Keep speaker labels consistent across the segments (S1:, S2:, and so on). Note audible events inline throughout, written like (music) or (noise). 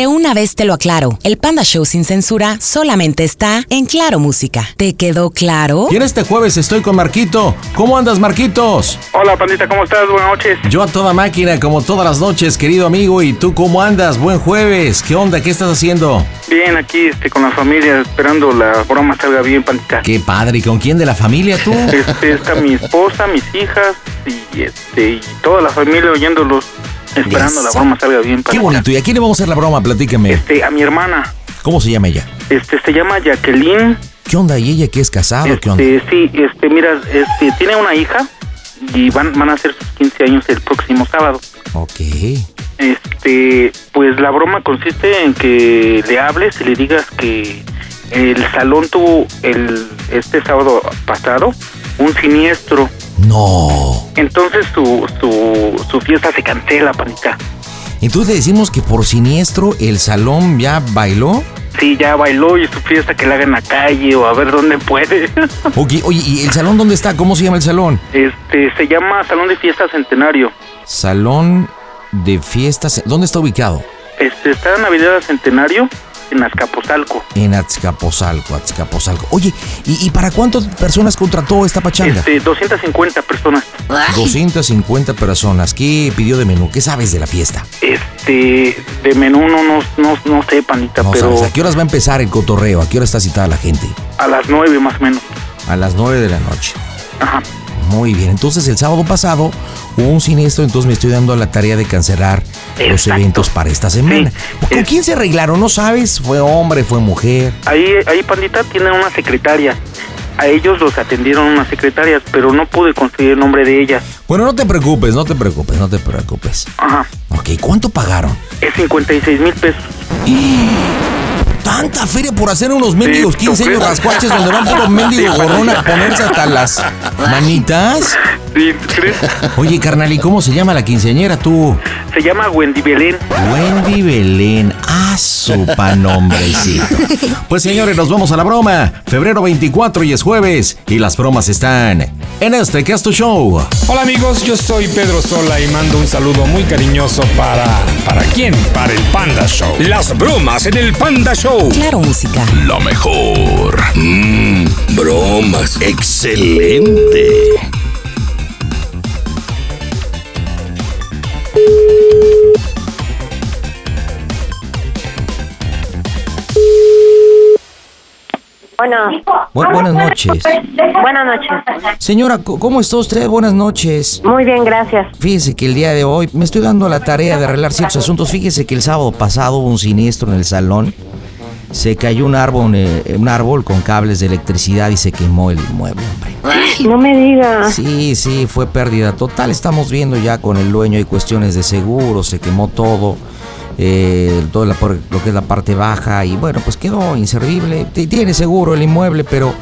S1: De una vez te lo aclaro, el Panda Show sin censura solamente está en Claro Música. ¿Te quedó claro?
S2: Y en este jueves estoy con Marquito. ¿Cómo andas, Marquitos?
S3: Hola, pandita, ¿cómo estás? Buenas noches.
S2: Yo a toda máquina, como todas las noches, querido amigo. ¿Y tú cómo andas? Buen jueves. ¿Qué onda? ¿Qué estás haciendo?
S3: Bien, aquí este, con la familia, esperando la broma salga bien, pandita.
S2: Qué padre. ¿Y con quién de la familia
S3: (laughs)
S2: tú?
S3: Este, está mi esposa, mis hijas y, este, y toda la familia oyéndolos. Esperando la broma salga bien.
S2: Qué bonito. ¿Y a quién le vamos a hacer la broma? Platícame.
S3: Este, a mi hermana.
S2: ¿Cómo se llama ella?
S3: Este, se llama Jacqueline.
S2: ¿Qué onda? ¿Y ella qué es casada?
S3: Este,
S2: ¿Qué onda?
S3: Sí, este, mira, este, tiene una hija y van, van a hacer sus 15 años el próximo sábado.
S2: Ok.
S3: Este, pues la broma consiste en que le hables y le digas que el salón tuvo el este sábado pasado un siniestro.
S2: No.
S3: Entonces su, su, su fiesta se cancela, panita.
S2: Entonces le decimos que por siniestro el salón ya bailó.
S3: Sí, ya bailó y su fiesta que la haga en la calle o a ver dónde puede. (laughs)
S2: Ok, oye, ¿y el salón dónde está? ¿Cómo se llama el salón?
S3: Este, se llama Salón de Fiesta Centenario.
S2: Salón de fiestas. ¿Dónde está ubicado?
S3: Este, está en Navidad Centenario, en Azcapotzalco.
S2: En Azcapotzalco, Azcapotzalco. Oye, ¿y, y para cuántas personas contrató esta pachanga?
S3: Este, 250 personas.
S2: 250 personas. ¿Qué pidió de menú? ¿Qué sabes de la fiesta?
S3: Este, de menú no, no, no, no sé, panita,
S2: No
S3: pero
S2: sabes. ¿A qué horas va a empezar el cotorreo? ¿A qué hora está citada la gente?
S3: a las 9 más o menos.
S2: A las 9 de la noche.
S3: Ajá.
S2: Muy bien. Entonces, el sábado pasado hubo un siniestro, entonces me estoy dando a la tarea de cancelar los
S3: Exacto.
S2: eventos para esta semana.
S3: Sí.
S2: ¿Con quién se arreglaron? ¿No sabes? ¿Fue hombre? ¿Fue mujer?
S3: Ahí, ahí pandita, tienen una secretaria. A ellos los atendieron unas secretarias, pero no pude conseguir el nombre de ellas.
S2: Bueno, no te preocupes, no te preocupes, no te preocupes.
S3: Ajá.
S2: Ok, ¿cuánto pagaron?
S3: Es 56 mil pesos.
S2: Tanta feria por hacer unos mendigos
S3: Sí,
S2: 15 años
S3: estúpido.
S2: rascuaches donde
S3: (laughs)
S2: van puro mendigo gorrón a ponerse hasta las manitas.
S3: Sí, ¿tú crees?
S2: Oye, carnal, ¿y cómo se llama la quinceañera tú?
S3: Se llama Wendy Belén.
S2: Wendy Belén, a su panombrecito. Pues señores, nos vamos a la broma. Febrero 24 y es jueves y las bromas están en este que es tu show.
S4: Hola amigos, yo soy Pedro Sola y mando un saludo muy cariñoso para... ¿Para quién? Para el Panda Show. Las bromas en el Panda Show.
S1: Claro Música.
S5: Lo mejor. Mm, bromas. Excelente.
S6: Bueno,
S2: Bu- buenas noches.
S6: buenas noches.
S2: Señora, co- ¿cómo está usted? Buenas noches.
S6: Muy bien, gracias.
S2: Fíjese que el día de hoy me estoy dando a la tarea de arreglar ciertos asuntos. Fíjese que el sábado pasado hubo un siniestro en el salón. Se cayó un árbol, eh, un árbol con cables de electricidad y se quemó el inmueble, hombre.
S6: No me digas.
S2: Sí, sí, fue pérdida total. Estamos viendo ya con el dueño y cuestiones de seguro, se quemó todo, eh, toda la por- lo que es la parte baja y bueno, pues quedó inservible. T- Tiene seguro el inmueble, pero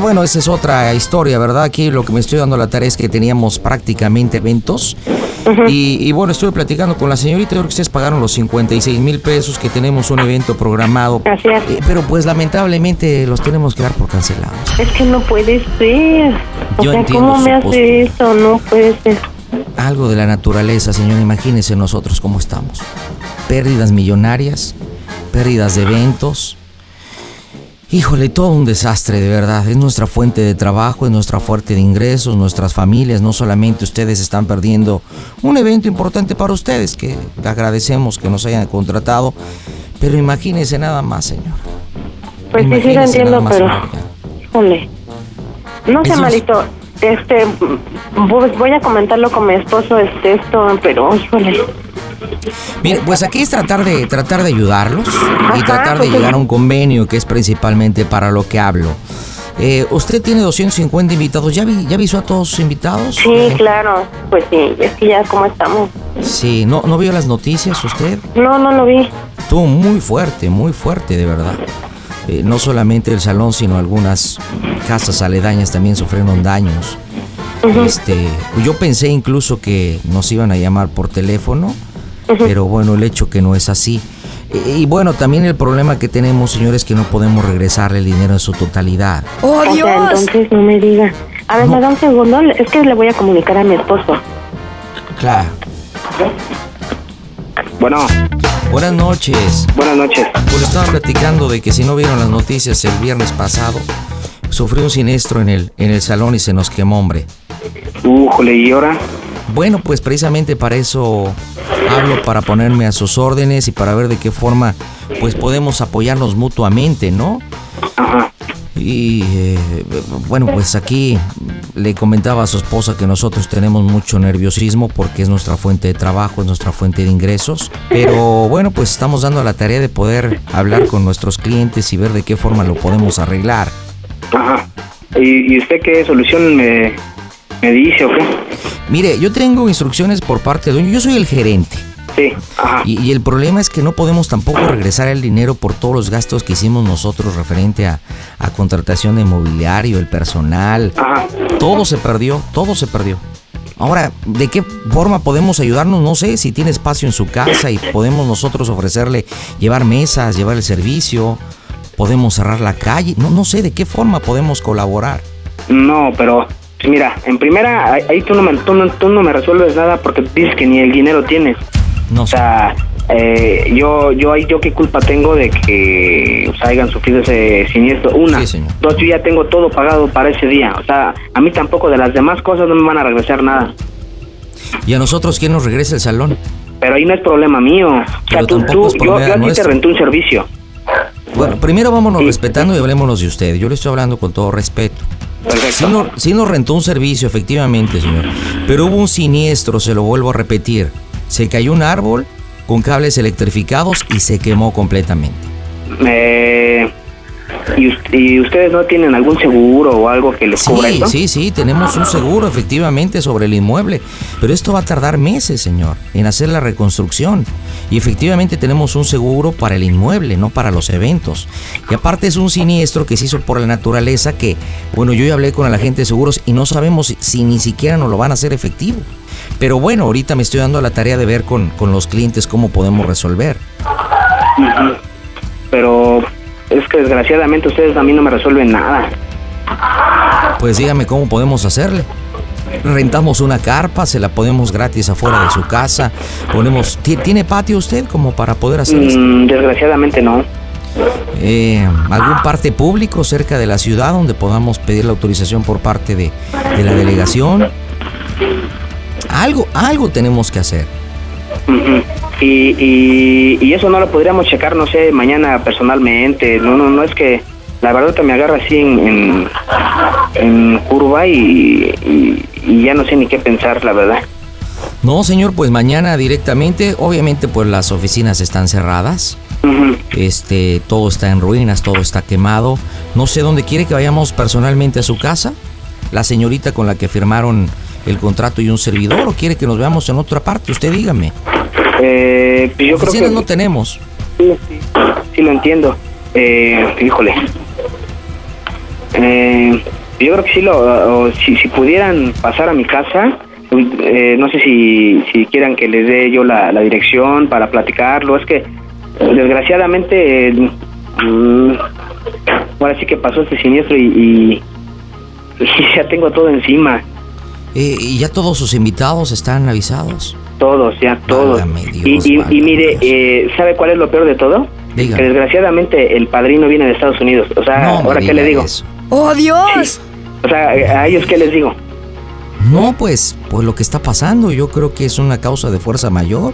S2: bueno, esa es otra historia, ¿verdad? Aquí lo que me estoy dando la tarea es que teníamos prácticamente eventos y, y, bueno, estuve platicando con la señorita, yo creo que ustedes pagaron los 56 mil pesos que tenemos un evento programado.
S6: Así es.
S2: Eh, pero pues lamentablemente los tenemos que dar por cancelados.
S6: Es que no puede ser. O
S2: Yo
S6: sea,
S2: entiendo
S6: ¿cómo
S2: su
S6: me hace
S2: postura.
S6: eso? No puede ser.
S2: algo de la naturaleza, señor. Imagínese nosotros cómo estamos. Pérdidas millonarias, pérdidas de eventos. Híjole, todo un desastre, de verdad. Es nuestra fuente de trabajo, es nuestra fuente de ingresos, nuestras familias. No solamente ustedes están perdiendo un evento importante para ustedes, que le agradecemos que nos hayan contratado,
S7: Pero imagínese nada más, señor.
S8: Pues sí, sí lo
S7: Imagínese nada
S8: entiendo,
S7: más,
S8: pero.
S7: señor.
S8: Híjole. No sé,
S7: Eso es-
S8: Marito. Este, vo- voy a comentarlo con mi esposo, este, esto, pero, híjole.
S7: Mire, pues aquí es tratar de tratar de ayudarlos y
S8: Ajá,
S7: tratar de
S8: pues sí.
S7: llegar a un convenio que es principalmente para lo que hablo. Eh, usted tiene 250 invitados. ¿Ya, vi- ya avisó a todos sus invitados?
S8: Sí, claro. Pues sí, es que ya, ¿cómo estamos?
S7: Sí, ¿no, no vio las noticias usted?
S8: No, no lo vi.
S7: Estuvo muy fuerte, muy fuerte, de verdad. Eh, no solamente el salón, sino algunas casas aledañas también sufrieron daños. Este, yo pensé incluso que nos iban a llamar por teléfono, pero bueno, el hecho que no es así. Y, y bueno, también el problema que tenemos, señores, es que no podemos regresarle el dinero en su totalidad.
S9: ¡Oh,
S8: O sea,
S9: Dios!
S8: entonces no me diga. A ver, me da un segundo. Es que le voy a comunicar a mi esposo.
S7: Claro.
S10: Bueno,
S7: Buenas noches.
S10: buenas noches.
S7: Pues estaba platicando de que si no vieron las noticias el viernes pasado, sufrió un siniestro en el, en el salón y se nos quemó, hombre.
S10: Újole, ¿y ahora?
S7: Bueno, pues precisamente para eso hablo, para ponerme a sus órdenes y para ver de qué forma pues podemos apoyarnos mutuamente, ¿no?
S10: Ajá.
S7: Y eh, bueno, pues aquí le comentaba a su esposa que nosotros tenemos mucho nerviosismo porque es nuestra fuente de trabajo, es nuestra fuente de ingresos. Pero bueno, pues estamos dando la tarea de poder hablar con nuestros clientes y ver de qué forma lo podemos arreglar.
S10: Ajá. ¿Y, y usted qué solución me, me dice o qué?
S7: Mire, yo tengo instrucciones por parte de... Yo soy el gerente.
S10: Sí, ajá.
S7: Y, y el problema es que no podemos tampoco regresar el dinero por todos los gastos que hicimos nosotros referente a, a contratación de mobiliario, el personal.
S10: Ajá.
S7: Todo se perdió, todo se perdió. Ahora, ¿de qué forma podemos ayudarnos? No sé, si tiene espacio en su casa y podemos nosotros ofrecerle llevar mesas, llevar el servicio, podemos cerrar la calle. No, no sé de qué forma podemos colaborar.
S10: No, pero pues, mira, en primera, ahí, ahí tú, no me, tú, no, tú no me resuelves nada porque dices que ni el dinero tienes.
S7: No
S10: O
S7: sé.
S10: sea, eh, yo, yo, ahí yo qué culpa tengo de que o sea, hayan sufrido ese siniestro. Una,
S7: Sí, señor.
S10: dos, yo ya tengo todo pagado para ese día. O sea, a mí tampoco de las demás cosas no me van a regresar nada.
S7: ¿Y a nosotros quién nos regresa el salón?
S10: Pero ahí no es problema mío. O sea,
S7: Pero
S10: tú,
S7: tampoco
S10: tú-
S7: es
S10: yo,
S7: problema
S10: yo a ti te
S7: nuestro.
S10: renté un servicio.
S7: Bueno, primero vámonos respetando y hablémonos de usted. Yo le estoy hablando con todo respeto. Sí,
S10: Perfecto.
S7: no- sí nos rentó un servicio, efectivamente, señor. Pero hubo un siniestro, se lo vuelvo a repetir. Se cayó un árbol con cables electrificados y se quemó completamente.
S10: Eh, y, us- y ustedes no tienen algún seguro o algo que les
S7: Sí,
S10: cubra esto?
S7: sí, sí, tenemos un seguro efectivamente sobre el inmueble, pero esto va a tardar meses, señor, en hacer la reconstrucción. Y efectivamente tenemos un seguro para el inmueble, no para los eventos. Y aparte es un siniestro que se hizo por la naturaleza que, bueno, yo ya hablé con la gente de seguros y no sabemos si, si ni siquiera nos lo van a hacer efectivo. Pero bueno, ahorita me estoy dando la tarea de ver con, con los clientes cómo podemos resolver.
S10: Pero es que desgraciadamente ustedes a mí no me resuelven nada.
S7: Pues dígame cómo podemos hacerle. Rentamos una carpa, se la ponemos gratis afuera de su casa. Ponemos, ¿ti- ¿tiene patio usted como para poder hacer esto?
S10: Mm, desgraciadamente no.
S7: Eh, ¿Algún parte público cerca de la ciudad donde podamos pedir la autorización por parte de, de la delegación? Algo, algo tenemos que hacer.
S10: Ujú. Y, y, y eso no lo podríamos checar, no sé, mañana personalmente. No, no, no es que la verdad que me agarra así en, en, en curva y, y- y ya no sé ni qué pensar, la verdad.
S7: No, señor, pues mañana directamente. Obviamente, pues las oficinas están cerradas.
S10: Ujú.
S7: Este, todo está en ruinas, todo está quemado. No sé dónde quiere que vayamos personalmente a su casa. La señorita con la que firmaron el contrato y un servidor, o quiere que nos veamos en otra parte. Usted dígame.
S10: Eh, pues yo creo
S7: Oficinas
S10: que
S7: no tenemos.
S10: sí, sí, sí lo entiendo. Eh, híjole. Eh, yo creo que sí lo, o si, si pudieran pasar a mi casa, eh, no sé si, si quieran que les dé yo la, la dirección para platicarlo. Es que desgraciadamente, eh, mm, ahora sí que pasó este siniestro y, (laughs) y- y ya tengo todo encima.
S7: Eh, y ya todos sus invitados están avisados.
S10: Todos, ya todos.
S7: Válgame Dios,
S10: y, y- y
S7: válgame
S10: mire,
S7: Dios.
S10: eh, ¿sabe cuál es lo peor de todo?
S7: Diga.
S10: Que desgraciamente el padrino viene de Estados Unidos. O sea,
S7: No me
S10: ¿ahora qué le
S7: diga
S10: digo?
S7: eso.
S9: ¡Oh, Dios!
S10: O sea, ¿a ellos qué les digo?
S7: No, pues, pues lo que está pasando, yo creo que es una causa de fuerza mayor.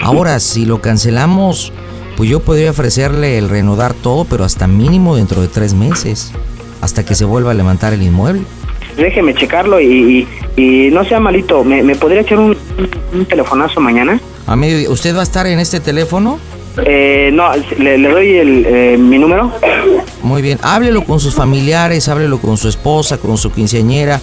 S7: Ahora, si lo cancelamos, pues
S2: pues yo podría ofrecerle el reanudar todo, pero hasta mínimo dentro de tres meses, hasta que se vuelva a levantar el inmueble.
S10: Déjeme checarlo y, y- y no sea malito. ¿Me, me podría echar un, un telefonazo mañana?
S2: A medio, ¿Usted va a estar en este teléfono?
S10: Eh, no, le, le doy el, eh, mi número.
S2: Muy bien, háblelo con sus familiares, háblelo con su esposa, con su quinceañera,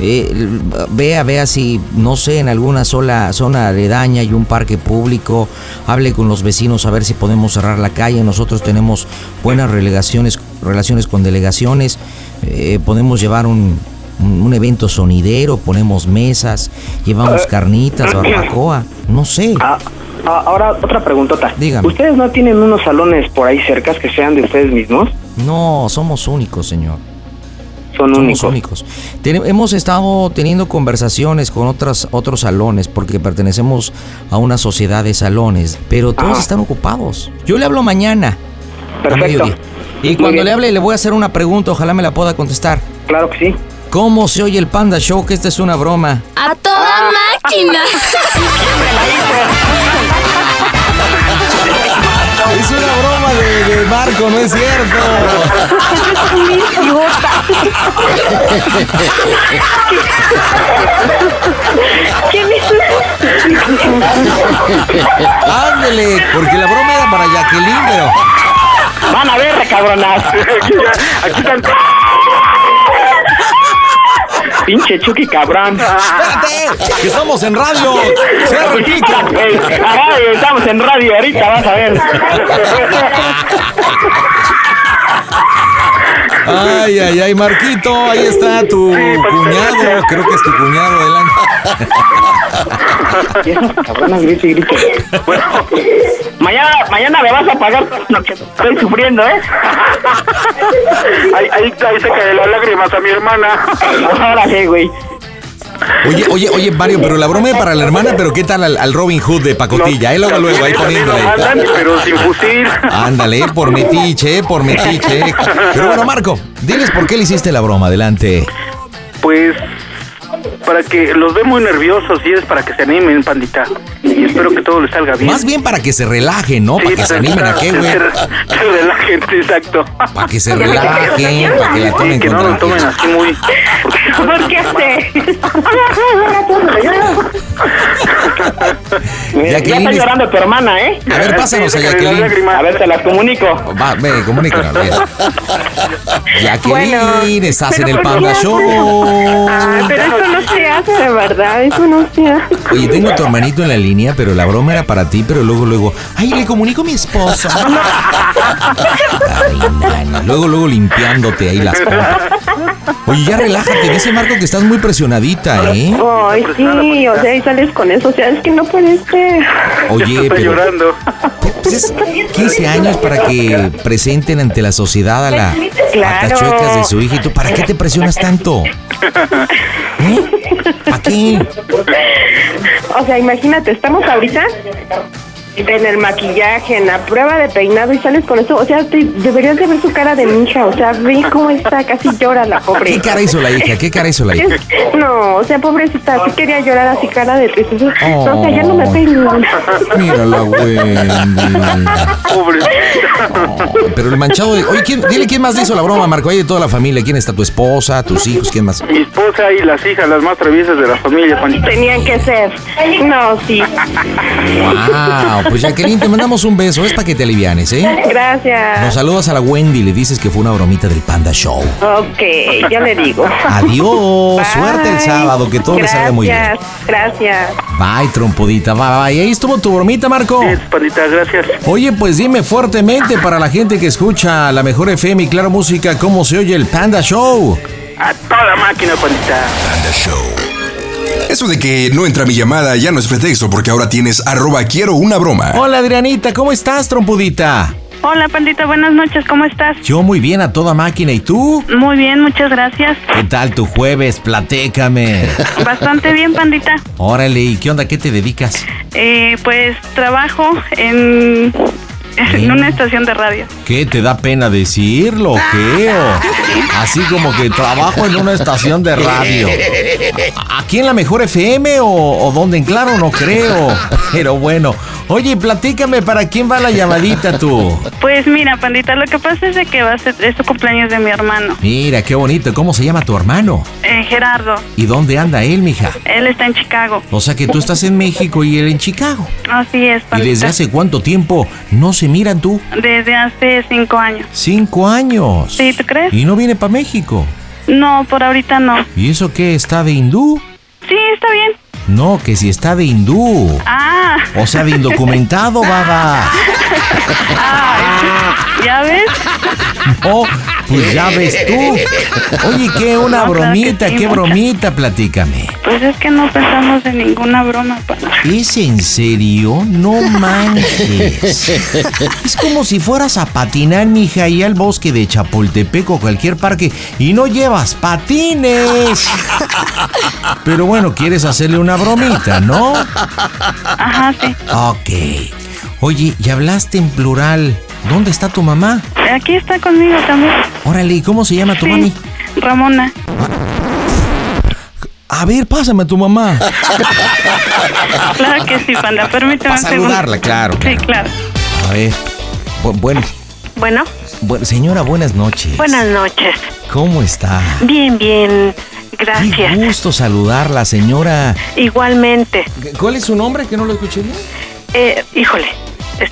S2: eh, l- vea, vea si, no sé, en alguna sola zona aledaña hay un parque público, hable con los vecinos a ver si podemos cerrar la calle, nosotros tenemos buenas relegaciones, relaciones con delegaciones, eh, podemos llevar un, un- un evento sonidero, ponemos mesas, llevamos carnitas, barbacoa, no sé.
S10: Ah, ah, ahora, otra preguntota.
S2: Dígame.
S10: ¿Ustedes no tienen unos salones por ahí cercas que sean de
S7: (laughs)
S10: ustedes mismos?
S2: No, somos únicos, señor.
S10: Son
S2: Somos
S10: únicos.
S2: únicos. Tene- hemos estado teniendo conversaciones con otras, otros salones porque pertenecemos a una sociedad de salones, pero todos
S10: Ajá.
S2: están ocupados. Yo le hablo mañana. a
S10: Perfecto.
S2: mediodía.
S10: Muy
S2: Y cuando
S10: bien.
S2: le hable le voy a hacer una pregunta, ojalá me la pueda contestar.
S10: Claro que sí.
S2: ¿Cómo se oye el Panda Show? Que esta es una broma.
S7: A
S2: Ah.
S7: toda máquina.
S2: Es una broma de, de Marco, no es cierto.
S11: ¿Quién hizo
S2: Ándele, porque la broma era para Jacqueline, pero...
S10: Van a ver, cabronas.
S2: (laughs)
S10: aquí, están. Pinche Chucky cabrón.
S2: ¡Espérate! ¡Que estamos en radio! ¡Cierra el pico!
S10: Estamos en radio ahorita, vas a ver.
S2: Ay, ay, ay, Marquito, ahí está tu cuñado, creo que es tu cuñado, adelante.
S10: Y esas cabronas grito y grito. Bueno, mañana, mañana me vas a pagar lo que estoy sufriendo,
S2: (laughs)
S10: ¿eh? Ahí, ahí, se caen las lágrimas a mi hermana. Ahora sí, güey.
S2: Oye, oye, oye, Mario, pero la broma es para la hermana, pero ¿qué tal al, al Robin Hood de Pacotilla? Ahí luego, luego, ahí poniéndole.
S10: pero sin fusil.
S2: Ándale, eh, por metiche, eh, por metiche.
S3: (laughs)
S2: Pero bueno, Marco, diles por qué le hiciste la broma, adelante.
S3: Pues para que los ve muy nerviosos y es para que se animen, pandita. Y espero que todo les salga bien.
S2: Más bien para que se relajen, ¿no?
S3: Sí,
S2: Para que se animen a qué, güey.
S3: se- (laughs) se relajen, sí, exacto.
S2: Para que se relajen,
S3: (laughs)
S2: para que la
S3: Sí,
S2: tomen
S3: que no lo
S2: contra.
S3: tomen así muy...
S11: ¿Por
S10: (laughs)
S11: qué hace?
S10: Ya,
S2: Jacqueline
S10: está
S2: es-
S10: llorando tu hermana, ¿eh?
S2: A ver, pásanos a
S3: Déjale las
S2: Jacqueline.
S3: lágrimas.
S10: A ver, te las comunico.
S2: Va, ve, comunícanos. ve. Jacqueline,
S11: Bueno,
S2: estás en
S11: pero
S2: el
S11: ¿por
S2: Panda
S11: qué
S2: Show. Oh.
S11: Ah, pero eso no se hace, ¿verdad? Eso no se hace.
S2: Oye, tengo a tu hermanito en la línea, pero la broma era para ti, pero luego, luego, ay, le comunico a mi esposa. Ay, nana. Luego, luego limpiándote ahí las pompas. Oye, ya relájate, dice Marco que estás muy presionadita, ¿eh?
S11: Ay, sí, o sea, y sales con eso. O sea, es que no puede ser.
S2: Oye,
S3: Estoy
S2: pero
S3: llorando.
S2: pues es 15 años para que presenten ante la sociedad a las
S11: Claro.
S2: patachuecas de su hija. ¿Y tú para qué te presionas tanto? ¿Eh? ¿Para qué?
S11: O sea, imagínate, estamos ahorita en el maquillaje, en la prueba de peinado y sales con eso. O sea, te- deberías de ver su cara de mi hija. O sea, ve cómo está, casi llora la pobre.
S2: ¿Qué cara hizo la hija? ¿Qué cara hizo la hija?
S11: Es- No, o sea, pobrecita, sí quería llorar así, cara de tristeza. No, o sea, ya no me peino.
S2: Oh. Mira la Wendy.
S3: Pobre.
S2: Pero el manchado de. Oye, ¿quién, dile quién más le hizo la broma, Marco. Ahí de toda la familia. ¿Quién está? ¿Tu esposa? ¿Tus hijos? ¿Quién más?
S3: Mi esposa y las hijas, las más traviesas de la familia, pandita.
S11: Tenían que ser. No, sí.
S2: ¡Wow! Pues Jacqueline, te mandamos un beso. Es para que te alivianes, ¿eh? Nos
S11: Gracias.
S2: saludas a la Wendy y le dices que fue una bromita del Panda Show.
S11: Ok, ya le digo.
S2: Adiós.
S11: Bye.
S2: Suerte el sábado. Que todo le salga muy bien.
S11: Gracias, gracias.
S2: Bye, trompudita. Bye, bye. Ahí estuvo tu bromita, Marco.
S3: Sí, pandita, gracias.
S2: Oye, pues dime fuertemente para la gente que escucha la mejor FM y Claro Música cómo se oye el Panda Show.
S3: A toda máquina, pandita.
S12: Eso de que no entra mi llamada ya no es pretexto porque ahora tienes arroba quiero una broma.
S2: Hola, Adrianita. ¿Cómo estás, trompudita?
S9: Hola, Pandita, buenas noches, ¿cómo estás?
S2: Yo muy bien a toda máquina. ¿Y tú?
S9: Muy bien, muchas gracias.
S2: ¿Qué tal tu jueves? Platécame.
S9: Bastante bien, Pandita.
S2: Órale, ¿y qué onda? ¿Qué te dedicas?
S9: Eh, pues trabajo en, en una estación de radio.
S2: ¿Qué? ¿Te da pena decirlo? o ¿Qué? O así como que trabajo en una estación de radio. ¿A- ¿Aquí en la mejor FM o, o dónde? En claro, no creo. Pero bueno. Oye, platícame, ¿para quién va la llamadita tú?
S9: Pues mira, pandita, lo que pasa es de que va a ser es tu cumpleaños de mi hermano,
S2: Mira, qué bonito. ¿Cómo se llama tu hermano?
S9: eh, Gerardo.
S2: ¿Y dónde anda él, mija?
S9: Él está en Chicago.
S2: O sea que tú estás en México y él en Chicago.
S9: Así es,
S2: Oh. ¿Y
S9: pandita.
S2: desde hace cuánto tiempo no se miran tú?
S9: Desde hace cinco años.
S2: Cinco años.
S9: ¿Sí, tú crees?
S2: ¿Y no viene para México?
S9: No, por ahorita no.
S2: ¿Y eso qué? ¿Está de hindú?
S9: Sí, está bien.
S2: No, que si está de hindú.
S9: Ah.
S2: O sea, de indocumentado, baba.
S9: ¿Ya ves?
S2: No, pues ya ves tú. Oye, qué una
S9: Eh. No, claro que
S2: bromita,
S9: sí,
S2: qué
S9: mucha.
S2: bromita, platícame.
S9: Pues es que no pensamos en ninguna broma, pana.
S2: ¿Es en serio? No manches. Es como si fueras a patinar, mija, y al bosque de Chapultepec o cualquier parque y no llevas patines. Pero bueno, quieres hacerle una bromita, ¿no?
S9: Ajá, sí.
S2: Ok. Oye, y hablaste en plural. ¿Dónde está tu mamá?
S9: Aquí está conmigo también.
S2: Órale, ¿y cómo se llama tu
S9: Sí,
S2: mami?
S9: Ramona.
S2: A ver, pásame a tu
S13: (laughs)
S2: mamá.
S9: Claro que sí, panda. Permíteme
S2: Para
S9: un segundo.
S2: saludarla, claro,
S9: Sí, claro.
S2: A ver. Bu- Bueno,
S13: Bueno,
S2: bueno, señora, buenas noches.
S13: buenas noches.
S2: ¿Cómo está?
S13: Bien, bien.
S2: Qué
S13: Gracias.
S2: gusto saludarla, señora.
S13: Igualmente.
S2: ¿Cuál es su nombre que no lo escuché bien?
S13: Eh, híjole. es-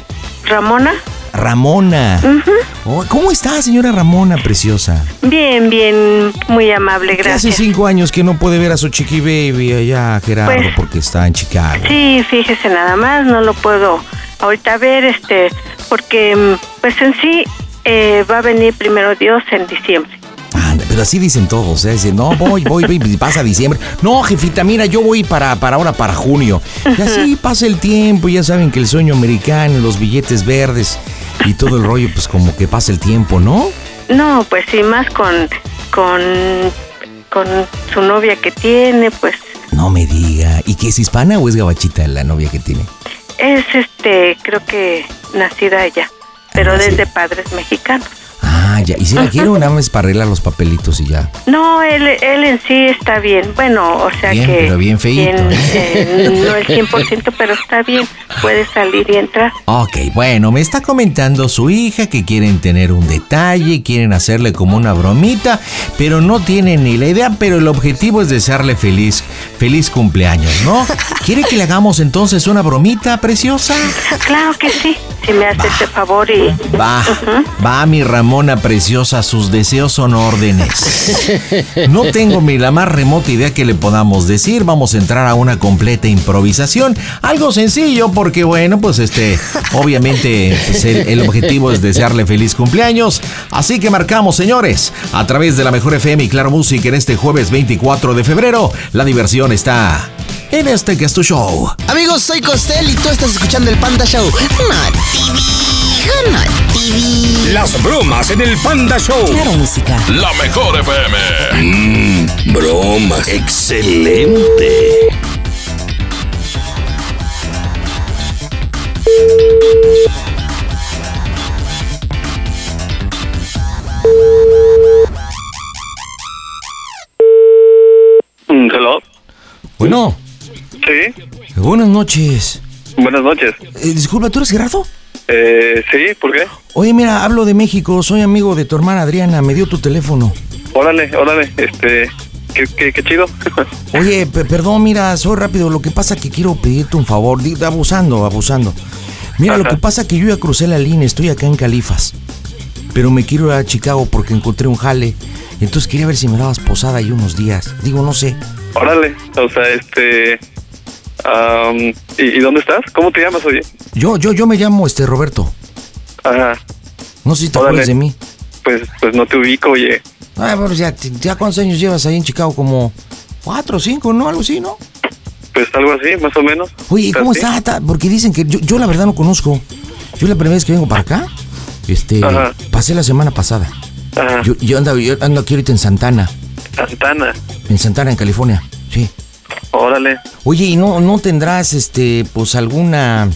S13: ¿Ramona?
S2: Ramona.
S13: Ujú.
S2: Oh, ¿Cómo está, señora Ramona, preciosa?
S13: Bien, bien. Muy amable,
S2: Que Hace
S13: gracias.
S2: cinco años que no puede ver a su chiqui baby allá, Gerardo,
S13: Pues-
S2: porque está en Chicago.
S13: Sí, fíjese nada más, no lo puedo ahorita ver, este, porque mm, pues en sí eh, va a venir primero Dios en diciembre.
S2: Anda, pero así dicen todos, ¿eh? Dicen, no, voy, voy, voy, y pasa diciembre. No, jefita, mira, yo voy para, para ahora, para junio. Y así pasa el tiempo, ya saben que el sueño americano, los billetes verdes y todo el rollo, pues como que pasa el tiempo, ¿no?
S13: No, pues sí, más con, con, con su novia que tiene, pues
S2: No me diga. ¿Y qué es hispana o es gabachita la novia que tiene?
S13: es este, creo que nacida allá, pero
S2: nacida.
S13: desde padres mexicanos.
S2: Ah, ya. ¿Y si la
S13: Ajá.
S2: quiero nada más para arreglar los papelitos y ya?
S13: No, él, él en sí está bien. Bueno, o sea
S2: Bien,
S13: que.
S2: pero bien feíto,
S13: bien,
S2: ¿eh?
S13: eh,
S2: (laughs)
S13: no el 100%, pero está bien. Puede salir y entrar.
S2: Ok, bueno, me está comentando su hija que quieren tener un detalle, quieren hacerle como una bromita, pero no tienen ni la idea, pero el objetivo es desearle feliz, feliz cumpleaños, ¿no? ¿Quiere que le hagamos entonces una bromita preciosa?
S13: Claro que sí. Si me hace ese favor y.
S2: Va, va mi Ramona preciosa, sus deseos son órdenes. No tengo ni la más remota idea que le podamos decir, vamos a entrar a una completa improvisación, algo sencillo porque bueno, pues este, obviamente pues, el, el objetivo es desearle feliz cumpleaños, así que marcamos señores, a través de la mejor FM y Claro Music en este jueves 24 de febrero, la diversión está en este que es tu show.
S10: Amigos, soy Costel y tú estás escuchando el Panda Show. No,
S2: (laughs)
S4: Las bromas en el Panda Show. Claro, música.
S5: (laughs) La mejor FM.
S4: Mmm,
S5: bromas. Excelente.
S14: Mm, Hello.
S2: Bueno,
S14: Sí.
S2: buenas noches.
S14: Buenas noches.
S2: (laughs) Eh, disculpa, ¿tú eres Gerardo?
S14: Eh, sí, ¿por qué?
S2: Oye, mira, hablo de México, soy amigo de tu hermana Adriana, me dio tu teléfono.
S14: Órale, órale. Este, qué, qué, qué chido. (laughs)
S2: Oye, pe- perdón, mira, soy rápido, lo que pasa que quiero pedirte un favor, di- abusando, abusando. Mira, lo que pasa que yo ya crucé la línea, estoy acá en Califas, pero me quiero ir a Chicago porque encontré un jale, entonces quería ver si me dabas posada ahí unos días. Digo, no sé,
S14: Órale. O sea, este. am, ¿y, y dónde estás? ¿Cómo te llamas, oye?
S2: yo, yo, yo me llamo este Roberto,
S14: Ajá.
S2: no sé si te
S14: Órale.
S2: acuerdas de mí.
S14: Pues, pues no te ubico, oye.
S2: Ah, bueno, ya, te- ya cuántos años llevas ahí en Chicago, como cuatro o cinco, ¿no? Algo así, ¿no?
S14: Pues algo así, más o menos.
S2: Oye, ¿y ¿cómo
S14: ¿Así?
S2: está? Ta- Porque dicen que yo, yo la verdad no conozco. Yo la primera vez que vengo para acá, este,
S14: Ajá. Ah.
S2: pasé la semana pasada.
S14: Ajá.
S2: Yo, yo ando, yo ando aquí ahorita en Santana,
S14: Santana.
S2: en Santana, en California. Sí.
S14: Órale.
S2: Oye, ¿y no, no tendrás, este, pues alguna,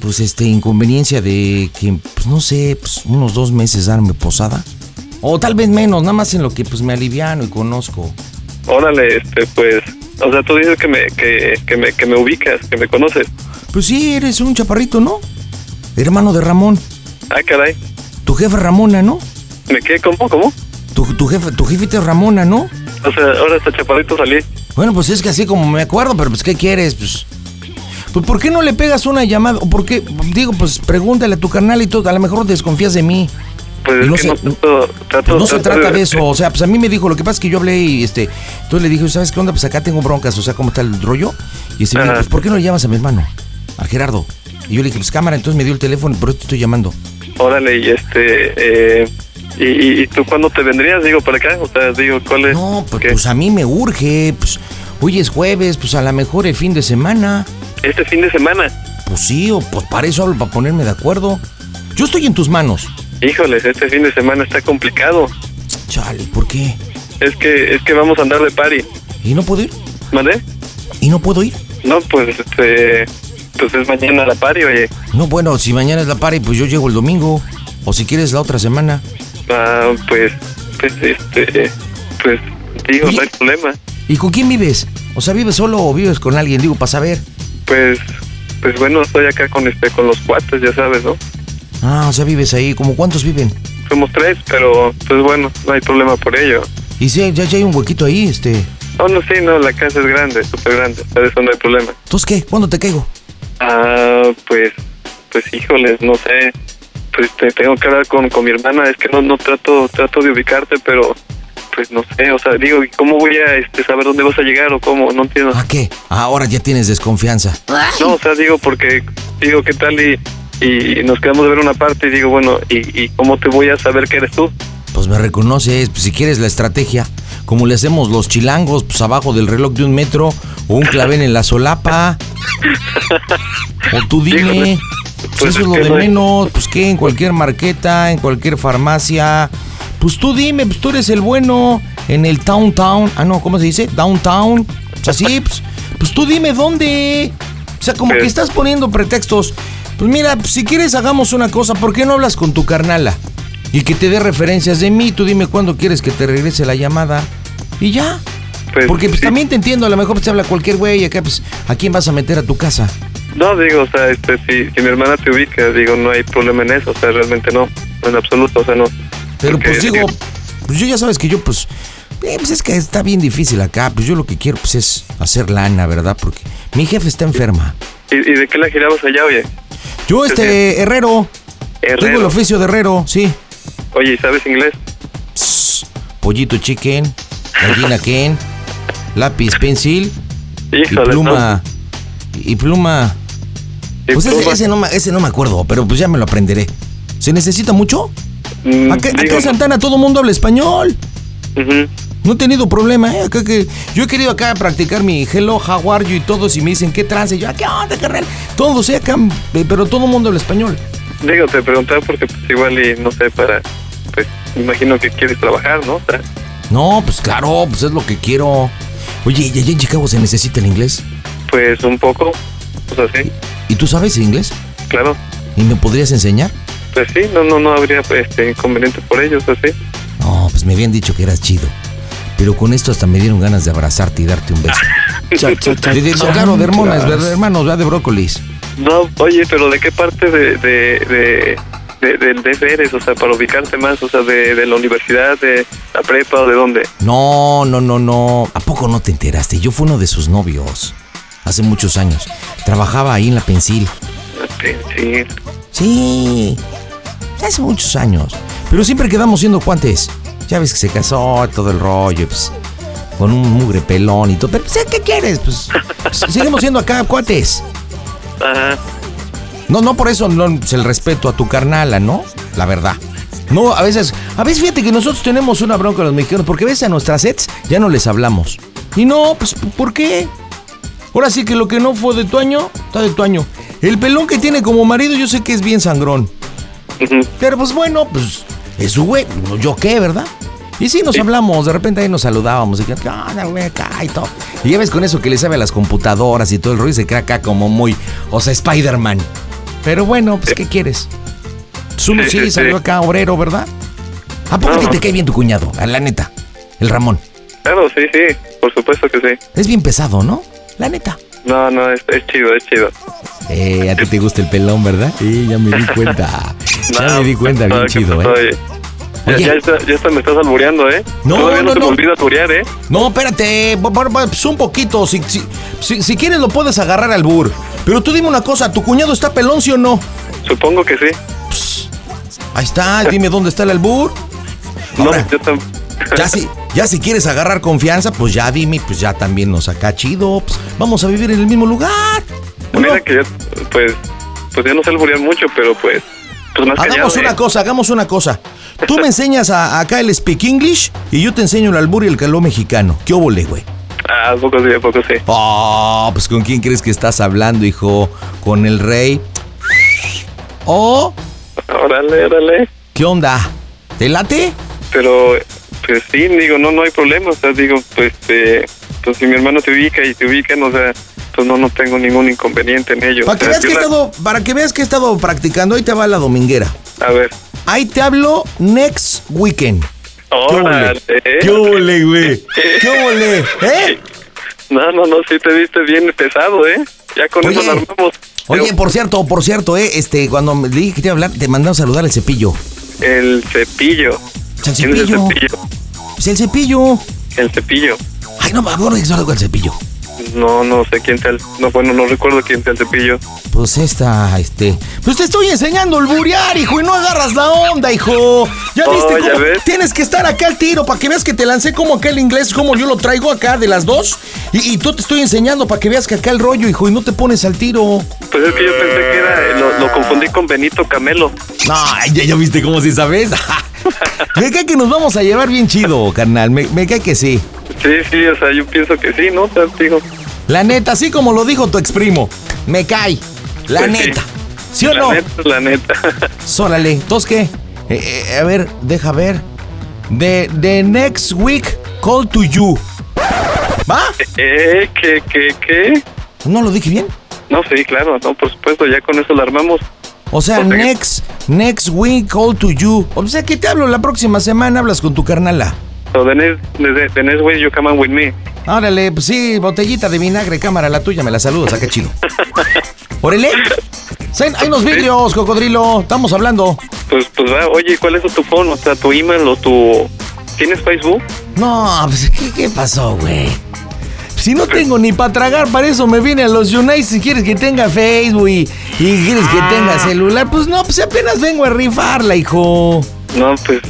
S2: pues este, inconveniencia de que, pues no sé, pues unos dos meses darme posada? O tal vez menos, nada más en lo que pues me aliviano y conozco.
S14: Órale, este, pues. O sea, tú dices que me, que, que me, que me ubicas, que me conoces.
S2: Pues sí, eres un chaparrito, ¿no? Hermano de Ramón.
S14: Ah, caray.
S2: Tu jefe es Ramona, ¿no?
S14: ¿Me quedé cómo? ¿Cómo?
S2: Tu, tu jefe, tu jefe es Ramona, ¿no?
S14: O sea, ahora este chaparrito salí.
S2: Bueno, pues es que así como me acuerdo, pero pues ¿qué quieres? Pues, pues ¿por qué no le pegas una llamada? ¿O por qué? Digo, pues pregúntale a tu canal y todo, a lo mejor desconfías de mí.
S14: Pues
S2: No
S14: es que
S2: sé,
S14: no trato, trato-
S2: No se
S14: trato
S2: trata de eso, o sea, pues a mí me dijo, lo que pasa es que yo hablé y este, entonces le dije, ¿sabes qué onda? Pues acá tengo broncas, o sea, ¿cómo está el rollo? Y este, me dijo, pues ¿por qué no le llamas a mi hermano? A Gerardo. Y yo le dije, pues cámara, entonces me dio el teléfono, por eso te estoy llamando.
S14: Órale, y este. Eh, y, y, y tú cuándo te vendrías? Digo, para acá. O sea, digo, ¿cuál es?
S2: No, pues, pues a mí me urge, pues hoy es jueves, pues a lo mejor el fin de semana.
S14: Este fin de semana.
S2: Pues sí, o pues para eso hablo, para ponerme de acuerdo. Yo estoy en tus manos.
S14: Híjoles, este fin de semana está complicado.
S2: Chale, ¿por qué?
S14: Es que, es que vamos a andar de party.
S2: ¿Y no puedo ir?
S14: ¿Vale?
S2: ¿Y no puedo ir?
S14: No, pues este. Pues es mañana la party, oye.
S2: No, bueno, si mañana es la y pues yo llego el domingo. O si quieres la otra semana.
S14: Ah, pues. Pues este. Pues digo, no hay problema.
S2: ¿Y con quién vives? O sea, ¿vives solo o vives con alguien? Digo, para saber.
S14: Pues. Pues bueno, estoy acá con este, con los cuates, ya sabes, ¿no?
S2: Ah, o sea, vives ahí. ¿Como cuántos viven?
S14: Somos tres, pero pues bueno, no hay problema por ello.
S2: Y si hay- ya, ya hay un huequito ahí, este.
S14: No, no, sí, no, la casa es grande, súper grande, para eso no hay problema.
S2: ¿Entonces qué? ¿Cuándo te caigo?
S14: Ah, pues, pues híjoles, no sé, pues te tengo que hablar con, con mi hermana, es que no, no trato, trato de ubicarte, pero pues no sé, o sea, digo, ¿y ¿cómo voy a este, saber dónde vas a llegar o cómo? No entiendo.
S2: ¿A qué? Ahora ya tienes desconfianza.
S14: No, o sea, digo, porque, digo, ¿qué tal y, y nos quedamos de ver una parte y digo, bueno, ¿y, y cómo te voy a saber que eres tú?
S2: Pues me reconoces, pues si quieres la estrategia, como le hacemos los chilangos, pues abajo del reloj de un metro, o un clavel en la solapa. O tú dime, si eso es lo
S14: que
S2: Pues de
S14: no hay-
S2: menos, pues qué, en cualquier marqueta, en cualquier farmacia. Pues tú dime, pues tú eres el bueno en el downtown. Ah, no, ¿cómo se dice? Downtown. Pues (laughs) así, pues, pues tú dime dónde. O sea, como que estás poniendo pretextos. Pues mira, pues, si quieres hagamos una cosa, ¿por qué no hablas con tu carnala? Y que te dé referencias de mí, tú dime cuándo quieres que te regrese la llamada. Y ya. Porque pues también te entiendo, a lo mejor pues, te habla cualquier güey y acá pues, ¿a quién vas a meter a tu casa?
S14: No, digo, o sea, este, si, si mi hermana te ubica, digo, no hay problema en eso, o sea, realmente no, en absoluto, o sea, no.
S2: Pero
S14: Porque,
S2: pues digo,
S14: digo,
S2: pues yo ya sabes que yo pues, eh, pues es que está bien difícil acá, pues yo lo que quiero pues es hacer lana, ¿verdad? Porque mi jefe está enferma.
S14: ¿Y, y de qué la girabas allá, oye?
S2: Yo este herrero, tengo el
S14: Herrero.
S2: oficio de herrero, sí.
S14: Oye, ¿y ¿sabes inglés?
S2: Pollito chicken,
S14: (laughs)
S2: gallina ken, lápiz pencil
S14: Híjole,
S2: y pluma y pluma. Pues ese-
S14: pluma.
S2: Ese, no, me- ese no me acuerdo, pero pues ya me lo aprenderé. ¿Se necesita mucho?
S14: Mm,
S2: Acá, acá
S14: digo,
S2: en Santana todo mundo habla español. No he tenido problema, ¿eh? Acá que yo he querido acá practicar mi hello, how are you y todos y me dicen qué trance. Yo, "Ah, ¿qué onda, carnal? Todos, ¿eh? acá, eh, pero todo mundo habla español.
S14: Digo, te preguntaba porque pues igual y no sé, para, pues imagino que quieres trabajar, ¿no? O sea,
S2: No, pues claro, pues es lo que quiero. Oye, ¿y allá en Chicago se necesita el inglés?
S14: pues un poco, pues, o sea, sí,
S2: ¿Y tú sabes inglés?
S14: claro.
S2: ¿Y me podrías enseñar?
S14: Pues sí, no, no, no habría pues, este, inconveniente por ello, o sea, sí.
S2: No, pues me habían dicho que eras chido. Pero con esto hasta me dieron ganas de abrazarte y darte un beso. De- de- claro, de hermanas, de de hermanos, ¿verdad? de brócolis.
S14: No, oye, pero ¿de qué parte de, de, de, de- del DF eres? O sea, para ubicarte más, o sea, de, de la universidad, de la prepa o de dónde.
S2: No, no, no, no. ¿A poco no te enteraste? Yo fui uno de sus novios. Hace muchos años. Trabajaba ahí en la Pensil.
S14: Este, Sí.
S2: Sí. Hace muchos años. Pero siempre quedamos siendo cuantes. Ya ves que se casó, todo el rollo, pues, con un mugre pelón y todo. Pero, pues, ¿qué quieres? Pues, pues, seguimos siendo acá cuates.
S14: Ajá.
S2: No, no por eso no, pues, el respeto a tu carnala, ¿no? La verdad. No, a veces, a veces fíjate que nosotros tenemos una bronca los mexicanos, porque a veces a nuestras sets ya no les hablamos. Y no, pues, ¿por qué? Ahora sí que lo que no fue de tu año, está de tu año. El pelón que tiene como marido, yo sé que es bien sangrón. Pero pues bueno, pues, es su güey, no, yo qué, ¿verdad? Y sí, nos hablamos, de repente ahí nos saludábamos, y que, "¿Qué onda, güey? Acá y todo. Y ya ves con eso que le sabe a las computadoras y todo el rollo, y se crea acá como muy, o sea, Spider-Man. Pero bueno, pues, ¿qué quieres? Zulo
S14: Sí,
S2: sí,
S14: sí, sí.
S2: salió acá obrero, ¿verdad? ¿A poco
S14: No,
S2: que
S14: no.
S2: te cae bien tu cuñado? A Ah, La neta, el Ramón.
S14: Claro, sí, sí, por supuesto que sí.
S2: Es bien pesado, ¿no? La neta.
S14: No, no, es, es chido, es chido.
S7: Eh, a ti te gusta el pelón, ¿verdad? Sí, ya me di
S14: (laughs)
S7: cuenta. Ya
S14: No,
S7: me di cuenta,
S14: no,
S7: bien
S14: ¿qué
S7: chido,
S14: pasó,
S7: ¿eh?
S14: eh? Ya,
S7: Oye.
S14: ya está- ya está- me estás albureando, ¿eh?
S2: No,
S14: Todavía no,
S2: no,
S14: te
S2: no.
S14: olvidas alburear, ¿eh?
S2: No, espérate, bu- bu- bu- pues un poquito. Si, si, si- si quieres lo puedes agarrar al bur. Pero tú dime una cosa, ¿tu cuñado está pelón, sí o no?
S14: Supongo que sí.
S2: Ahí está, dime dónde está el albur. Ahora, ya, si, ya si quieres agarrar confianza, pues ya dime, pues ya también nos acá chido. pues, vamos a vivir en el mismo lugar.
S14: (laughs) Mira que yo, pues, pues ya no sé alburear mucho, pero pues, pues más
S2: Hagamos
S14: callado,
S2: una
S14: ¿eh?
S2: cosa, hagamos una cosa. Tú me enseñas a- acá el speak English y yo te enseño el albur y el caló mexicano. ¿Qué óvole, güey?
S14: Ah, poco sí, poco sí.
S2: Oh, pues ¿con quién crees que estás hablando, hijo? ¿Con el rey? ¿O?
S14: Órale, órale.
S2: ¿Qué onda? ¿Te late?
S14: Pero, pues sí, digo, no, no hay problema. O sea, digo, pues, eh, pues si mi hermano te ubica y te ubican, o sea, pues no, no tengo ningún inconveniente en ello.
S2: Para que,
S14: O sea,
S2: veas
S14: yo
S2: que he
S14: la-
S2: estado, para que veas que he estado practicando, ahí te va la dominguera.
S14: A ver.
S2: Ahí te hablo next weekend.
S14: Órale.
S2: ¿Qué
S14: eh.
S2: ole, güey? ¿Qué ole? ¿Eh?
S14: No, no, no, sí te viste bien pesado, ¿eh? Ya con eso la armamos.
S7: Oye, por cierto, por cierto, eh, este, cuando me dije que te iba a hablar, te mandaba a saludar el cepillo.
S14: El cepillo.
S7: El
S14: ¿Quién es el
S7: cepillo.
S14: cepillo?
S7: Pues el cepillo.
S14: El cepillo.
S7: Ay, no, me acuerdo que algo el cepillo.
S14: No, no sé quién tal. No, bueno, no recuerdo quién sea el cepillo.
S7: Pues esta, este.
S2: Pues te estoy enseñando el burear, hijo, y no agarras la onda, hijo. Ya
S14: Oh,
S2: viste
S14: ya
S2: cómo
S14: ves.
S2: tienes que estar acá al tiro para que veas que te lancé como aquel inglés, como yo lo traigo acá de las dos. Y, y tú te estoy enseñando para que veas que acá el rollo, hijo, y no te pones al tiro.
S14: Pues es que yo pensé que era. eh, Lo, lo confundí con Benito Camelo.
S2: No, ya, ya viste cómo sí sabes. (laughs) me cae que nos vamos a llevar bien chido, carnal. Me, me cae que sí.
S14: Sí, sí, o sea, yo pienso que sí, ¿no? O sea, digo,
S2: La neta, así como lo dijo tu exprimo. Me cae. La
S14: Pues sí.
S2: neta. ¿Sí o
S14: la
S2: no?
S14: neta, la
S2: (laughs)
S14: neta.
S2: Sólale. Entonces, ¿qué? Eh, eh, a ver, deja ver. The, the next week, call to you. ¿Va?
S14: ¿Eh? ¿Qué, qué, qué?
S2: ¿No lo dije bien?
S14: No, sí, claro, no, por supuesto, ya con eso la armamos.
S2: O sea, next, next week, call to you. O sea, que te hablo la próxima semana, hablas con tu carnala.
S14: So, the next, the, the next way you come on with me.
S2: Órale, pues sí, botellita de vinagre, cámara, la tuya, me la saludas, acá chido. Órale. Zen, Hay unos vidrios, cocodrilo, estamos hablando.
S14: Pues, pues va, oye, ¿cuál es tu phone? O sea, tu email o tu... ¿Tienes Facebook?
S2: No, pues, ¿qué, qué pasó, güey? Si no tengo ni para tragar, para eso me viene a los United. Si quieres que tenga Facebook y, y quieres
S14: Ah.
S2: que tenga celular, pues no, pues apenas vengo a rifarla, hijo.
S14: No, pues...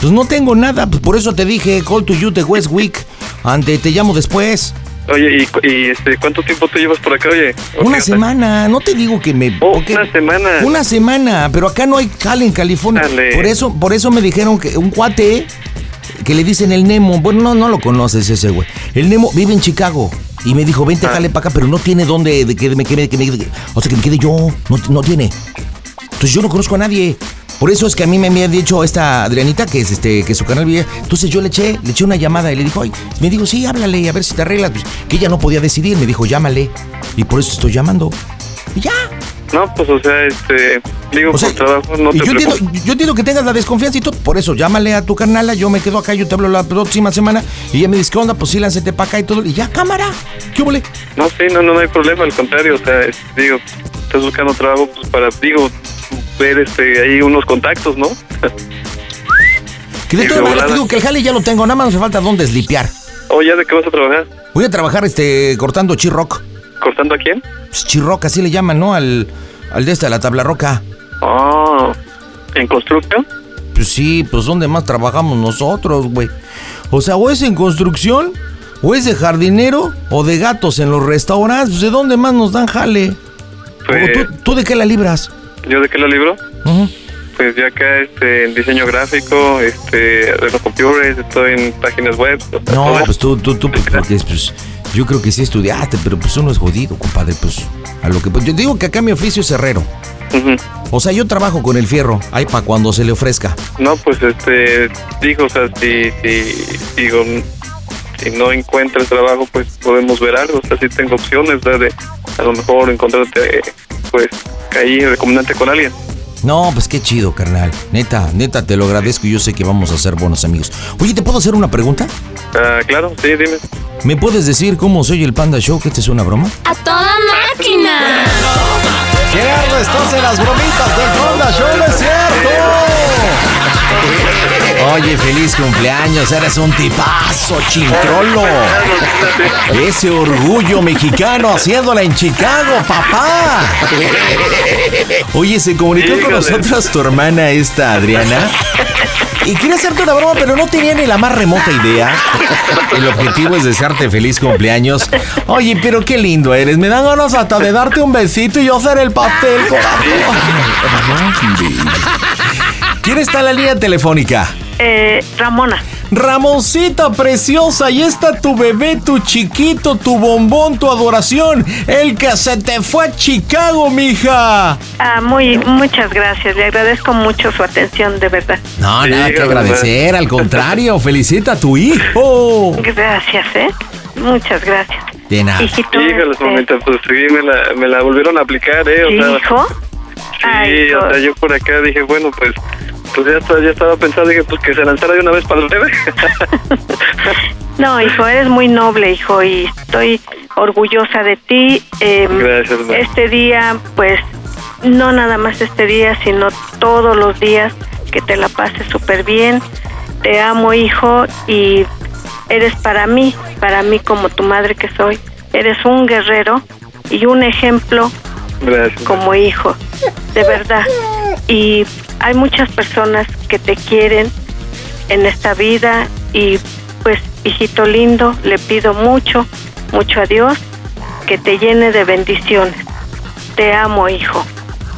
S2: Pues no tengo nada, pues por eso te dije, call to you de West Week. Ante, te llamo después.
S14: Oye, ¿y, cu- y, este, cuánto tiempo tú llevas por acá, oye?
S2: Una semana, no te digo que me... porque-
S14: Oh, Una semana.
S2: Una semana, pero acá no hay cal en California.
S14: Dale.
S2: Por eso, por eso me dijeron que un cuate que le dicen el Nemo, bueno, no, no lo conoces ese güey. El Nemo vive en Chicago. Y me dijo,
S14: Ah.
S2: vente, jale para acá, pero no tiene dónde de que me, que me- que me- o sea, que me quede yo. No, no tiene. Entonces yo no conozco a nadie. Por eso es que a mí me había dicho esta Adrianita que es este que su canal vivía. Entonces yo le eché, le eché una llamada y le dijo, ay, me dijo, sí, háblale, a ver si te arreglas. Pues, que ella no podía decidir, me dijo, llámale. Y por eso estoy llamando. Y ya.
S14: No, pues, o sea, este... Digo, por trabajo no
S2: Y
S14: te
S2: yo entiendo,
S14: preocupes.
S2: yo entiendo que tengas la desconfianza y todo. Por eso, llámale a tu carnala, yo me quedo acá, yo te hablo la próxima semana. Y ella me dice, ¿qué onda? Pues sí, láncete para acá y todo. Y ya, cámara. ¿Qué hubo?
S14: No, sí, no, no, no hay problema, al contrario, o sea, es- digo, estás buscando trabajo pues, para, digo, ver este, ahí unos contactos, ¿no?
S2: Que de
S14: Sí,
S2: todas
S14: de
S2: maneras, te
S14: volada.
S2: digo que el jale ya lo tengo. Nada más me falta dónde slipear.
S14: O ya de qué vas a trabajar,
S2: Voy a trabajar este cortando chirroc.
S14: cortando a quién?
S2: Pues, chirroc, así le llaman, ¿no? Al, al de esta, la tabla roca.
S14: Oh, en construcción.
S2: Pues sí, pues ¿dónde más trabajamos nosotros, güey? O sea, o es en construcción, o es de jardinero, o de gatos en los restaurantes. Pues, ¿De dónde más nos dan jale?
S14: Pues,
S2: ¿Tú, tú de qué la libras?
S14: ¿Yo de qué lo libro? Pues yo acá este, en diseño gráfico, este, de los computadores, estoy en páginas web. o sea,
S2: No,
S14: todo eso.
S2: pues tú, tú, tú, pues, porque, pues, yo creo que sí estudiaste, pero pues uno es jodido, compadre, pues, a lo que... pues, yo digo que acá mi oficio es herrero. O sea, yo trabajo con el fierro, ahí para cuando se le ofrezca.
S14: No, pues este, digo, o sea, si, si, digo, si no encuentras trabajo, pues podemos ver algo, o sea, si tengo opciones, ¿verdad? De a lo mejor encontrarte, pues, ahí recomendante con alguien.
S2: No, pues qué chido, carnal. Neta, neta, te lo agradezco y yo sé que vamos a ser buenos amigos. Oye, ¿te puedo hacer una pregunta?
S14: Ah, claro, sí, dime.
S7: ¿Me puedes decir cómo soy el Panda Show? ¿Que esta es una broma?
S9: ¡A toda máquina!
S15: Gerardo, estás en las bromitas del Panda Show, ¿no es cierto?
S2: Oye, feliz cumpleaños, eres un tipazo, chintrolo. Ese orgullo mexicano haciéndola en Chicago, papá. Oye, se comunicó con nosotros tu hermana esta, Adriana. Y quería hacerte una broma, pero no tenía ni la más remota idea. El objetivo es desearte feliz cumpleaños. Oye, pero qué lindo eres. Me dan ganas hasta de darte un besito y yo hacer el pastel, corazón. ¿Quién está en la línea telefónica?
S13: Eh, Ramona.
S2: Ramoncita preciosa, ahí está tu bebé, tu chiquito, tu bombón, tu adoración, el que se te fue a Chicago, mija.
S13: Ah, muy, muchas gracias. Le agradezco mucho su atención, de verdad.
S2: No, nada que agradecer,
S14: (laughs)
S2: al contrario, felicita a tu hijo.
S13: Gracias, ¿eh? Muchas gracias.
S2: De nada.
S13: Hijito,
S14: Híjoles, mamita, pues sí, me la, me la volvieron a aplicar, ¿eh? O sea,
S13: ¿Hijo?
S14: sí,
S13: Ay,
S14: o sea, yo por acá dije, bueno, pues, pues ya, estaba- ya estaba pensando, dije, pues que se lanzara de una vez para el bebé.
S13: No, hijo, eres muy noble, hijo, y estoy orgullosa de ti. Eh,
S14: Gracias, ma.
S13: Este día, pues, no nada más este día, sino todos los días, que te la pases súper bien. Te amo, hijo, y eres para mí, para mí como tu madre que soy. Eres un guerrero y un ejemplo
S14: (laughs) Gracias.
S13: como hijo, de verdad. Y hay muchas personas que te quieren en esta vida y pues, hijito lindo, le pido mucho, mucho a Dios que te llene de bendiciones. Te amo, hijo.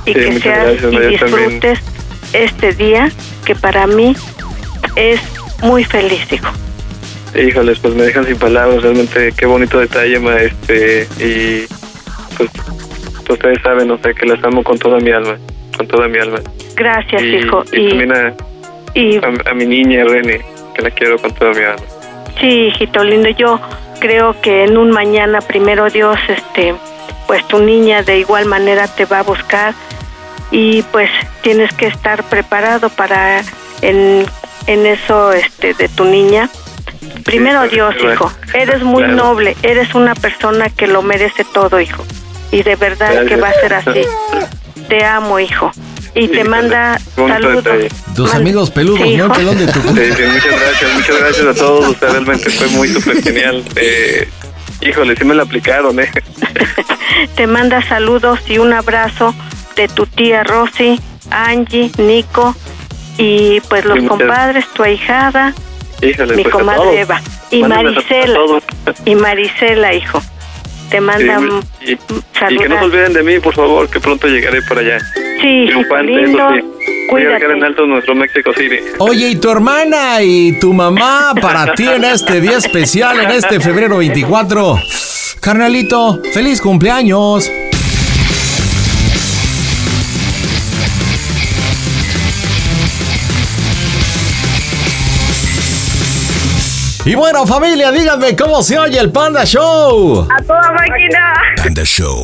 S13: Y
S14: Sí,
S13: que
S14: muchas
S13: seas
S14: gracias,
S13: y
S14: ma, yo también.
S13: disfrutes este día que para mí es muy feliz, hijo.
S14: Híjoles, pues me dejan sin palabras, realmente qué bonito detalle, ma, este, y pues ustedes saben, o sea, que las amo con toda mi alma, con toda mi alma.
S13: Gracias,
S14: y,
S13: hijo.
S14: y también a,
S13: y
S14: a- a mi niña, Reni, que la quiero con toda mi alma.
S13: Sí, hijito lindo, yo creo que en un mañana, primero Dios, este, pues tu niña de igual manera te va a buscar y pues tienes que estar preparado para en, en eso este, de tu niña. Primero
S6: claro,
S13: Dios,
S6: claro.
S13: hijo, eres muy
S6: Claro.
S13: noble, eres una persona que lo merece todo, hijo, y de verdad que
S14: Gracias.
S13: va a ser así. Te amo, hijo, y te
S14: Híjole,
S13: manda
S14: qué bonito
S13: saludos.
S14: detalle.
S2: Tus amigos peludos,
S13: Sí,
S2: ¿no? El
S13: hijo.
S2: pelón de tu culo.
S14: Sí, sí, muchas gracias, muchas gracias a todos, o sea, realmente fue muy súper genial. Eh, híjole, sí me la aplicaron, ¿eh?
S13: Te manda saludos y un abrazo de tu tía Rosy, Angie, Nico y pues los
S14: Sí, muchas-
S13: compadres, tu ahijada,
S14: Híjole,
S13: mi
S14: pues a todos.
S13: comadre Eva y
S14: Mándenles a- a
S13: Marisela.
S14: todos.
S13: Y Marisela, hijo. Te mandan
S14: Sí, y, y que no
S13: saludar.
S14: se olviden de mí, por favor, que pronto llegaré por allá.
S13: Sí,
S14: Triunfante,
S13: lindo.
S14: eso sí. Voy a dejar en alto nuestro México City.
S2: Oye, y tu hermana y tu mamá para ti en este día especial, en este febrero 24. Carnalito, feliz cumpleaños. Y bueno, familia, díganme cómo se oye el Panda Show.
S6: A toda máquina.
S12: Panda Show.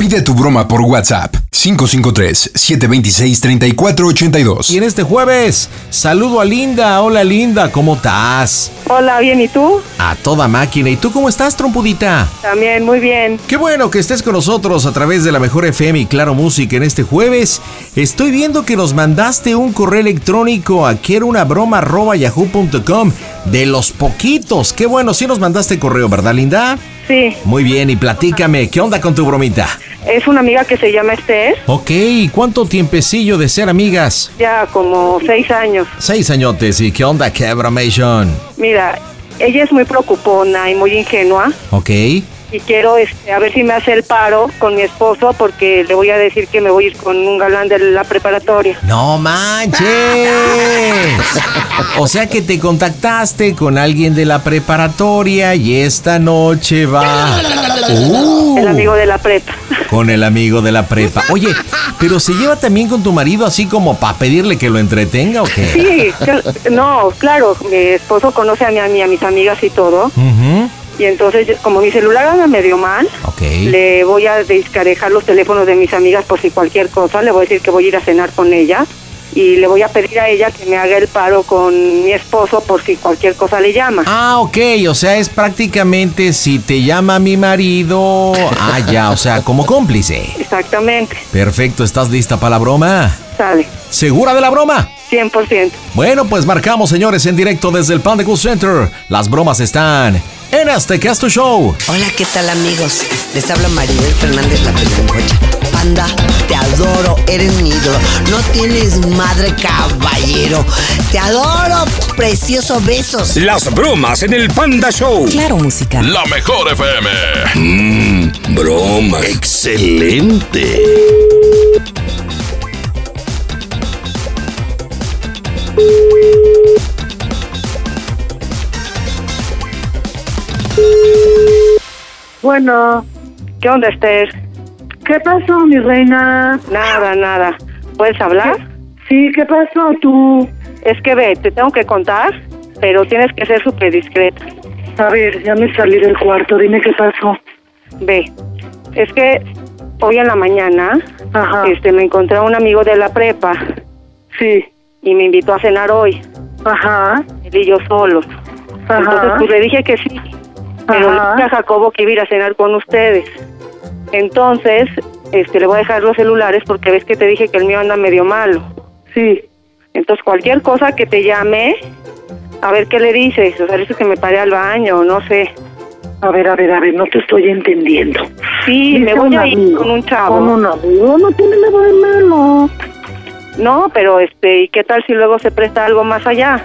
S12: Pide tu broma por WhatsApp 553-726-3482.
S2: Y en este jueves, saludo a Linda. Hola Linda, ¿cómo estás?
S16: Hola, bien, ¿y tú?
S2: A toda máquina. ¿Y tú cómo estás, trompudita?
S16: También, muy bien.
S2: Qué bueno que estés con nosotros a través de la mejor FM y Claro Música en este jueves. Estoy viendo que nos mandaste un correo electrónico a quiero una broma arroba yahoo.com de los poquitos. Qué bueno, sí nos mandaste correo, ¿verdad, Linda?
S16: Sí,
S2: Muy bien, y platícame, ¿qué onda con tu bromita?
S16: es una amiga que se llama Esther,
S2: Ok, ¿cuánto tiempecillo de ser amigas?
S16: ya como seis años.
S2: Seis añotes, ¿y qué onda, qué bromation?
S16: Mira, ella es muy preocupona y muy ingenua
S2: Ok,
S16: y quiero este, a ver si me hace el paro con mi esposo porque le voy a decir que me voy a ir con un galán de la preparatoria.
S2: No manches. O sea que te contactaste con alguien de la preparatoria y esta noche va. Uh,
S16: El amigo de la prepa.
S2: con el amigo de la prepa. Oye, pero se lleva también con tu marido así como para pedirle que lo entretenga o qué?
S16: Sí, que- no, claro, mi esposo conoce a mí, a, mí, a mis amigas y todo.
S2: Ujú,
S16: Y entonces, yo- como mi celular anda medio mal,
S2: Ok.
S16: le voy a descarejar los teléfonos de mis amigas por si cualquier cosa. Le voy a decir que voy a ir a cenar con ella y le voy a pedir a ella que me haga el paro con mi esposo por si cualquier cosa le llama.
S2: Ah, ok, o sea, es prácticamente si te llama mi marido. Ah, ya, o sea, como cómplice.
S16: Exactamente,
S2: Perfecto, ¿estás lista para la broma?
S16: sale,
S2: ¿Segura de la broma?
S16: 100%.
S2: Bueno, pues marcamos, señores, en directo desde el Panda Cool Center. Las bromas están en este Casto Show.
S13: Hola, ¿qué tal amigos? Les habla Maribel Fernández La Pesancocha. Panda, te adoro, eres mi ídolo. No tienes madre, caballero. Te adoro, precioso, besos.
S4: Las bromas en el Panda Show.
S17: Claro, música.
S5: La mejor FM. Mmm, broma. Excelente.
S16: Bueno, ¿qué onda, Esther? ¿Qué pasó, mi reina? Nada, nada. ¿Puedes hablar? Sí, ¿qué pasó tú? Es que ve, te tengo que contar, pero tienes que ser súper discreta. A ver, ya me salí del cuarto, dime qué pasó. Ve, es que hoy en la mañana este, me encontré a un amigo de la prepa. Sí. Y me invitó a cenar hoy. Ajá. Él y yo solos. Entonces, pues le dije que sí, pero le dije a Jacobo que iba a ir a cenar con ustedes. Entonces, este, le voy a dejar los celulares porque ves que te dije que el mío anda medio malo. Sí. Entonces, cualquier cosa que te llame, a ver qué le dices. O sea, dices que me paré al baño, no sé.
S11: A ver, a ver, a ver, no te estoy entendiendo.
S16: Sí,
S11: Dice
S16: me voy
S11: un
S16: a ir
S11: amigo,
S16: con un chavo.
S11: Con un amigo, no tiene nada de malo.
S16: No, pero este, ¿y qué tal si luego se presta algo más allá?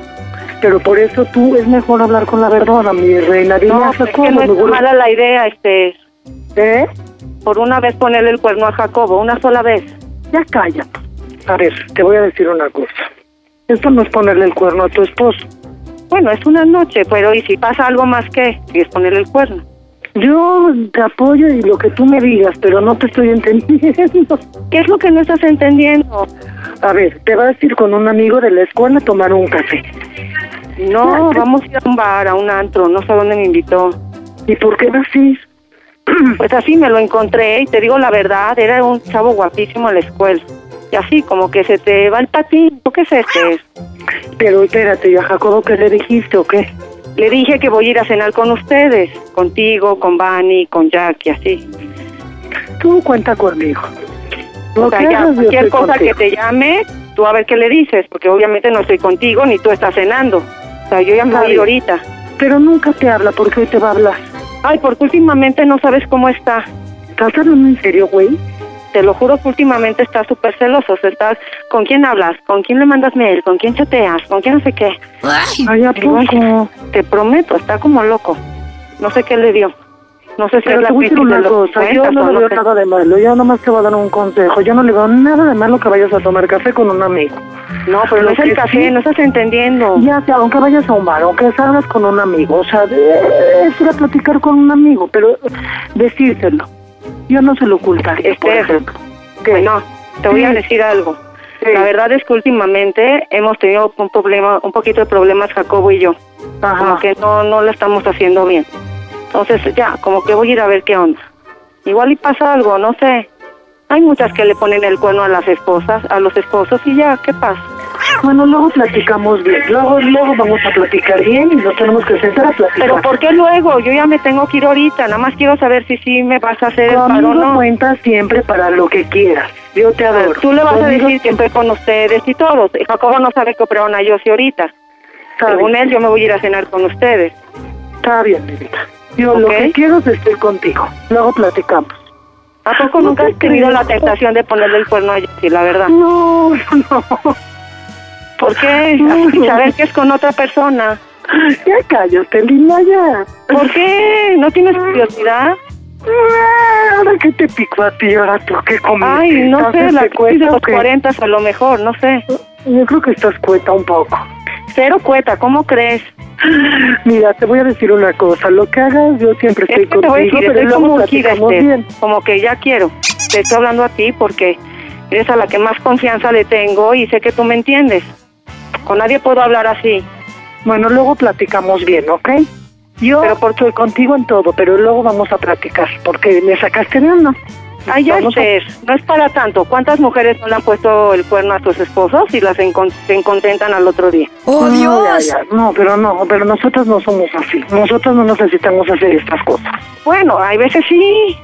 S11: Pero por eso tú es mejor hablar con la verdad, mi reina. Dime
S16: No,
S11: hasta
S16: es que
S11: cuándo
S16: no
S11: me
S16: es
S11: vuelves-
S16: mala la idea, este,
S11: ¿Eh?
S16: por una vez ponerle el cuerno a Jacobo, una sola vez.
S11: Ya calla. A ver, te voy a decir una cosa. Esto no es ponerle el cuerno a tu esposo.
S16: Bueno, es una noche, pero ¿y si pasa algo más qué? Y es ponerle el cuerno.
S11: Yo te apoyo y lo que tú me digas, pero no te estoy entendiendo.
S16: ¿Qué es lo que no estás entendiendo?
S11: A ver, te vas a ir con un amigo de la escuela a tomar un café.
S16: No, vamos a ir a un bar, a un antro, no sé dónde me invitó.
S11: ¿Y por qué vas a ir?
S16: (clears throat) Pues así me lo encontré y te digo la verdad, era un chavo guapísimo en la escuela. Y así, como que se te va el patín, ¿o qué es este?
S11: Pero espérate, ¿y a Jacobo qué le dijiste o qué?
S16: Le dije que voy a ir a cenar con ustedes, contigo, con Vani, con Jack y así.
S11: Tú cuenta conmigo.
S16: O
S11: Lo
S16: sea,
S11: que
S16: ya
S11: hagas, yo
S16: cualquier
S11: estoy
S16: cosa
S11: contigo.
S16: que te llame, tú a ver qué le dices, porque obviamente no estoy contigo ni tú estás cenando. O sea, yo ya me voy a ir
S11: Claro.
S16: ahorita.
S11: Pero nunca te habla porque hoy te va a hablar.
S16: Ay, porque últimamente no sabes cómo está.
S11: ¿Estás hablando en serio, güey?
S16: Te lo juro que últimamente estás súper celoso. o sea, estás, ¿Con quién hablas? ¿Con quién le mandas mail? ¿Con quién chateas? ¿Con quién no sé qué?
S11: Ay, pues, ¿a
S16: Digo, ay,
S11: poco?
S16: te prometo, está como loco. No sé qué le dio. No sé si
S11: Pero
S16: es la
S11: te voy a
S16: crisis
S11: decir
S16: de
S11: una
S16: los
S11: cosa, yo
S16: 50
S11: no
S16: o
S11: le veo
S16: sé.
S11: nada de malo, yo nomás te voy a dar un consejo, yo no le veo nada de malo que vayas a tomar café con un amigo.
S16: No, pero no
S11: Lo
S16: es el
S11: que
S16: café,
S11: sí-
S16: no estás entendiendo.
S11: Ya sea, aunque vayas a un bar, aunque salgas con un amigo, o sea, de- es ir a platicar con un amigo, pero decírselo. Yo no se lo ocultaría, por
S16: Esther.
S11: ejemplo.
S16: Bueno, te voy a
S11: Sí.
S16: decir algo.
S11: Sí.
S16: La verdad es que últimamente hemos tenido un problema, un poquito de problemas Jacobo y yo.
S11: Ajá.
S16: Como que no, no lo estamos haciendo bien. Entonces ya, como que voy a ir a ver qué onda. Igual y pasa algo, no sé. Hay muchas que le ponen el cuerno a las esposas, a los esposos y ya, ¿qué pasa?
S11: Bueno, luego platicamos bien, luego, luego vamos a platicar bien y nos tenemos que sentar a platicar.
S16: Pero ¿por qué luego? Yo ya me tengo que ir ahorita, nada más quiero saber si sí me vas a hacer el paro
S11: Conmigo
S16: o no.
S11: cuentas siempre para lo que quieras. Yo te adoro.
S16: Tú le vas a
S11: Conmigo
S16: decir que estoy con ustedes y todos. Jacobo no sabe que operaron a Yossi ahorita.
S11: sabes.
S16: Según él, yo me voy a ir a cenar con ustedes.
S11: Está bien, nenita. Yo lo
S16: Ok.
S11: que este, quiero es estar contigo. Luego platicamos.
S16: ¿A poco
S11: No
S16: nunca
S11: te
S16: has tenido
S11: creo.
S16: la tentación de ponerle el cuerno a Yossi, la verdad?
S11: No, no, no.
S16: ¿Por qué?
S11: (laughs) No.
S16: Saber que es con otra persona.
S11: Ya cállate, linda, ya.
S16: ¿Por qué? ¿No tienes curiosidad?
S11: Ah, Ahora que te pico a ti, ahora tú qué comiste.
S16: Ay, no sé,
S11: ¿Entonces
S16: la
S11: te
S16: crisis de
S11: cuesta o
S16: los
S11: qué?
S16: 40 a lo mejor, no sé.
S11: Yo creo que estás cueta un poco.
S16: Cero cueta, ¿cómo crees?
S11: Mira, te voy a decir una cosa. Lo que hagas, yo siempre
S16: Es
S11: estoy
S16: que te
S11: contigo,
S16: voy a decir,
S11: pero
S16: estoy
S11: luego
S16: como urgida,
S11: platicamos
S16: Esther,
S11: bien.
S16: como que ya quiero. Te estoy hablando a ti porque eres a la que más confianza le tengo y sé que tú me entiendes. Con nadie puedo hablar así.
S11: Bueno, luego platicamos bien, ¿ok? Yo
S16: Pero
S11: estoy contigo en todo, pero luego vamos a platicar, porque me sacaste de onda.
S16: Ay, ya estés, no es para tanto. ¿Cuántas mujeres no le han puesto el cuerno a sus esposos y las encon- se encontentan al otro día?
S11: ¡Oh, Dios! No, pero no, pero nosotros no somos así. Nosotros no necesitamos hacer estas cosas.
S16: Bueno, hay veces sí.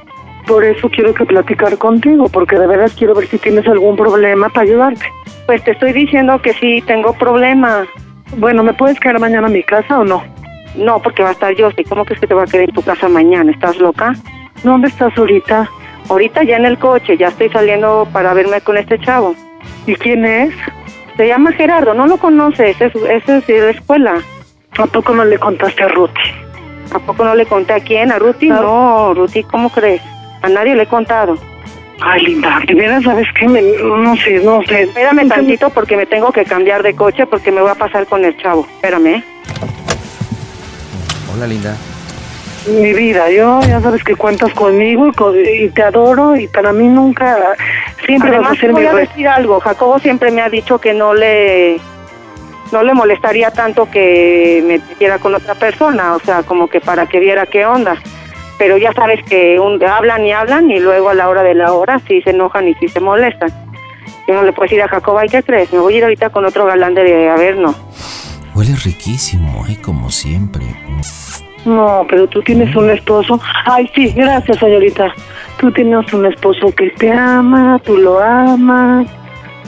S11: Por eso quiero que platicar contigo, porque de verdad quiero ver si tienes algún problema para ayudarte.
S16: Pues te estoy diciendo que sí tengo problema.
S11: Bueno, ¿me puedes quedar mañana a mi casa o no?
S16: No, porque va a estar yo. ¿Y cómo que es que te voy a quedar en tu casa mañana? ¿Estás loca?
S11: ¿Dónde estás ahorita?
S16: Ahorita ya en el coche, ya estoy saliendo para verme con este chavo.
S11: ¿Y quién es?
S16: Se llama Gerardo, no lo conoces, es, es, es de la escuela.
S11: ¿A poco no le contaste a Ruth?
S16: ¿A poco no le conté a quién? ¿A Ruti?
S11: Claro.
S16: No, Ruti, ¿cómo crees? A nadie le he contado.
S11: Ay, linda, de veras, ¿sabes qué? Me- no sé, no sé.
S16: Espérame tantito porque me tengo que cambiar de coche porque me voy a pasar con el chavo. Espérame, ¿eh?
S18: Hola, linda.
S11: Mi vida, yo ya sabes que cuentas conmigo y, con- y te adoro y para mí nunca, siempre vas
S16: Además,
S11: a ser
S16: voy
S11: mi
S16: a
S11: rey.
S16: decir algo. Jacobo siempre me ha dicho que no le no le molestaría tanto que me metiera con otra persona, o sea, como que para que viera qué onda. Pero ya sabes que un- hablan y hablan y luego a la hora de la hora sí se enojan y sí se molestan. Yo no le puedo decir a Jacobo, ¿y qué crees? Me voy a ir ahorita con otro galán de a ver, no.
S2: Huele riquísimo, ¿eh? Como siempre.
S11: No, pero tú tienes un esposo. Ay, sí, gracias, señorita. Tú tienes un esposo que te ama, tú lo amas.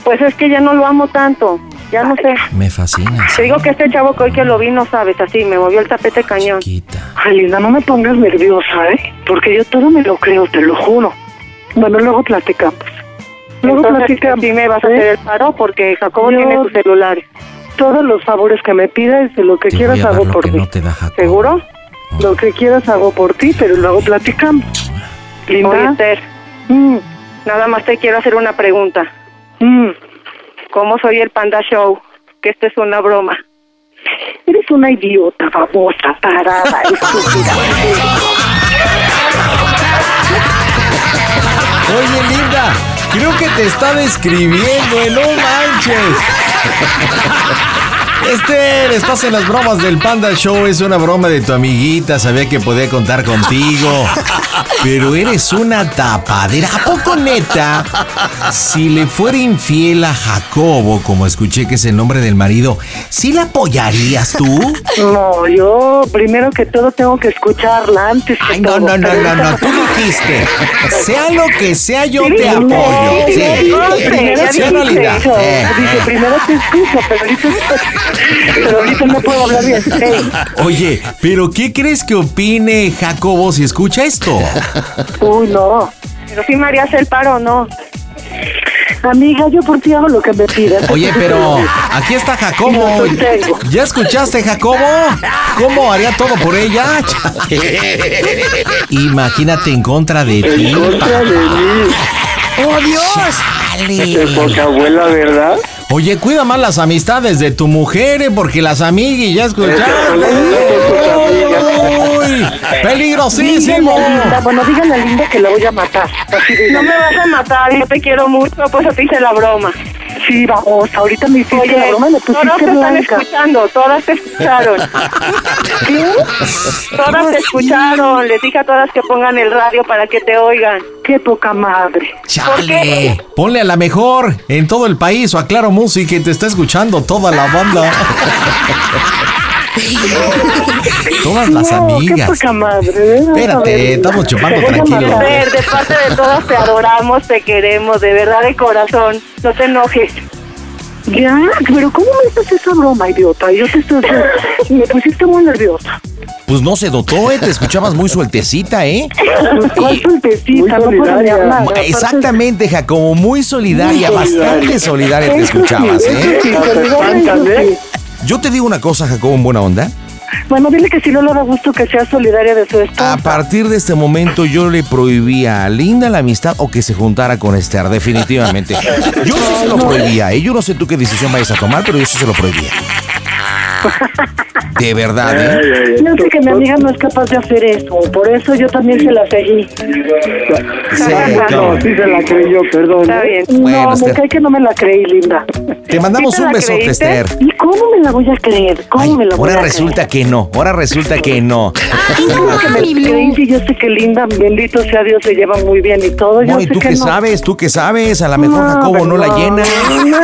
S16: Pues es que ya no lo amo tanto, ya no sé.
S2: Me fascina.
S16: Te digo que este chavo que hoy que lo vi, no sabes, así, me movió el tapete cañón.
S11: Ay, linda, no me pongas nerviosa, ¿eh? Porque yo todo me lo creo, te lo juro. Bueno, luego platicamos. Luego
S16: Entonces,
S11: platicamos.
S16: sí me vas a
S11: ¿eh?
S16: hacer el paro porque Jacobo
S11: Yo-
S16: tiene tu celular.
S11: Todos los favores que me pidas, de lo que
S2: Te voy
S11: quieras
S2: a dar
S11: hago
S2: lo
S11: por
S2: que
S11: ti.
S2: no te da Jacob.
S11: ¿Seguro? Lo que quieras hago por ti, pero luego platicamos. Linda.
S16: Oye, Esther,
S11: Mm,
S16: nada más te quiero hacer una pregunta.
S11: mm.
S16: ¿Cómo soy el Panda Show? Que esto es una broma.
S11: Eres una idiota, babosa,
S2: (laughs)
S11: tarada, estúpida.
S5: Oye, linda, creo que te está describiendo, ¿eh? no manches. Esther, estás en las bromas del Panda Show. Es una broma de tu amiguita. Sabía que podía contar contigo. Pero eres una tapadera. ¿A poco neta?
S2: Si le fuera infiel a Jacobo, como escuché que es el nombre del marido, ¿sí la apoyarías tú?
S11: No, yo primero que todo tengo que escucharla antes que todo.
S2: No, no,
S11: pero
S2: no,
S11: esta-
S2: no, tú dijiste. Sea lo que sea, yo te
S11: Sí, no,
S2: apoyo.
S11: sí,
S2: Sí,
S11: no, primero
S2: ¿Sí o
S11: te
S2: no, linda?
S11: escucho.
S2: Eh,
S11: Dije,
S2: eh.
S11: primero te escucho, pero ahorita, pero ahorita no puedo hablar bien.
S2: (laughs)
S11: Ey,
S2: Oye, pero ¿qué crees que opine Jacobo si escucha esto?
S11: Uy, no.
S16: Pero sí me harías el paro, ¿no?
S11: Amiga, yo por ti hago lo que me pidas.
S2: Oye, pero aquí está Jacobo. ¿Ya escuchaste, Jacobo? ¿Cómo haría todo por ella? Imagínate en contra de ti. Ah.
S4: ¡Oh, Dios!
S2: abuela, ¿verdad? Oye, cuida más las amistades de tu mujer, eh, porque las amiguis ya escucharon. ¡Uy! ¡Peligrosísimo!
S11: Dígale a Linda, bueno, dígale a Linda que la voy a matar. Así de-
S16: No me vas a matar, Ah, yo te quiero mucho, pues te hice la broma. Pues
S11: Sí, vamos, ahorita me hiciste
S16: Oye,
S11: la broma, me
S16: todas
S11: pusiste
S16: te están
S11: blanca.
S16: escuchando, todas te escucharon.
S11: ¿Qué?
S16: Todas te escucharon, les dije a todas que pongan el radio para que te oigan.
S11: Qué poca madre.
S2: Chale. Ponle a la mejor en todo el país o a Claro Music que te está escuchando toda la banda. Todas las
S11: No, Qué
S2: amigas.
S11: poca madre. ¿eh? Vamos a
S2: Espérate,
S11: ver, linda.
S2: estamos chupando
S11: Te voy a
S2: tranquilo.
S11: matar.
S16: Fer, de parte de todos te adoramos, te queremos, de verdad de corazón. No te enojes.
S11: Ya, Ah, pero ¿cómo me haces esa broma, idiota? Yo te estoy...
S16: (laughs)
S11: Me pusiste muy nerviosa.
S2: Pues no se dotó, ¿eh? te escuchabas muy sueltecita,
S11: (laughs)
S2: ¿eh?
S11: ¿Cuál soltecita? No puedo ni hablar. Aparte-
S2: Exactamente, Jacobo, muy solidaria,
S11: Muy solidaria.
S2: bastante solidaria te
S11: Eso sí,
S2: escuchabas,
S11: eso
S2: ¿eh?
S11: sí, solidaria, eso sí.
S2: Yo te digo una cosa, Jacobo, en buena onda.
S11: Bueno, dile que si no le da gusto que sea solidaria de su esposo.
S2: A partir de este momento yo le prohibía a Linda la amistad o que se juntara con Esther, definitivamente. Yo sí se lo prohibía, ¿eh? Yo no sé tú qué decisión vayas a tomar, pero yo sí se lo prohibía. De verdad, ¿eh?
S11: No sé que mi amiga no es capaz de hacer eso, por eso yo también se la seguí.
S2: cabrón.
S11: no, sí se la creyó, perdón.
S4: ¿eh?
S16: Está bien.
S11: No,
S2: Bueno,
S11: me
S2: Esther.
S11: cae que no me la creí, linda.
S2: Te mandamos
S11: ¿Sí
S2: un
S11: te la
S2: besote,
S11: creíste?
S2: Esther.
S11: ¿Y
S19: ¿Cómo me la voy a creer? ¿Cómo me la voy
S2: Ahora
S19: a
S2: resulta que no, ahora resulta que no.
S19: creer? Yo creo que me creí, sí, yo sé que linda, bendito sea Dios, se lleva muy bien y
S2: (laughs)
S19: todo. Yo
S2: No, ¿y
S19: sé
S2: tú
S19: que
S2: qué
S19: no.
S2: sabes? ¿Tú qué sabes? A lo mejor Jacobo no, la llena.
S19: No, no, no,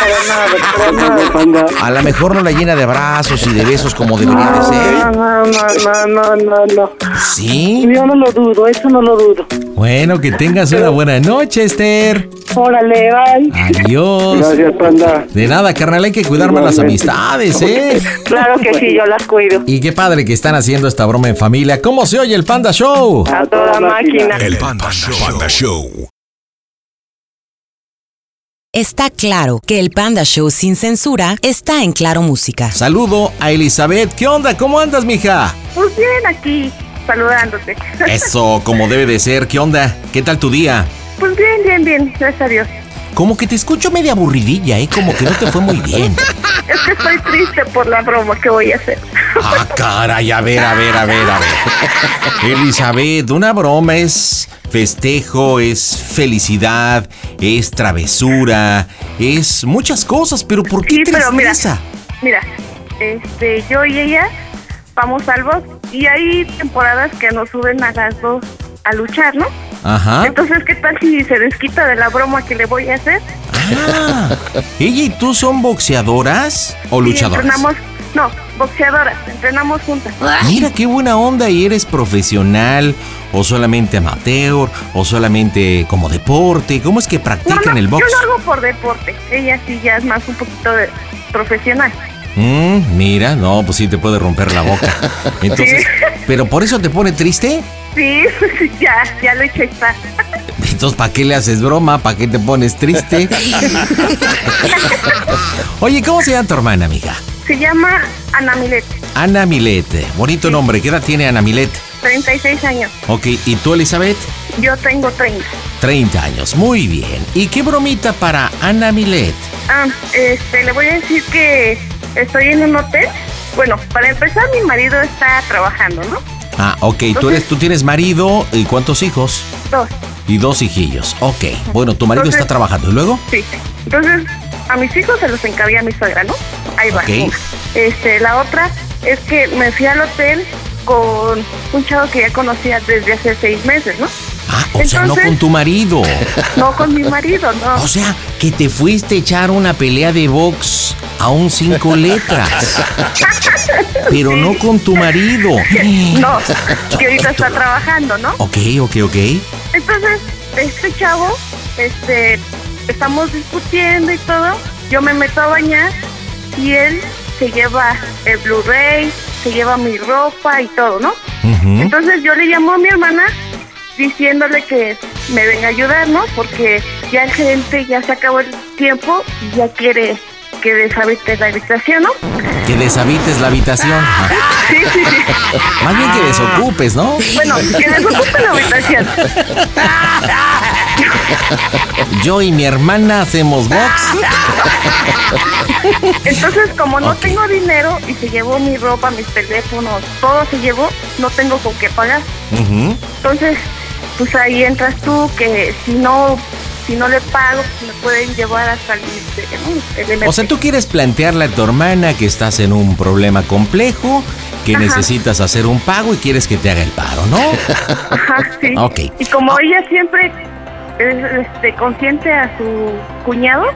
S19: para nada, para nada.
S2: A lo mejor no la llena de abrazos y de besos como debería de ser.
S19: No, no, no, no, no, no.
S2: ¿Sí?
S19: Yo no lo dudo, eso no lo dudo.
S2: Bueno, que tengas una buena noche, Esther.
S19: Órale, bye.
S2: Ah. Adiós.
S19: Gracias,
S2: panda. De nada, carnal, hay que cuidarme las
S19: Igualmente.
S2: amistades, ¿eh?
S19: Claro que sí, yo las cuido.
S2: Y qué padre que están haciendo esta broma en familia. ¿Cómo se oye el Panda Show?
S19: A toda máquina.
S5: El Panda Show. Panda Show.
S1: Está claro que el Panda Show sin censura está en Claro Música.
S2: Saludo a Elizabeth. ¿Qué onda? ¿Cómo andas, mija?
S11: Pues bien, aquí, saludándote.
S2: Eso, como debe de ser. ¿Qué onda? ¿Qué tal tu día?
S11: (laughs) Pues bien, bien, bien, gracias a Dios.
S2: Como que te escucho media aburridilla, ¿eh? Como que no te fue muy bien.
S11: Es que estoy triste por la broma que voy a hacer.
S2: Ah, caray, a ver, a ver, a ver, a ver. Elizabeth, una broma es festejo, es felicidad, es travesura, es muchas cosas, pero ¿por qué
S11: pero mira.
S2: tristeza?
S11: Mira, este, yo y ella vamos al box y hay temporadas que nos suben a las dos a luchar, ¿no?
S2: Ajá.
S11: Entonces, ¿qué tal si se desquita de la broma que le voy a hacer?
S2: Ah, ¿Ella y tú son boxeadoras o
S11: Y
S2: luchadoras?
S11: entrenamos, no, boxeadoras, entrenamos juntas.
S2: Mira qué buena onda y eres profesional o solamente amateur o solamente como deporte. ¿Cómo es que practican el box?
S11: Yo lo hago por deporte, ella sí ya es más un poquito de profesional.
S2: Mm, mira, no, pues sí te puede romper la (laughs) boca. Entonces, ¿pero por eso te pone triste?
S11: Sí, (laughs) ya, ya lo eché estar.
S2: Entonces, ¿para qué le haces broma? ¿Para qué te pones triste? Oye, ¿cómo se llama tu hermana, amiga?
S11: (laughs) Se llama Ana Milet,
S2: Ana Milet. Bonito nombre. ¿Qué edad tiene Ana Milet?
S11: 36 años.
S2: Ok, ¿y tú, Elizabeth?
S11: Yo tengo 30.
S2: 30 años. Muy bien. ¿Y qué bromita para Ana Milet?
S11: Ah, este, le voy a decir que estoy en un hotel. Bueno, para empezar, mi marido está trabajando, ¿no?
S2: Ah, ok, tú, eres, tú tienes marido y cuántos hijos?
S11: Dos.
S2: Y dos hijillos. Ok, bueno, tu marido está trabajando. ¿Y luego?
S11: Sí. Entonces, a mis hijos se los encargué a mi suegra, ¿no? Ahí va.
S2: Ok.
S11: una. Este, la otra es que me fui al hotel con un chavo que ya conocía desde hace seis meses, ¿no?
S2: Ah, o sea, no
S11: Entonces-
S2: con tu (laughs) marido.
S11: No con mi marido, no.
S2: (laughs) O sea, que te fuiste a echar una pelea de box a un
S11: (laughs)
S2: cinco letras. Pero no con tu marido.
S11: No, que
S2: (laughs)
S11: ahorita está trabajando, ¿no?
S2: Ok, ok, ok.
S11: Entonces, este chavo, este, estamos discutiendo y todo. Yo me meto a bañar y él se lleva el Blu-ray, se lleva mi ropa y todo, ¿no? Entonces yo le llamo a mi hermana diciéndole que me venga a ayudar, ¿no? Porque ya el gerente ya se acabó el tiempo y ya quiere que deshabite la habitación, ¿no?
S2: Que deshabites la habitación.
S11: Sí, sí, sí.
S2: Más bien que desocupes, ¿no?
S11: Bueno, que desocupe la habitación.
S2: Yo y mi hermana hacemos
S11: (laughs)
S2: box.
S11: Entonces, como no
S2: Ok.
S11: tengo dinero y se llevó mi ropa, mis teléfonos, todo se llevó, no tengo con qué pagar.
S2: Ujú.
S11: Entonces, pues ahí entras tú que si no si no le pago, pues me pueden llevar hasta el, este, el MP.
S2: O sea, tú quieres plantearle a tu hermana que estás en un problema complejo, que
S11: Ajá.
S2: necesitas hacer un pago y quieres que te haga el paro, ¿no?
S11: (laughs) Ajá, sí.
S2: Ok. Ah.
S11: Y como ella siempre es este, consciente a su cuñado,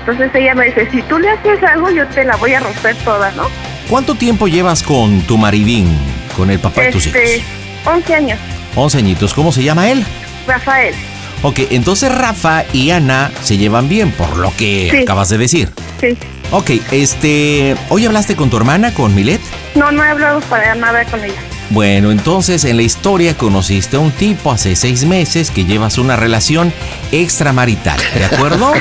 S11: entonces ella me dice, si tú le haces algo, yo te la voy a romper toda, ¿no?
S2: ¿Cuánto tiempo llevas con tu maridín, con el papá de tus hijos?
S11: Este, 11 años,
S2: 11 añitos, ¿cómo se llama él?
S11: Rafael.
S2: Ok, entonces Rafa y Ana se llevan bien, por lo que
S11: Sí.
S2: acabas de decir.
S11: Sí.
S2: Ok, este, ¿hoy hablaste con tu hermana, con Milet?
S11: No, no he hablado para nada con ella.
S2: Bueno, entonces en la historia conociste a un tipo hace seis meses que llevas una relación extramarital, ¿de acuerdo?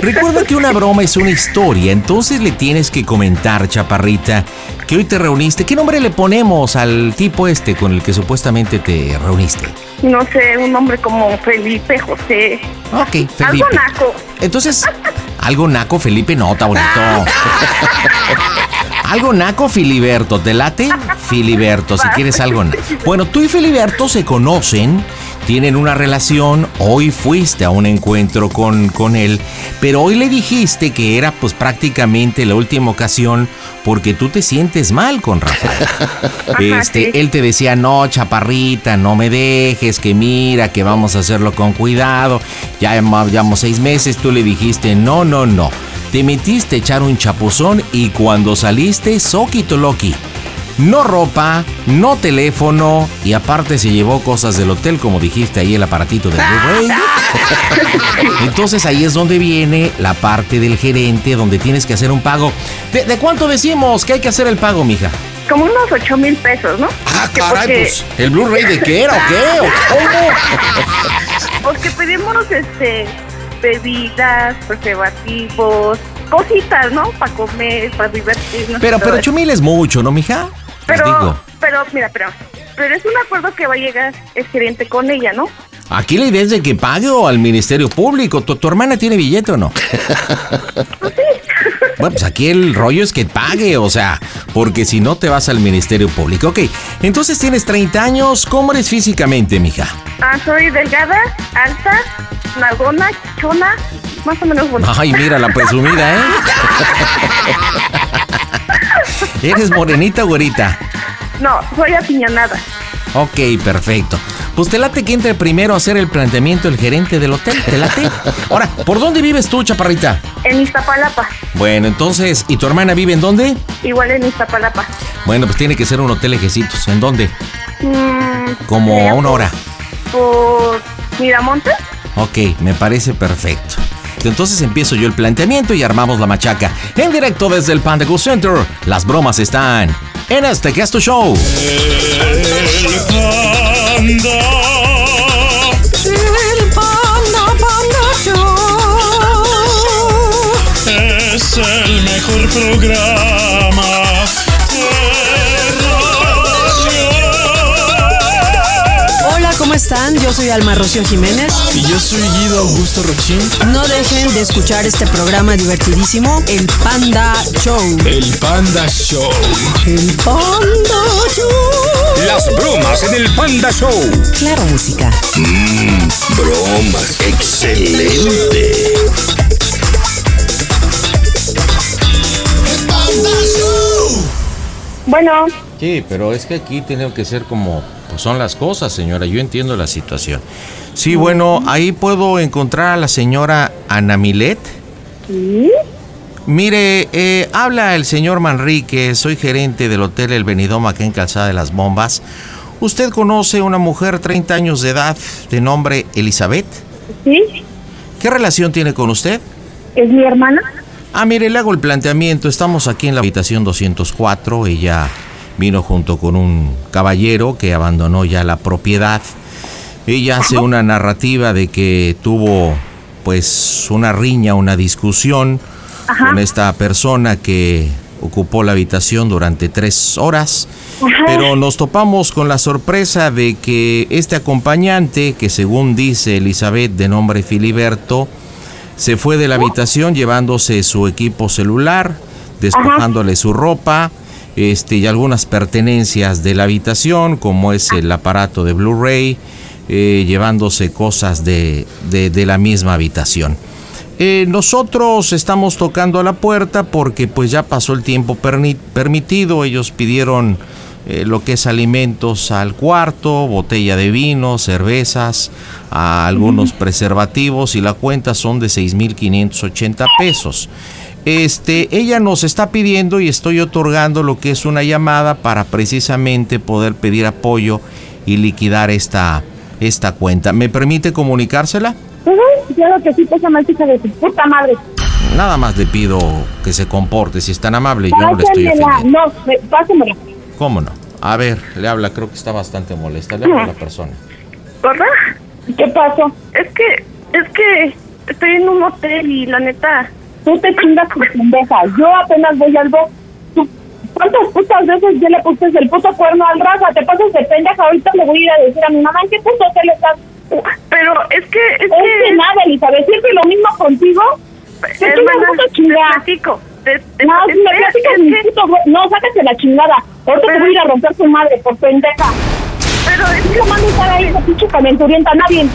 S2: Recuerda que una broma es una historia, entonces le tienes que comentar, chaparrita, que hoy te reuniste. ¿Qué nombre le ponemos al tipo este con el que supuestamente te reuniste?
S11: No sé, un hombre como Felipe, José.
S2: Ok,
S11: Algo
S2: Felipe.
S11: naco.
S2: Entonces, algo naco, Felipe, no, está bonito. Algo naco, Filiberto, ¿te late? Filiberto, si quieres algo naco. Bueno, tú y Filiberto se conocen, tienen una relación, hoy fuiste a un encuentro con, con él, pero hoy le dijiste que era pues prácticamente la última ocasión porque tú te sientes mal con Rafael. este, Él te decía, no, chaparrita, no me dejes, que mira, que vamos a hacerlo con cuidado, ya hemos- llevamos seis meses, tú le dijiste, no, no, no. Te metiste a echar un chapuzón y cuando saliste, soquito loqui. No ropa, no teléfono y aparte se llevó cosas del hotel, como dijiste ahí el aparatito del Blu-ray. (laughs) Entonces ahí es donde viene la parte del gerente, donde tienes que hacer un pago. ¿De, de cuánto decimos que hay que hacer el pago, mija?
S11: (laughs) Como unos ocho mil pesos, ¿no? Ah,
S2: pues, ¿El Blu-ray de qué era o qué? ¿O
S11: (laughs) Porque pedimos este bebidas, preservativos, cositas, ¿no? Para comer, para divertirnos.
S2: Pero,
S11: y todo
S2: pero
S11: eso.
S2: chumil es mucho, ¿no, mija? Pues
S11: Pero,
S2: digo.
S11: pero, mira, pero, pero es un acuerdo que va a llegar el gerente con ella, ¿no?
S2: Aquí la idea es de que pague al Ministerio Público. ¿Tu, tu hermana tiene billete o no? Bueno, pues aquí el rollo es que pague, o sea, porque si no te vas al Ministerio Público. Ok, entonces tienes 30 años. ¿Cómo eres físicamente, mija?
S11: Ah, soy delgada, alta, nalgona, chona, más o menos bonita.
S2: Ay, mira la presumida, ¿eh? ¿Eres morenita o güerita?
S11: (laughs) No, soy apiñonada.
S2: Ok, perfecto. Pues te late que entre primero a hacer el planteamiento el gerente del hotel. ¿Te late? Ahora, ¿por dónde vives tú, chaparrita?
S11: En Iztapalapa,
S2: Bueno, entonces, ¿y tu hermana vive en dónde?
S11: igual en Iztapalapa.
S2: Bueno, pues tiene que ser un hotel ejecitos. ¿En dónde?
S11: Mm,
S2: Como a una hora.
S11: por Miramontes.
S2: Ok, me parece perfecto. Entonces empiezo yo el planteamiento y armamos la machaca. En directo desde el Panda Go Center, las bromas están en este Gasto Show.
S9: El Panda Panda Show es el mejor programa.
S20: Hola, ¿cómo están? Yo soy Alma Rocío Jiménez.
S21: Y yo soy Guido Augusto Rochín.
S20: No dejen de escuchar este programa divertidísimo, El Panda Show.
S22: El Panda Show.
S20: El Panda Show.
S22: Las bromas en el Panda Show. Mm,
S1: Claro, música.
S5: Mmm, bromas. Excelente.
S11: Bueno.
S2: Sí, pero es que aquí tiene que ser como pues son las cosas, señora. Yo entiendo la situación. Sí, bueno, ahí puedo encontrar a la señora Ana Milet. Mire, eh, habla el señor Manrique, soy gerente del Hotel El Benidoma aquí en Calzada de las Bombas. ¿Usted conoce una mujer 30 años de edad de nombre Elizabeth?
S11: Sí.
S2: ¿Qué relación tiene con usted?
S11: ¿Es mi hermana?
S2: Ah, mire, le hago el planteamiento. Estamos aquí en la habitación 204. Ella vino junto con un caballero que abandonó ya la propiedad. Ella hace una narrativa de que tuvo pues una riña, una discusión
S11: Ajá.
S2: con esta persona que ocupó la habitación durante tres horas.
S11: Ajá.
S2: Pero nos topamos con la sorpresa de que este acompañante, que según dice Elizabeth de nombre Filiberto, se fue de la habitación llevándose su equipo celular, despojándole su ropa este, y algunas pertenencias de la habitación, como es el aparato de Blu-ray, eh, llevándose cosas de, de- de la misma habitación. Eh, nosotros estamos tocando a la puerta porque pues ya pasó el tiempo perni- permitido, ellos pidieron eh, lo que es alimentos al cuarto, botella de vino, cervezas, a algunos preservativos y la cuenta son de 6.580 pesos. Este, ella nos está pidiendo y estoy otorgando lo que es una llamada para precisamente poder pedir apoyo y liquidar esta, esta cuenta. ¿Me permite comunicársela?
S11: Claro que sí, pesa más hija de tu puta madre.
S2: Nada más le pido que se comporte, si es tan amable, yo no le estoy
S11: Pásamela.
S2: ofendiendo.
S11: No, me- pásamela.
S2: ¿Cómo no? A ver, le habla, creo que está bastante molesta. Le habla a la persona.
S11: ¿Gorda? ¿Qué pasó? Es que, es que estoy en un hotel y la neta. Tú te chingas tu pendeja. Yo apenas voy al box. Tú- ¿Cuántas putas veces yo le puse el puto cuerno al Rafa? Te pasas de pendeja. Ahorita le voy a ir a decir a mi mamá, ¿en qué puto hotel estás? Pero es que. Es, que... nada, Elizabeth. Siempre lo mismo contigo. ¿Qué
S8: hermana,
S11: chingas vas a chingar? no, si me platicas mi puto, hue- no, sácate la chingada. Ahorita te voy a ir a romper tu madre, por pendeja. Pero es que mami para ahí, pinche calenturienta, nadie.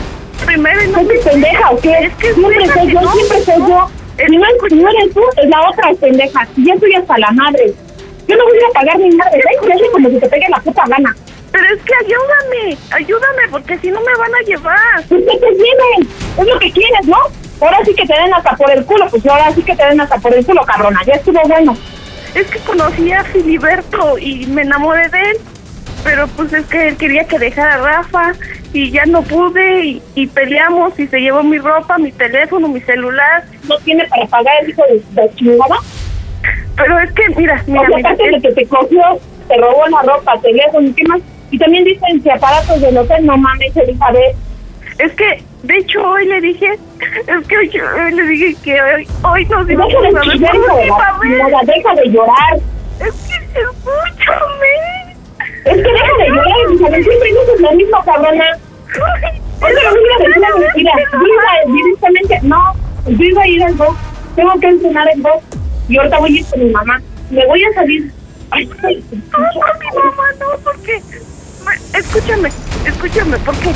S11: Primero no ¿Es pendeja o qué? Es que siempre soy yo, siempre soy yo. Si no, es- si no eres tú, es la otra pendeja. Si yo estoy hasta la madre. Yo no voy a ir a pagar ni madre, ¿eh? Yo soy como si te pegue la puta gana. Pero es que ayúdame, ayúdame, porque si no me van a llevar. Pues que te lleven, es lo que quieres, ¿no? Ahora sí que te den hasta por el culo, pues ahora sí que te den hasta por el culo, cabrona, ya estuvo bueno. Es que conocí a Filiberto y me enamoré de él, pero pues es que él quería que dejara a Rafa y ya no pude y, y peleamos y se llevó mi ropa, mi teléfono, mi celular. ¿No tiene para pagar el hijo de, de chingada? Pero es que, mira, mira, mira. de que te cogió, te robó la ropa, teléfono y qué más. Y también dicen que aparatos del hotel, no mames, Elizabeth. Es que, de hecho, hoy le dije, es que hoy, hoy le dije que hoy, hoy nos íbamos a ver por última vez. deja de llorar. Es que, escúchame. Es que deja de llorar, Elizabeth, siempre dices lo mismo, cabrona. Otra vez iba a decir una mentira. Yo iba directamente, no, yo iba a ir al box. Tengo que entrenar el box. Y ahorita voy a ir con mi mamá. Me voy a salir. Ay, no, con mi mamá no, porque... Escúchame, escúchame, porque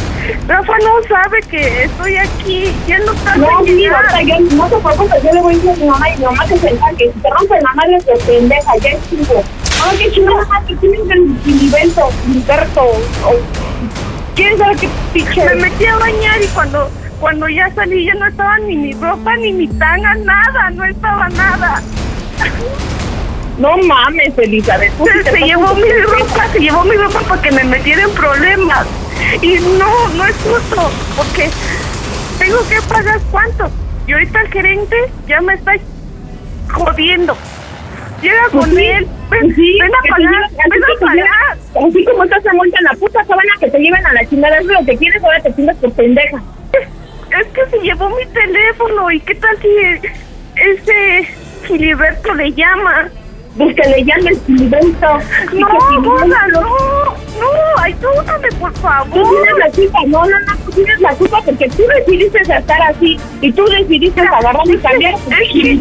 S11: Rafa no sabe que estoy aquí y él no está No, sí, ahorita yo no te preocupes, yo le voy a decir a mi mamá y mi mamá que se encargue. Si te rompe la madre, te pendeja, ya estuvo. Ay, qué chingada, que tienen que Filiberto, Filiberto, o ¿Quién sabe qué pinche? Me metí a bañar y cuando cuando ya salí ya no estaba ni mi ropa ni mi tanga, nada, no estaba nada. No mames, Elizabeth. Se, se llevó mi ropa, se llevó mi ropa porque me metiera en problemas. Y no, no es justo, porque tengo que pagar cuánto. Y ahorita el gerente ya me está jodiendo. Llega con él, ven, ven a pagar, ven a pagar. Así como estás se monta en la puta sabana que te lleven a la chingada, es lo que quieres, ahora te chingas por pendeja. Es que se llevó mi teléfono y qué tal si ese Filiberto le llama. Pues que le llame el Filiberto. No, gorda, no, no, ayúdame por favor. Tú tienes la culpa, no, no, no, tú tienes la culpa porque tú decidiste estar así y tú decidiste agarrar y cambiar.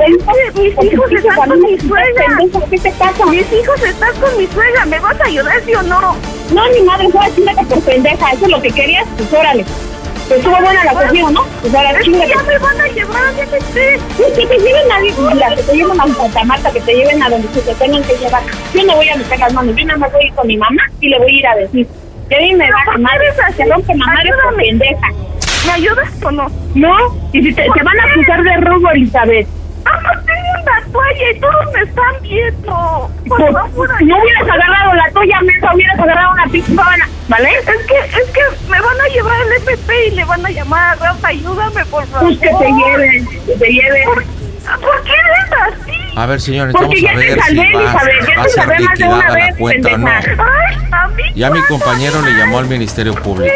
S11: Mis hijos están con mi suegra. ¿Qué te pasa? Mis hijos están con mi suegra, ¿me vas a ayudar sí o no? No, mi madre, fue chingate por pendeja, eso es lo que querías, pues órale. Pues estuvo buena la cocina, ¿no? Pues ahora chingate. Ya me van a llevar, ya me sé. Que te lleven a la- que te lleven a Santa Marta, que te lleven a donde se te tengan que llevar. Yo no voy a meter las manos, yo nada más voy a ir con mi mamá y le voy a ir a decir. Que a mí me va a madre, se rompe la madre por pendeja. ¿Me ayudas o no? No, y si te, te van a acusar de robo, Elizabeth. ¡Vamos, tengo una toalla y todos me están viendo! Por favor, no hubieras agarrado la toalla, mesa, hubieras agarrado una pinche sábana, ¿vale? Es que, es que me van a llevar al MP y le van a llamar a Rafa, ayúdame, por favor. Pues que te lleven, que te lleven. ¿Por, por qué eres así?
S2: A ver, señores,
S11: Porque
S2: vamos
S11: ya
S2: a
S11: te
S2: ver si
S11: salvé,
S2: va,
S11: Elizabeth,
S2: va
S11: ya
S2: a
S11: te
S2: ser
S11: salvé más de una
S2: liquidada la
S11: vez,
S2: cuenta o no.
S11: pendeja. Ay, a mí
S2: Ya mi
S11: cuándo,
S2: compañero le llamó al Ministerio Público.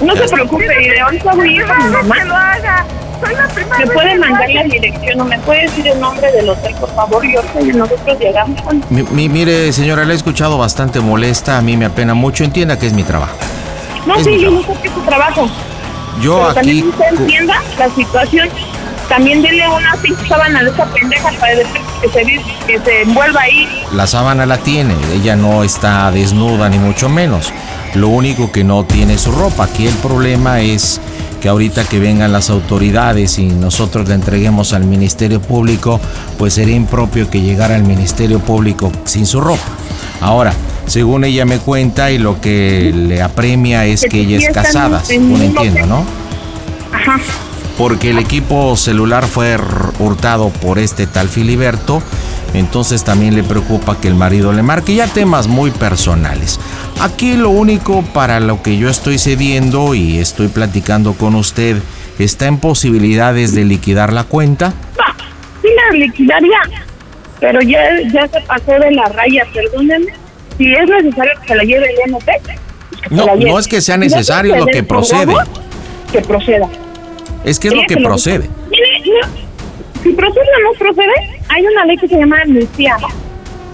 S11: No
S2: Ya
S11: se
S2: está.
S11: preocupe, y de ahorita voy a ir con mi mamá. Soy la primera ¿Me puede mandar la dirección o me puede decir el nombre del hotel, por favor? Y ahorita nosotros llegamos.
S2: Mi- mi- mire, señora, la he escuchado bastante molesta. A mí me apena mucho. Entienda que es mi trabajo.
S11: No,
S2: Es
S11: sí,
S2: mi
S11: yo no sé qué es su trabajo.
S2: Yo
S11: pero
S2: aquí.
S11: también usted
S2: cu-
S11: entienda la situación. También dile una pinche sábana de esa pendeja para decir que se, vi- que se envuelva ahí.
S2: La sábana la tiene, ella no está desnuda ni mucho menos. Lo único que no tiene es su ropa. Aquí el problema es que ahorita que vengan las autoridades y nosotros le entreguemos al Ministerio Público, pues sería impropio que llegara al Ministerio Público sin su ropa. Ahora, según ella me cuenta y lo que le apremia es que ella es casada, según entiendo, ¿no?
S11: Ajá.
S2: porque el equipo celular fue r- hurtado por este tal Filiberto. Entonces también le preocupa que el marido le marque ya temas muy personales. Aquí lo único para lo que yo estoy cediendo y estoy platicando con usted está en posibilidades de liquidar la cuenta.
S11: Pa, Sí la liquidaría, pero ya, ya se pasó de la raya, perdónenme. Si es necesario que se la lleve el INP, pues se
S2: No,
S11: la lleve.
S2: no es que sea
S11: Si ya se
S2: necesario, lo
S11: le
S2: que procede.
S11: entregó, Que proceda.
S2: Es que es lo
S11: Ella
S2: que
S11: se
S2: procede.
S11: Mire, no, si procede o no procede, hay una ley que se llama amnistía, ¿no?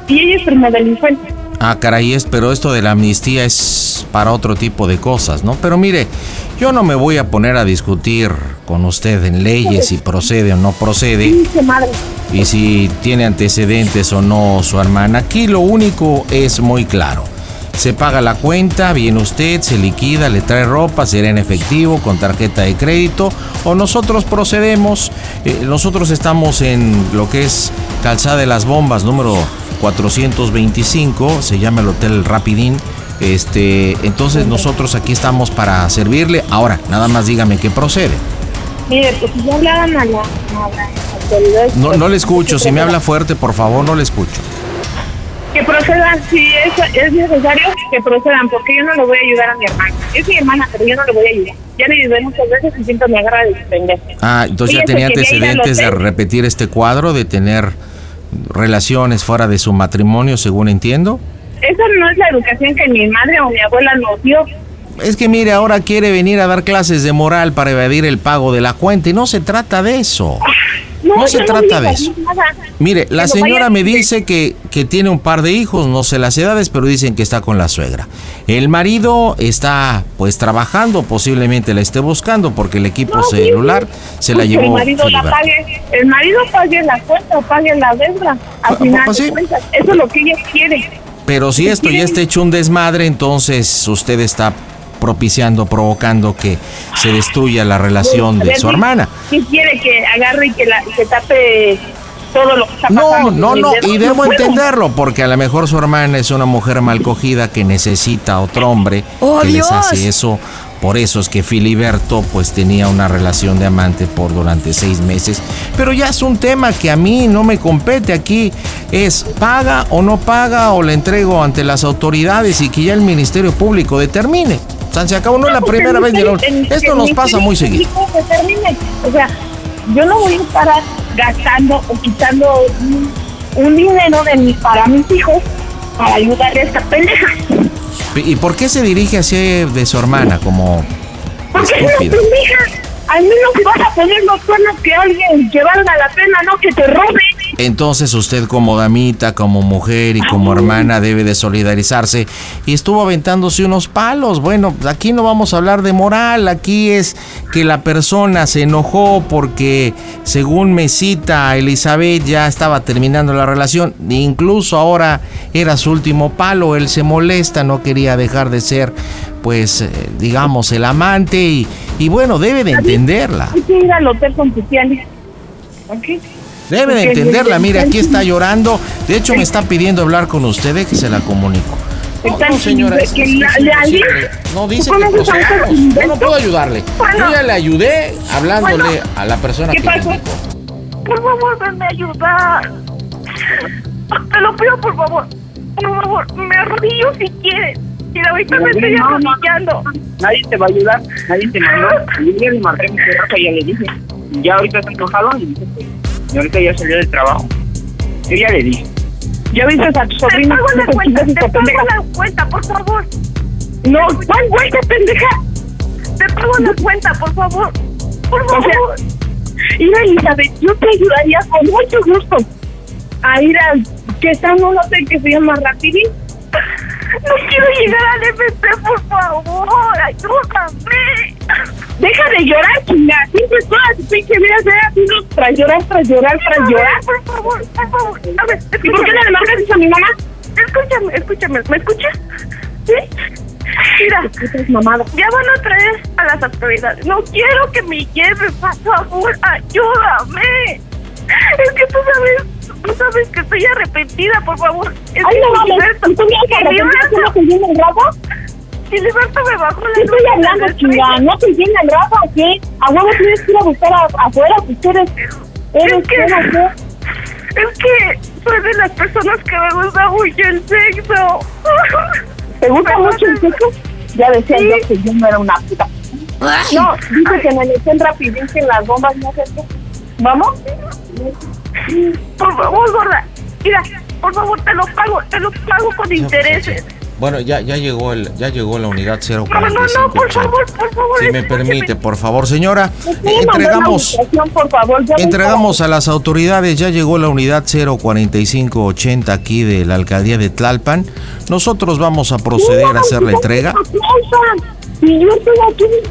S11: Y ella es primadelincuente.
S2: Ah, caray, es, pero esto de la amnistía es para otro tipo de cosas, ¿no? Pero mire, yo no me voy a poner a discutir con usted en leyes si procede o no procede
S11: Pinche madre.
S2: y si tiene antecedentes o no su hermana. Aquí lo único es muy claro. Se paga la cuenta, viene usted, se liquida, le trae ropa, será en efectivo, con tarjeta de crédito, o nosotros procedemos. Eh, nosotros estamos en lo que es Calzada de las Bombas, número 425, se llama el Hotel Rapidín. Este, entonces nosotros aquí estamos para servirle. Ahora, nada más dígame qué procede.
S11: Mire, pues si ya hablaban a la... a la autoridad,
S2: No,
S11: pues,
S2: no le escucho, si me habla fuerte, por favor, no le escucho.
S11: Que procedan, si es, es necesario, que procedan, porque yo no le voy a ayudar a mi hermana. Es mi hermana, pero yo no le voy a ayudar. Ya le ayudé muchas veces y siempre me agarra de suspender.
S2: Ah, entonces
S11: Ella
S2: ya
S11: se
S2: tenía
S11: quería ir al
S2: antecedentes de
S11: hotel.
S2: repetir este cuadro, de tener relaciones fuera de su matrimonio, según entiendo.
S11: Esa no es la educación que mi madre o mi abuela nos dio.
S2: Es que mire, ahora quiere venir a dar clases de moral para evadir el pago de la cuenta y no se trata de eso. No, se
S11: yo
S2: trata
S11: voy a
S2: de eso.
S11: decir nada.
S2: Mire, la
S11: Pero
S2: señora
S11: vaya-
S2: me dice que, que tiene un par de hijos, no sé las edades, pero dicen que está con la suegra. El marido está pues trabajando, posiblemente la esté buscando porque el equipo
S11: No, sí,
S2: celular se la
S11: Pues
S2: llevó.
S11: El marido la
S2: Filiberto.
S11: pague, el marido pague la cuenta o pague la deuda. Al final
S2: pues
S11: de
S2: sí.
S11: cuentas, eso es lo que ella quiere.
S2: Pero si esto ya está hecho un desmadre, entonces usted está propiciando, provocando que se destruya la relación de su hermana.
S11: ¿Quién quiere que agarre y que, la, que tape todo lo que está
S2: No,
S11: pasando?
S2: no, no,
S11: puedo.
S2: y debo entenderlo, porque a lo mejor su hermana es una mujer mal cogida que necesita a otro hombre
S7: ¡Oh,
S2: que
S7: Dios!
S2: les hace eso. Por eso es que Filiberto pues tenía una relación de amante por durante seis meses. Pero ya es un tema que a mí no me compete. Aquí es paga o no paga o le entrego ante las autoridades y que ya el Ministerio Público determine. O sea, se acabó no es la
S11: Pues
S2: primera
S11: el
S2: vez ni la
S11: ministerio-
S2: última.
S11: el-
S2: Esto
S11: el
S2: nos pasa muy seguido.
S11: ministerio que determine. O sea, yo no voy a estar gastando o quitando un, un dinero de mi, para mis hijos para ayudar a esta pendeja.
S2: ¿Y por qué se dirige así de su hermana como
S11: Porque es una
S2: estúpida?
S11: pendeja. Al menos si vas a poner los cuernos que alguien que valga la pena, no que te roben.
S2: Entonces usted como damita, como mujer y como hermana debe de solidarizarse. Y estuvo aventándose unos palos. Bueno, aquí no vamos a hablar de moral. Aquí es que la persona se enojó porque según me cita Elizabeth ya estaba terminando la relación. Incluso ahora era su último palo. Él se molesta, no quería dejar de ser pues eh, digamos el amante y, y bueno, debe de entenderla.
S11: Hay que ir al hotel con tu tía Liz. ¿Ok?
S2: Debe de
S11: Porque
S2: entenderla,
S11: desde
S2: mire, aquí
S11: entonces-
S2: está llorando. De hecho, me está pidiendo hablar con usted, de que se la comunico. No,
S11: Están
S2: no, señora, es-
S11: que
S2: es-
S11: la-
S2: es
S11: le
S2: imposible.
S11: alí-
S2: No,
S11: ¿Tú
S2: dice que
S11: conoces a un
S2: procedamos.
S11: invento?
S2: Yo no puedo ayudarle.
S11: Bueno.
S2: Yo ya le ayudé hablándole
S11: Bueno.
S2: a la persona
S11: ¿Qué
S2: que
S11: pasó?
S2: le indicó.
S11: Por favor, venme a ayudar. Te lo pido, por favor. Por favor, me arrodillo si quieres. Y ahorita me estoy arrodillando.
S10: Nadie te va a ayudar, nadie te
S11: (laughs)
S10: mandó. Yo ya le marqué mi terraza y ya le dije. Ya ahorita está enojado y, dice que- y ahorita ya salió del trabajo. Yo ya le dije.
S11: ¿Ya viste a tu sobrino? Te pago la cuenta, te pago la cuenta, por favor. No, ¿cuál cuenta, pendeja? Te pago la cuenta, por favor. Por favor. mira, Elizabeth, yo te ayudaría con mucho gusto a ir al que está en un hotel que se llama Rapidín. No quiero llegar al FP, por favor, ayúdame. Deja de llorar, chingada. Siempre toda tu pinche vida se ha sido tras llorar, tras llorar, tras llorar. Por favor, por favor. A ver, ¿Y por qué no le marcas eso a mi mamá? Escúchame, escúchame. ¿Me escuchas? ¿Sí? Mira, ya van a traer a las autoridades. No quiero que me lleven, por favor, ayúdame. Es que tú sabes, tú sabes que estoy arrepentida, por favor. Es
S6: Ay,
S11: que
S6: no mames,
S11: Filiberto-
S6: ¿y tú me vas a arrepentir
S11: Filiberto-
S6: solo que llene el rabo?
S11: Filiberto me bajó la
S6: ¿Qué estoy
S11: luz de la
S6: hablando,
S11: estrella.
S6: chingada? ¿No te llena el rabo o qué? A huevo tienes que ir a buscar a- afuera, pues tú eres... eres buena, ¿qué?
S11: Es que soy de las personas que me gusta mucho el sexo.
S6: ¿Te gusta mucho el sexo? Ya decía yo que yo no era una puta.
S11: Ay.
S6: No, dice que en el estén rapidín que en las bombas no sé qué. ¿Vamos?
S11: Por favor, gorda. Mira, por favor, te lo pago, te lo pago con intereses.
S2: Bueno, pues, ya, ya llegó el, ya llegó la unidad
S11: No, no, no,
S2: 045.
S11: por favor, por favor.
S2: Si me permite, por favor, señora,
S6: ¿Me puede
S2: eh,
S6: mandar la
S2: entregamos.
S6: ubicación, por favor? Ya voy
S2: Entregamos a las autoridades, ya llegó la unidad 04580 aquí de la alcaldía de Tlalpan. Nosotros vamos a proceder a hacer la entrega.
S6: Y yo estoy aquí en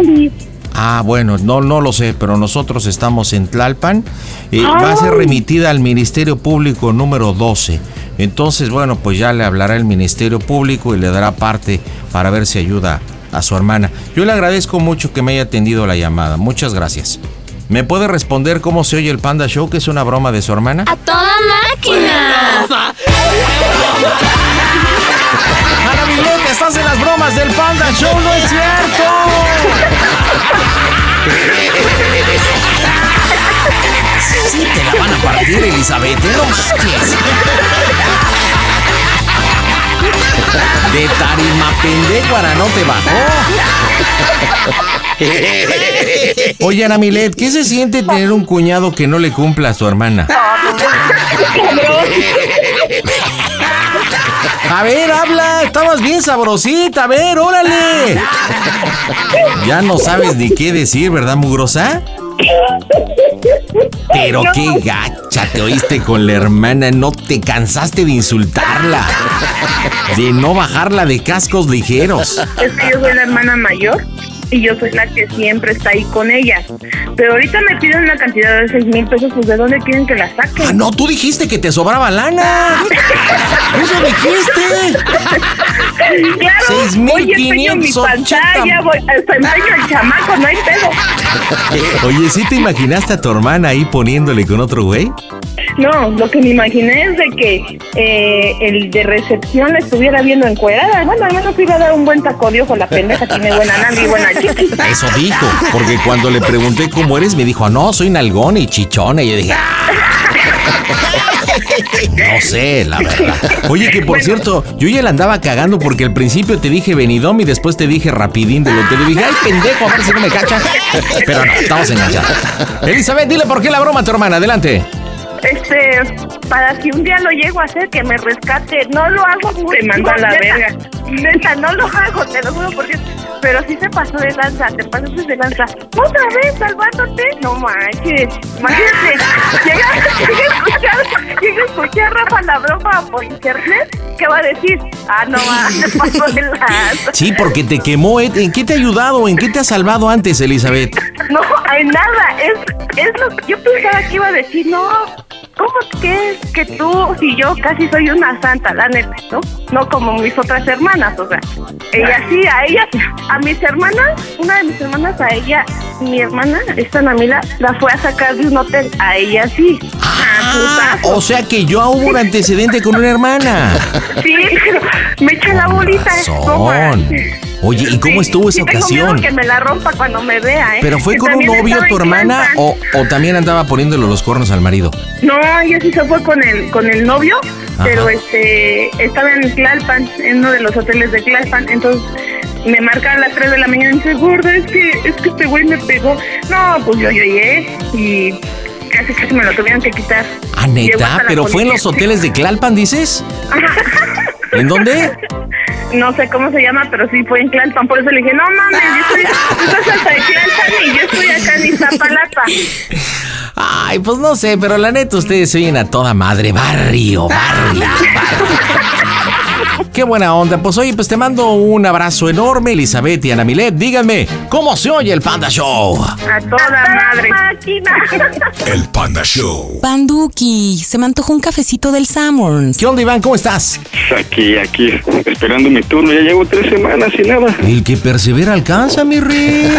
S2: (laughs)
S6: Liz.
S2: Ah, bueno, no, no lo sé, pero nosotros estamos en Tlalpan. Eh, va a ser
S6: Ay.
S2: remitida al Ministerio Público número 12. Entonces, bueno, pues ya le hablará el Ministerio Público y le dará parte para ver si ayuda a su hermana. Yo le agradezco mucho que me haya atendido la llamada. Muchas gracias. ¿Me puede responder cómo se oye el Panda Show, que es una broma de su hermana?
S9: ¡Toda máquina!
S2: (laughs) ¡Maravillote! ¡Estás en las bromas del Panda Show! ¡No es
S9: cierto!
S2: Sí, te la van a partir, Elizabeth. ¿eh? No manches. De tarima pendeguara no te bajó. Oye, Ana Milet, ¿qué se siente tener un cuñado que no le cumpla a su hermana? (laughs) A ver, habla, estabas bien sabrosita, a ver, órale. Ya no sabes ni qué decir, ¿verdad, mugrosa? Pero qué gacha te oíste con la hermana, no te cansaste de insultarla, de no bajarla de cascos ligeros.
S11: Es que yo soy la hermana mayor y yo soy la que siempre está ahí con ella. Pero ahorita me piden una cantidad de seis mil pesos, pues ¿de dónde quieren que la saquen?
S2: Ah, no, tú dijiste que te sobraba
S11: (laughs)
S2: lana. Eso dijiste.
S11: Claro,
S2: Seis mil Ah.
S11: hoy empeño mi
S2: 580.
S11: pantalla, voy, hasta empeño el chamaco, no hay pedo.
S2: Oye, ¿sí te imaginaste a tu hermana ahí poniéndole con otro güey?
S11: No, lo que me imaginé es de que eh, el de recepción la estuviera viendo encuerada. Bueno, al menos iba a dar un buen taco de ojo. La pendeja tiene buena nalga y buena chiqui.
S2: Eso dijo, porque cuando le pregunté cómo eres, me dijo, "Ah, no, soy nalgón y chichona. Y yo dije, "Ah, no sé, la verdad. (laughs) Oye, que por cierto, yo ya la andaba cagando porque al principio te dije venidom y después te dije rapidín del hotel. Y dije, ay, pendejo, a ver si no me cacha. Pero no, estamos enganchados. Elizabeth, dile por qué la broma a tu hermana. Adelante.
S11: Este, para si un día lo llego a hacer, que me rescate. No lo hago muy
S10: Te mando a la
S11: neta.
S10: verga.
S11: Neta, no lo hago, te lo juro por Dios. Pero sí se pasó de lanza, te pasaste de lanza. ¿Otra vez salvándote? No manches. Imagínate, (laughs) llega, llega a escuchar, llega a escuchar Rafa la broma por internet, ¿qué va a decir? Ah, no, va, (laughs) se pasó de lanza.
S2: Sí, porque te quemó. Ed. ¿En qué te ha ayudado? ¿En qué te ha salvado antes, Elizabeth?
S11: No, hay nada. Es, es lo que yo pensaba que iba a decir, no. ¿Cómo que es que tú y yo casi soy una santa, la neta, no? No como mis otras hermanas, o sea. Ella sí, a ella, a mis hermanas, una de mis hermanas, a ella, mi hermana, esta Namila, la fue a sacar de un hotel, a ella sí.
S2: Ah, o sea que yo hubo un antecedente con una hermana.
S11: Sí, me echa la bolita. no
S2: Son.
S11: manches.
S2: Oye, ¿y cómo estuvo esa
S11: Sí tengo
S2: ocasión?
S11: miedo que me la rompa cuando me vea, ¿eh?
S2: ¿Pero fue
S11: Que
S2: con un
S11: también
S2: novio
S11: estaba
S2: tu
S11: en
S2: hermana
S11: Tlalpan.
S2: o, o también andaba poniéndole los cuernos al marido?
S11: No, ella sí se fue con el con el novio,
S2: Ajá.
S11: pero este estaba en Tlalpan, en uno de los hoteles de Tlalpan, entonces me marca a las 3 de la mañana y dice, gorda, es que, es que este güey me pegó. No, pues yo llegué y casi casi me lo tuvieron que quitar.
S2: Ah,
S11: Llegó hasta
S2: neta,
S11: la
S2: pero fue en los
S11: policía.
S2: hoteles de Clalpan, dices. ¿En dónde?
S11: No sé cómo se llama, pero sí fue en Tlalpan, por eso le dije, no mames, yo estoy, tú estás hasta en Tlalpan y yo estoy acá en Iztapalapa.
S2: Ay, pues no sé, pero la neta, ustedes se oyen a toda madre. Barrio, barrio, barrio. Qué buena onda. Pues oye, pues te mando un abrazo enorme, Elizabeth y Ana Milet. Díganme, ¿cómo se oye el Panda Show?
S11: A toda madre. (laughs)
S2: El Panda Show.
S1: Panduki, se me antojó un cafecito del Samurns.
S2: ¿Qué onda, Iván? ¿Cómo estás?
S4: Aquí, aquí, esperando mi turno. Ya llevo tres semanas y nada.
S2: El que persevera alcanza, mi rey.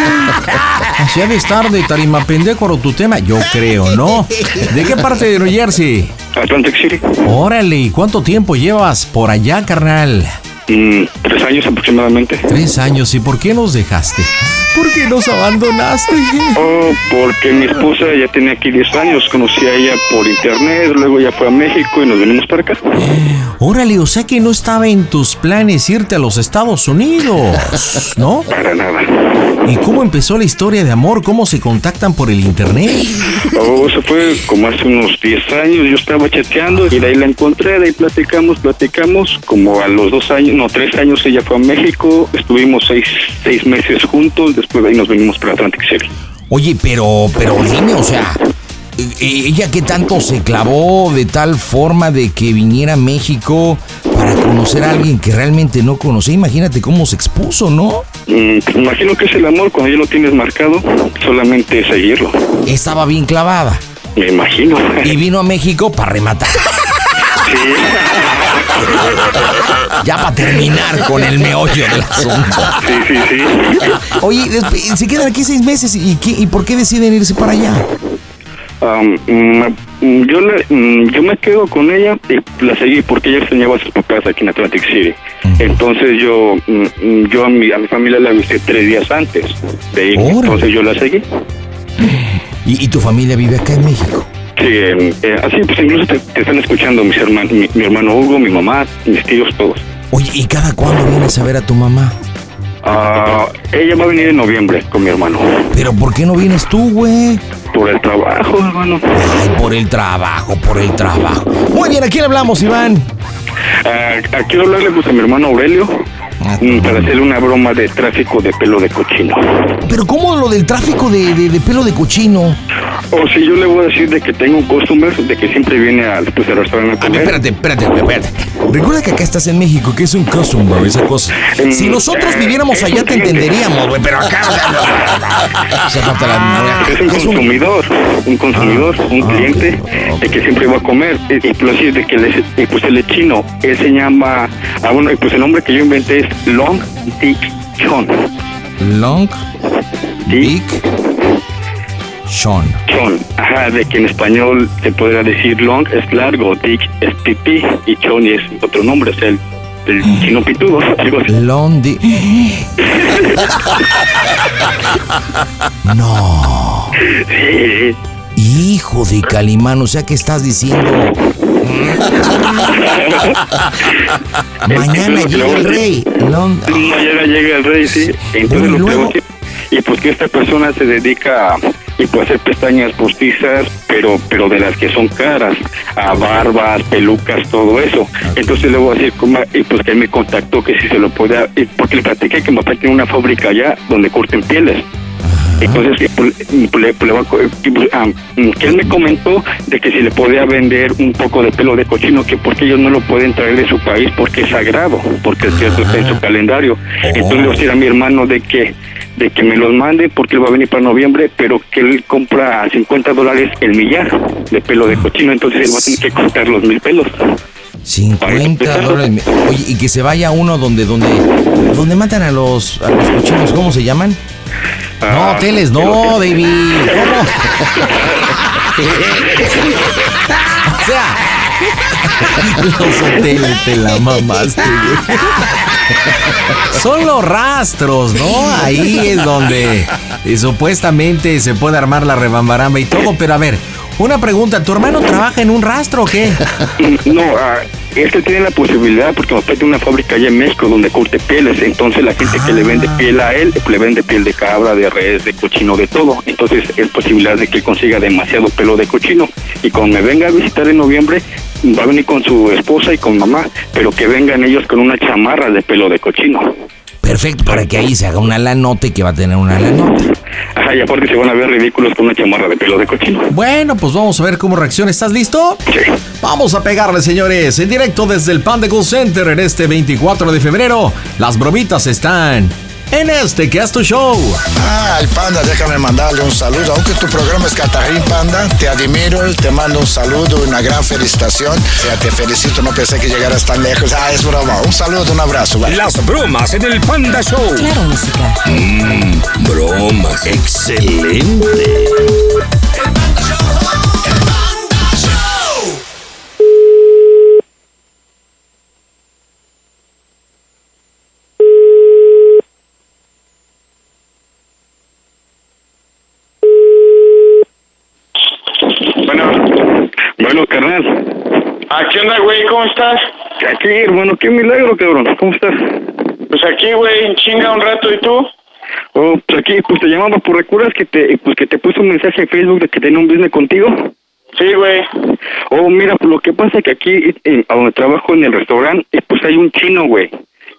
S2: Así ha de estar de tarima pendejo tu tema. Yo creo, ¿no? ¿De qué parte de New Jersey?
S4: Atlantic City.
S2: Órale, ¿y cuánto tiempo llevas por allá, carnal?
S4: Mm, tres años aproximadamente.
S2: Tres años, ¿y por qué nos dejaste? ¿Por qué nos (laughs) abandonaste?
S4: Oh, porque mi esposa ya tiene aquí 10 años. Conocí a ella por internet, luego ya fue a México y nos venimos para acá.
S2: Oh. Órale, o sea que no estaba en tus planes irte a los Estados Unidos, ¿no?
S4: Para nada.
S2: ¿Y cómo empezó la historia de amor? ¿Cómo se contactan por el internet?
S4: Oh, eso fue como hace unos 10 años. Yo estaba chateando y de ahí la encontré, de ahí platicamos, platicamos. Como a los dos años, no, tres años ella fue a México. Estuvimos seis, seis meses juntos. Después de ahí nos venimos para Atlantic City.
S7: Oye, pero, pero dime, o sea,
S2: E- ¿Ella qué tanto se clavó de tal forma de que viniera a México para conocer a alguien que realmente no conocía? Imagínate cómo se expuso, ¿no?
S4: Mm, imagino que es el amor cuando ya lo tienes marcado, solamente es seguirlo.
S2: Estaba bien clavada.
S4: Me imagino.
S2: Y vino a México para rematar.
S7: Ya para terminar con el meollo del asunto.
S4: Sí, sí, sí.
S7: Oye, desp- se quedan aquí seis meses y, qué- y ¿por qué deciden irse para allá?
S4: Am, mm, mm, yo, le- mm, yo me quedo con ella y la seguí porque ella extrañaba a sus papás aquí en Atlantic City. Entonces yo mm, mm, yo a mi, a mi familia la visité tres días antes de ir. Entonces yo la seguí.
S7: ¿Y, y tu familia vive acá en México?
S4: Sí, eh, eh, así pues incluso te, te están escuchando mis hermanos, mi, mi hermano Hugo, mi mamá, mis tíos, todos.
S7: Oye, ¿y cada cuándo vienes a ver a tu mamá?
S4: Ah, ella va a venir en noviembre con mi hermano.
S7: Pero ¿por qué no vienes tú, güey?
S4: Por el trabajo, hermano.
S7: Ay, por el trabajo, por el trabajo. Muy bien, ¿a quién hablamos, Iván?
S4: Ah, ah, quiero hablarle pues, a mi hermano Aurelio
S2: Ah,
S4: mm, para hacerle una broma de tráfico de pelo de cochino.
S7: Pero ¿cómo lo del tráfico de, de- de pelo de cochino?
S4: O si yo le voy a decir de que tengo un customer, de que siempre viene al pues, al restaurante a comer.
S2: espérate, espérate, espérate. Recuerda que acá estás en México, que es un customer, esa cosa.
S4: Mm,
S2: Si
S4: ah,
S2: nosotros viviéramos allá te entenderíamos, güey, pero acá... o sea, o sea, no te la-
S4: Es un consumidor, un consumidor,
S2: Ah,
S4: un cliente de que siempre va a comer. Y, y pues así de que le, y pues el chino, él se llama, ah bueno, y pues el nombre que yo inventé es Long Dick Chon.
S2: Long Dick Sean.
S4: Chon, ajá, de que en español se podría decir Long es largo, Dick es pipí y Chon es otro nombre, es el, el
S7: Mm.
S4: chino pitudo, (laughs) algo así.
S7: Long Dick... (laughs) No.
S4: Sí.
S7: Hijo de Calimán, o sea que estás diciendo. Mañana
S4: Entonces,
S7: llega
S4: luego-
S7: el rey. Long-
S4: Mañana llega el rey, sí. Entonces lo que hago es- y pues que esta persona se dedica a y pues hacer pestañas postizas, pero pero de las que son caras, a barbas, pelucas, todo eso. Entonces le voy a decir, como- y pues que él me contactó que si se lo podía, y porque le platiqué que mi papá tiene una fábrica allá donde corten pieles. Entonces, y pues, y pues, le, pues, le voy a co- y pues, ah, mm, que él me comentó de que si le podía vender un poco de pelo de cochino, que porque ellos no lo pueden traer de su país porque es sagrado, porque es cierto, está en su calendario. Entonces le voy a decir a mi hermano de que de que me los mande porque él va a venir para noviembre, pero que él compra a 50 dólares el millar de pelo de cochino, entonces él va a tener que cortar los mil pelos.
S7: 50 dólares. Oye, y que se vaya uno donde, donde, donde matan a los, a los cochinos, ¿cómo se llaman?
S4: Ah.
S7: no, hoteles, no, David.
S4: (laughs)
S2: O sea, los hoteles te la mamaste. güey. Son los rastros, ¿no? Ahí es donde eh, supuestamente se puede armar la rebambaramba y todo. Pero a ver, una pregunta, ¿tu hermano trabaja en un rastro o qué?
S4: (laughs) No, ah, es que tiene la posibilidad porque mi papá tiene una fábrica allá en México donde corte pieles, entonces la gente que le vende piel a él, le vende piel de cabra, de res, de cochino, de todo. Entonces es posibilidad de que consiga demasiado pelo de cochino. Y cuando me venga a visitar en noviembre, va a venir con su esposa y con mamá, pero que vengan ellos con una chamarra de pelo de cochino.
S7: Perfecto, para que ahí se haga una lanota y que va a tener una lanota.
S4: Ajá, y aparte se van a ver ridículos con una chamarra de pelo de cochino.
S2: Bueno, pues vamos a ver cómo reacciona. ¿Estás listo? Vamos a pegarle, señores. En directo desde el Panda Call Center en este 24 de febrero. Las bromitas están en este que es tu show.
S23: Ah, el panda, déjame mandarle un saludo. Aunque tu programa es Catarrín Panda, te admiro, te mando un saludo, una gran felicitación. Ya te felicito, no pensé que llegaras tan lejos. Ah, es broma. Un saludo, un abrazo. bye.
S22: Las bromas en el Panda Show. Mm,
S1: Claro, música.
S5: Mmm, bromas. Excelente.
S4: Bueno, carnal,
S3: Ah, ¿qué onda, güey? ¿Cómo estás?
S4: aquí hermano, qué milagro, cabrón. ¿Cómo estás?
S3: Pues aquí, güey, en chinga un rato, ¿y tú?
S4: Oh, pues aquí, pues te llamaba por recuerdas que te, pues que te puse un mensaje en Facebook de que tenía un business contigo.
S3: Sí, güey.
S4: Oh, mira, pues lo que pasa es que aquí, en, a donde trabajo en el restaurante, y pues hay un chino, güey.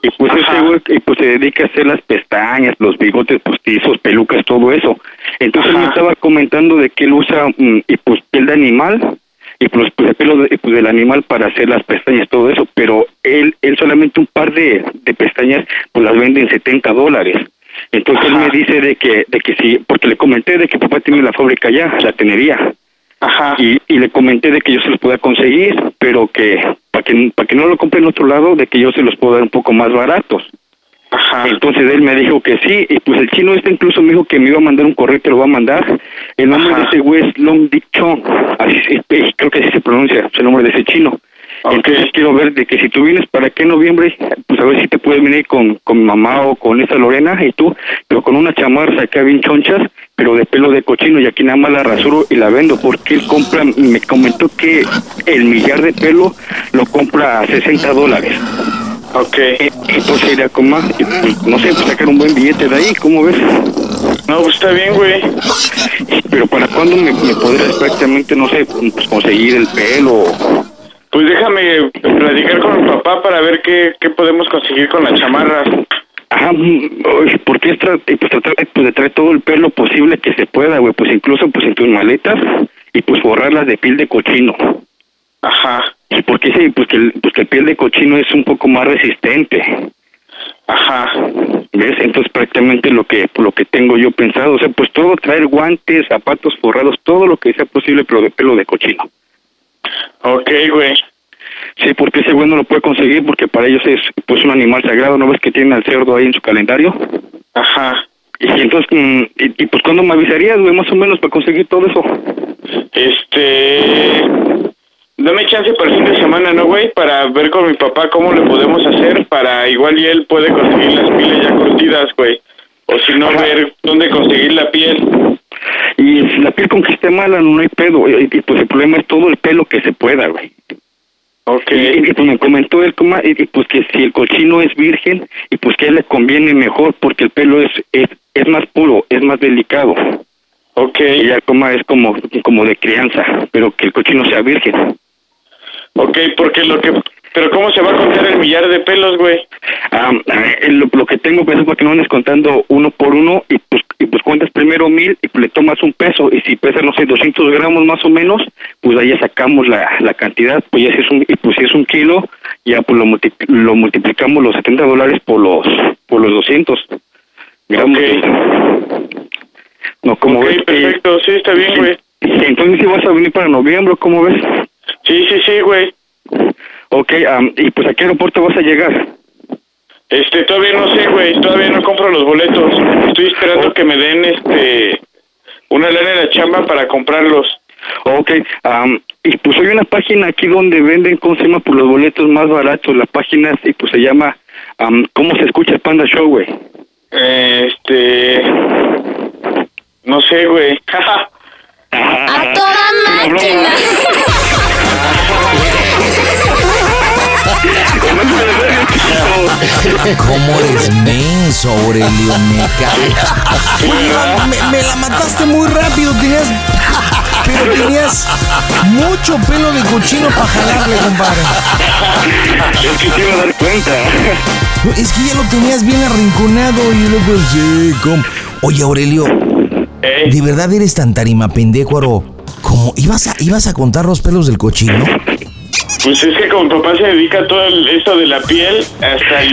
S4: Y pues ese güey, y pues se dedica a hacer las pestañas, los bigotes postizos, pelucas, todo eso. Entonces él me estaba comentando de que él usa, mm, y pues piel de animal, y pues, pues, el pelo de- pues, del animal para hacer las pestañas, todo eso. Pero él, él solamente un par de, de pestañas, pues las vende en 70 dólares. Entonces él me dice de que, de que sí, porque le comenté de que papá tiene la fábrica allá, la tenería. Y, y le comenté de que yo se los podía conseguir, pero que para para que, para que no lo compre en otro lado, de que yo se los puedo dar un poco más baratos. Entonces él me dijo que sí, y pues el chino este incluso me dijo que me iba a mandar un correo que lo va a mandar. El nombre de ese güey es Long Dick Chong, así se- eh, creo que así se pronuncia, es el nombre de ese chino. Entonces quiero ver de que si tú vienes para qué noviembre, pues a ver si te puedes venir con, con mi mamá o con esa Lorena y tú, pero con una chamarra acá bien chonchas, pero de pelo de cochino y aquí nada más la rasuro y la vendo porque él compra, me comentó que el millar de pelo lo compra a 60 dólares. Ok. Entonces iré a comer, y, pues, no sé, pues, sacar un buen billete de ahí, ¿cómo ves? No, pues está bien, güey. Pero ¿para cuándo me, me podrías prácticamente, no sé, pues, conseguir el pelo?
S3: Pues déjame platicar con mi papá para ver qué, qué podemos conseguir con la chamarra.
S4: Ajá, mm, ay, porque es tra- eh, pues, tratar de, pues, de traer todo el pelo posible que se pueda, güey, pues incluso pues en tus maletas y pues borrarlas de piel de cochino. Ajá. Y porque sí, pues que, el, pues que el piel de cochino es un poco más resistente. Ajá. ¿Ves? Entonces prácticamente lo que lo que tengo yo pensado, o sea, pues todo traer guantes, zapatos forrados, todo lo que sea posible, pero de pelo de cochino.
S3: Ok, güey.
S4: Sí, porque ese güey no lo puede conseguir porque para ellos es pues un animal sagrado, ¿no ves que tienen al cerdo ahí en su calendario? Ajá. Y entonces, mm, y, y, pues ¿cuándo me avisarías, güey, más o menos para conseguir todo eso?
S3: Este. Dame chance para el fin de semana, ¿no, güey? Para ver con mi papá cómo le podemos hacer para igual y él puede conseguir las pilas ya curtidas, güey. O si no, ver dónde conseguir la piel.
S4: Y si la piel con que esté mala no hay pedo, y, y, pues el problema es todo el pelo que se pueda, güey. Ok. Y, y, pues me comentó él, coma, y, y, pues que si el cochino es virgen, y pues que a él le conviene mejor porque el pelo es, es, es más puro, es más delicado. Ok. Y la coma es como, como de crianza, pero que el cochino sea virgen.
S3: Ok, porque lo que... Pero ¿cómo se va a contar el millar de pelos, güey?
S4: Ah, eh, lo, lo que tengo pensado para que no andes contando uno por uno y pues, y pues cuentas primero mil y pues le tomas un peso y si pesa, no sé, 200 gramos más o menos, pues ahí ya sacamos la, la cantidad, pues ya si es un, y pues si es un kilo, ya pues lo, multi- lo multiplicamos los 70 dólares por los, por los 200 gramos. No, como ves,
S3: Perfecto, sí, está bien, güey.
S4: entonces si vas a venir para noviembre, ¿cómo ves?
S3: Sí, sí, sí, güey.
S4: Ok, am, y pues a qué aeropuerto vas a llegar?
S3: Este, todavía no sé, güey. Todavía no compro los boletos. Estoy esperando que me den, este... Una lana de la chamba para comprarlos.
S4: Ok, am, y pues hay una página aquí donde venden, ¿cómo se llama? Por los boletos más baratos, la página, y pues se llama, am, ¿cómo se escucha el Panda Show, güey?
S3: Eh, Este... No sé, güey. (laughs)
S5: ¡A toda máquina!
S2: (laughs) ¿Cómo eres menso, Aurelio? Me cae.
S24: Oye, me, me la mataste muy rápido, tenías. Pero tenías mucho pelo de cochino para jalarle, compadre.
S4: Es que te iba a dar cuenta.
S24: No, Es que ya lo tenías bien arrinconado y luego sí, ¿cómo?
S2: pues, Oye, Aurelio, ¿de verdad eres tan tarima pendejo, Aro? ¿Cómo? ¿Ibas a, ¿Ibas a contar los pelos del cochino?
S3: (laughs) Pues es que como mi papá se dedica a todo el- eso de la piel, hasta el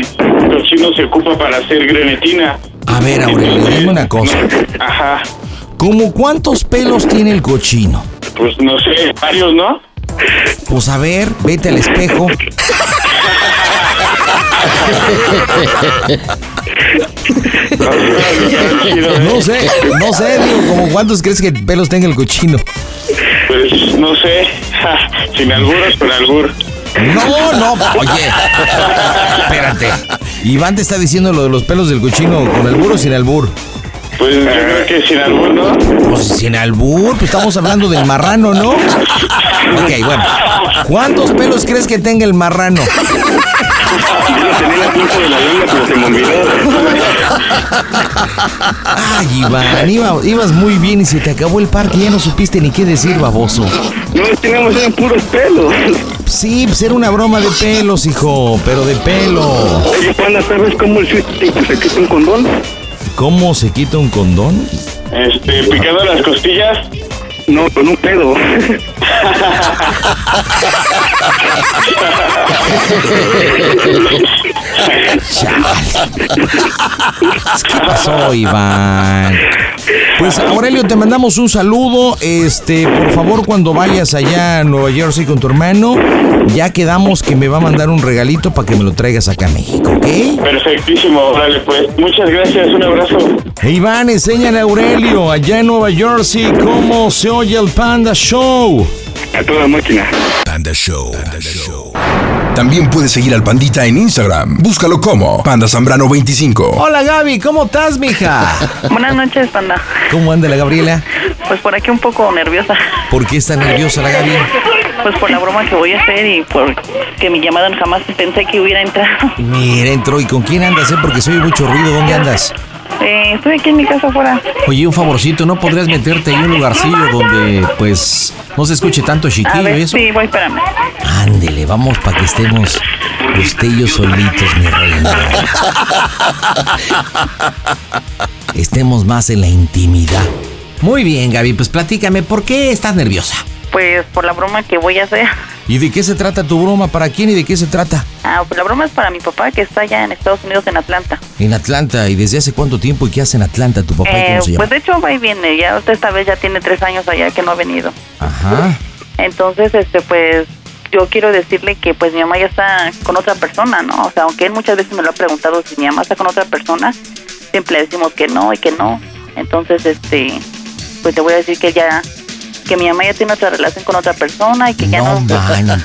S3: cochino se ocupa para hacer grenetina.
S2: A ver, Aurelio, dime una cosa.
S3: Ajá.
S2: ¿Cómo cuántos pelos tiene el cochino?
S3: Pues no sé, varios, ¿no?
S2: Pues a ver, vete al espejo.
S24: No sé, no sé, digo, como cuántos crees que pelos tenga el cochino.
S3: Pues no sé. Ja, Sin alguros, con albur.
S2: No, no, oye.
S24: Espérate. Iván te está diciendo lo de los pelos del cochino, con albur o sin albur.
S3: Pues yo creo que sin albur, ¿no?
S24: Pues sin albur, pues estamos hablando del marrano, ¿no?
S2: Ok, bueno. ¿Cuántos pelos crees que tenga el marrano? Ay, Iván, iba- ibas muy bien y se te acabó el parque y ya no supiste ni qué decir, baboso.
S4: No, teníamos eran puros pelos.
S2: Sí, pues era una broma de pelos, hijo, pero de pelo.
S4: Oye, Panda, ¿sabes cómo el
S3: este
S4: switch pues, se quita un condón?
S2: ¿Cómo se quita un condón?
S3: Este, picando las costillas.
S4: No, con un
S3: (laughs)
S2: (laughs)
S4: pedo.
S7: (laughs)
S2: Chale. ¿Qué pasó, Iván? Pues Aurelio, te mandamos un saludo. Este, por favor, cuando vayas allá a Nueva Jersey con tu hermano, ya quedamos que me va a mandar un regalito para que me lo traigas acá a México, ¿ok?
S4: Perfectísimo, dale pues. Muchas gracias, un abrazo.
S25: E Iván, enséñale a Aurelio allá en Nueva Jersey cómo se oye el Panda Show.
S4: A toda máquina.
S5: Panda Show.
S12: También puedes seguir al Pandita en Instagram. Búscalo como Panda Zambrano 25.
S25: Hola Gaby, ¿cómo estás, mija?
S6: (laughs) Buenas noches, panda.
S25: ¿Cómo anda la Gabriela?
S6: Pues por aquí un poco nerviosa. (laughs)
S25: ¿Por qué está nerviosa la Gaby?
S6: Pues por la broma que voy a hacer y por que mi llamada jamás pensé que hubiera entrado. (laughs)
S25: Mira, entró, ¿y con quién andas? eh? Porque se oye mucho ruido. ¿Dónde andas?
S6: Eh, estoy aquí en mi casa afuera.
S25: Oye, un favorcito, ¿no podrías meterte en un lugarcillo donde, pues, no se escuche tanto
S6: A
S25: chiquillo y
S6: ver,
S25: eso?
S6: sí,
S2: (laughs)
S6: voy, espérame.
S2: Ándele, vamos para que estemos
S25: pues,
S2: usted y yo solitos, mi reina. Estemos más en la intimidad. Muy bien, Gaby, pues platícame, ¿por qué estás nerviosa?
S6: Pues por la broma que voy a hacer.
S25: ¿Y de qué se trata tu broma? ¿Para quién y de qué se trata?
S6: Ah, pues la broma es para mi papá que está allá en Estados Unidos, en Atlanta.
S2: En Atlanta, ¿y desde hace cuánto tiempo y qué hace en Atlanta tu papá y
S6: Eh,
S2: cómo se llama?
S6: pues de hecho va y viene. Ya usted esta vez ya tiene tres años allá que no ha venido.
S2: Ajá.
S6: Entonces, este, pues yo quiero decirle que pues mi mamá ya está con otra persona, ¿no? O sea, aunque él muchas veces me lo ha preguntado si mi mamá está con otra persona, siempre le decimos que no y que no. Entonces, este, pues te voy a decir que ya, que mi mamá ya tiene otra relación con otra persona y que ya (laughs)
S2: No
S6: no...
S2: manches.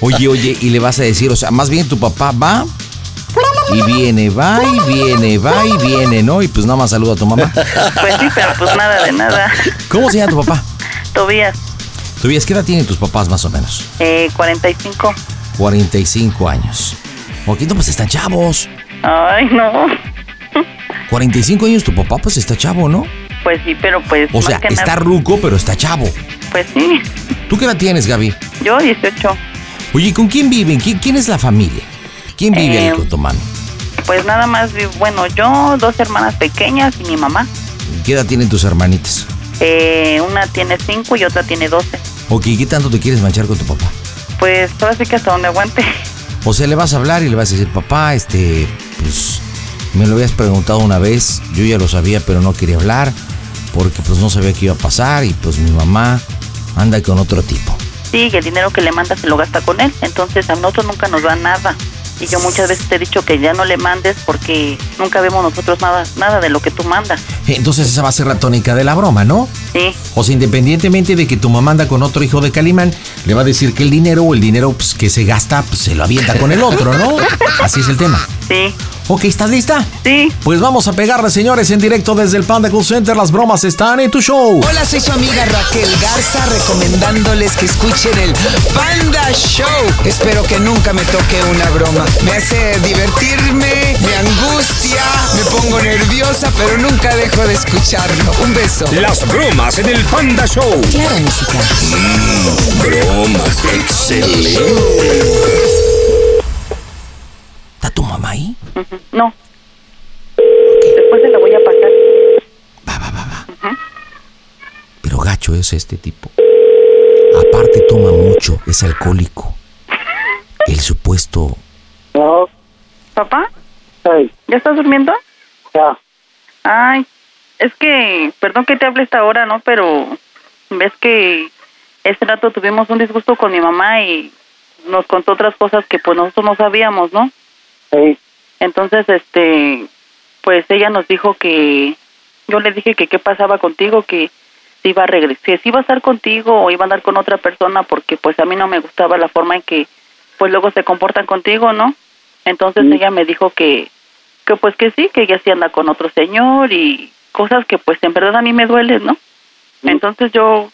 S2: Oye, oye, y le vas a decir, o sea, más bien tu papá va y viene, va y viene, va y viene, ¿no? Y pues nada más saluda a tu mamá.
S6: Pues sí, pero pues nada de nada.
S2: ¿Cómo se llama tu papá?
S6: Tobías,
S2: Tobías, ¿qué edad tienen tus papás más o menos?
S6: eh, 45.
S2: 45 años. Porque no, pues están chavos.
S6: Ay, no.
S2: 45 años tu papá pues está chavo, ¿no?
S6: Pues sí, pero pues...
S2: O
S6: más
S2: sea,
S6: que
S2: está
S6: nada,
S2: ruco, pero está chavo.
S6: Pues sí,
S2: ¿Tú qué edad tienes, Gaby?
S6: yo 18.
S2: Oye, ¿y ¿con quién viven? ¿Quién, quién es la familia? ¿Quién vive ahí
S6: Eh,
S2: con tu mano?
S6: Pues nada más, bueno, yo, dos hermanas pequeñas y mi mamá.
S2: ¿Qué edad tienen tus hermanitas?
S6: Eh, una tiene 5 y otra tiene 12.
S2: Ok, ¿qué tanto te quieres manchar con tu papá?
S6: Pues ahora sí que hasta donde aguante. (laughs)
S2: O sea, le vas a hablar y le vas a decir, papá, este, pues, me lo habías preguntado una vez, yo ya lo sabía, pero no quería hablar, porque pues no sabía qué iba a pasar y pues mi mamá anda con otro tipo.
S6: Sí, y el dinero que le manda se lo gasta con él. Entonces a nosotros nunca nos da nada. Y yo muchas veces te he dicho que ya no le mandes porque nunca vemos nosotros nada, nada de lo que tú mandas.
S25: Entonces esa va a ser la tónica de la broma, ¿no?
S6: Sí,
S25: O sea, independientemente de que tu mamá anda con otro hijo de Calimán, le va a decir que el dinero o el dinero pues, que se gasta pues, se lo avienta con el otro,
S6: (laughs)
S25: ¿no? Así es el tema.
S6: sí.
S25: Ok, ¿estás lista?
S6: Sí.
S25: Pues vamos a pegarle, señores, en directo desde el Panda Cool Center. Las bromas están en tu show.
S1: Hola, soy su amiga Raquel Garza recomendándoles que escuchen el Panda Show. Espero que nunca me toque una broma. Me hace divertirme, me angustia, me pongo nerviosa, pero nunca dejo de escucharlo. Un beso.
S26: Las bromas en el Panda Show.
S1: Claro, música.
S22: Mm,
S5: Bromas. Excelente.
S2: ¿Está tu mamá ahí?
S6: No.
S2: Pero gacho es este tipo. Aparte toma mucho, es alcohólico. El supuesto...
S6: ¿Papá? ¿Ya estás durmiendo?
S11: Ya.
S6: Ay, es que, perdón que te hable esta hora, ¿no? Pero ves que este rato tuvimos un disgusto con mi mamá y nos contó otras cosas que pues nosotros no sabíamos, ¿no?
S11: Sí.
S6: Entonces, este, pues ella nos dijo que yo le dije que qué pasaba contigo, que si iba a regresar, que si iba a estar contigo o iba a andar con otra persona porque pues a mí no me gustaba la forma en que pues luego se comportan contigo, ¿no? Entonces ella me dijo que que pues que sí, que ella sí anda con otro señor y cosas que pues en verdad a mí me duelen, ¿no? Entonces yo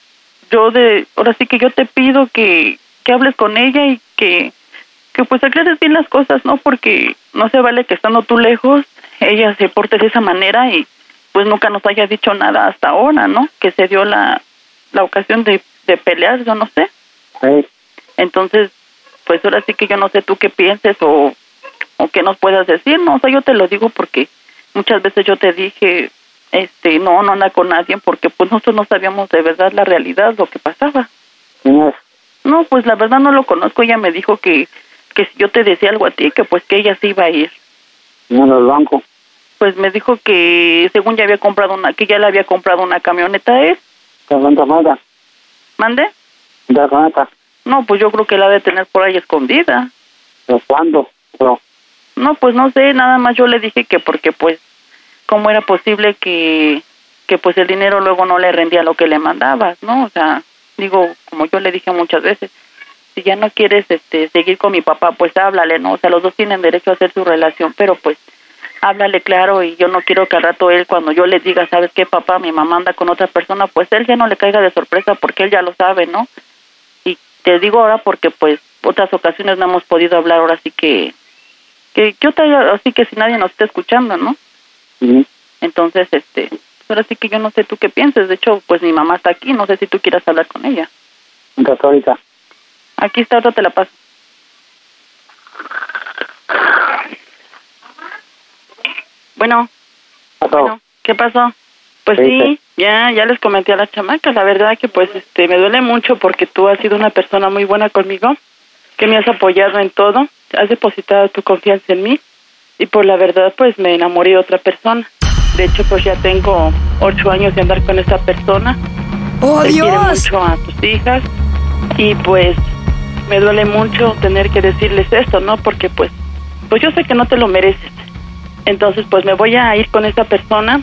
S6: yo de ahora sí que yo te pido que que hables con ella y que que pues aclares bien las cosas, ¿no? Porque no se vale que estando tú lejos, ella se porte de esa manera y pues nunca nos haya dicho nada hasta ahora, ¿no? Que se dio la, la ocasión de, de pelear, yo no sé. Entonces, pues ahora sí que yo no sé tú qué pienses o, o qué nos puedas decir, ¿no? O sea, yo te lo digo porque muchas veces yo te dije, este, no, no anda con nadie porque pues nosotros no sabíamos de verdad la realidad, lo que pasaba. No, pues la verdad no lo conozco. Ella me dijo que, que si yo te decía algo a ti, que pues que ella sí iba a ir.
S11: en el banco.
S6: pues me dijo que según ya había comprado una, que ya le había comprado una camioneta es,
S10: Carlota Mata,
S6: mande.
S10: Carlota,
S6: No, pues yo creo que la ha de tener por ahí escondida.
S10: ¿pero cuándo? Pero,
S6: No, pues no sé, nada más yo le dije que porque pues cómo era posible que que pues el dinero luego no le rendía lo que le mandabas, ¿no? O sea, digo, como yo le dije muchas veces, si ya no quieres este seguir con mi papá, pues háblale, ¿no? O sea, los dos tienen derecho a hacer su relación, pero pues háblale claro y yo no quiero que al rato él cuando yo le diga, ¿sabes qué, papá? Mi mamá anda con otra persona, pues él ya no le caiga de sorpresa porque él ya lo sabe, ¿no? Y te digo ahora porque pues otras ocasiones no hemos podido hablar, ahora sí que que yo otra así que si nadie nos está escuchando, ¿no? Entonces, este, ahora sí que yo no sé tú qué pienses. De hecho, pues mi mamá está aquí, no sé si tú quieras hablar con ella.
S10: entonces ahorita.
S6: Aquí está, ahora te la paso. Bueno, bueno, ¿qué pasó? Pues
S10: ¿Qué
S6: sí,
S10: dices?
S6: ya, ya les comenté a las chamacas, la verdad que pues este me duele mucho porque tú has sido una persona muy buena conmigo, que me has apoyado en todo, has depositado tu confianza en mí y por la verdad pues me enamoré de otra persona. De hecho pues ya tengo ocho años de andar con esta persona.
S20: ¡Oh,
S6: Él quiere
S20: Dios!
S6: mucho a tus hijas y pues me duele mucho tener que decirles esto, ¿no? Porque pues pues yo sé que no te lo mereces. Entonces pues me voy a ir con esta persona.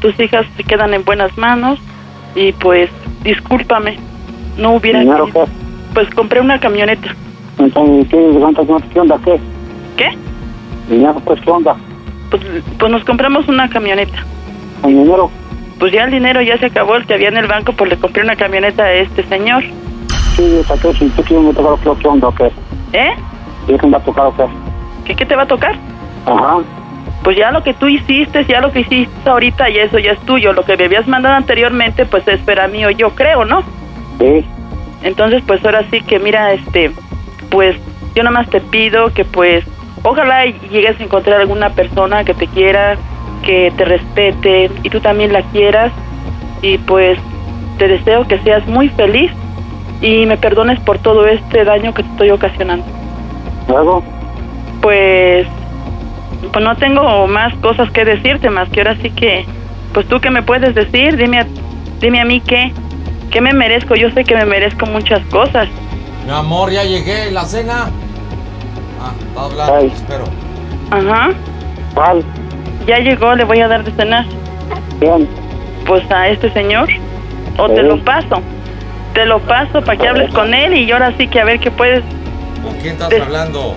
S6: Tus hijas se quedan en buenas manos y pues discúlpame. No hubiera
S10: ¿Dinero
S6: querido. Pues compré una camioneta.
S10: Entonces, ¿qué? ¿Cuántas más? ¿Qué onda? ¿Qué?
S6: ¿Qué?
S10: ¿Dinero? Pues, ¿qué onda?
S6: Pues pues nos compramos una camioneta.
S10: ¿Con dinero?
S6: Pues ya el dinero ya se acabó, el que había en el banco, pues le compré una camioneta a este señor.
S10: Sí, ¿para qué? Si tú quieres me tocar, ¿qué- ¿qué onda o qué?
S6: ¿Eh?
S10: ¿Yo quién va a tocar o qué?
S6: ¿Qué, qué te va a tocar?
S10: Ajá.
S6: Pues ya lo que tú hiciste, ya lo que hiciste ahorita, ya eso ya es tuyo. Lo que me habías mandado anteriormente, pues es para mí o yo creo, ¿no?
S10: Sí.
S6: Entonces, pues ahora sí que mira, este, pues yo nada más te pido que pues ojalá y llegues a encontrar alguna persona que te quiera, que te respete y tú también la quieras y pues te deseo que seas muy feliz y me perdones por todo este daño que te estoy ocasionando.
S10: ¿Luego?
S6: Pues, pues no tengo más cosas que decirte más que ahora sí que, pues tú que me puedes decir, dime, a- dime a mí qué, qué me merezco. Yo sé que me merezco muchas cosas.
S7: Mi amor, ya llegué, la cena. Ah, está hablando,
S6: Ay.
S7: espero.
S6: Ajá.
S10: ¿Cuál?
S6: Ya llegó, le voy a dar de cenar.
S10: ¿Quién?
S6: Pues a este señor. O te
S10: Sí.
S6: lo paso. Te lo paso para que hables con él y ahora sí que a ver qué puedes.
S2: ¿Con quién estás
S6: Te-
S2: hablando?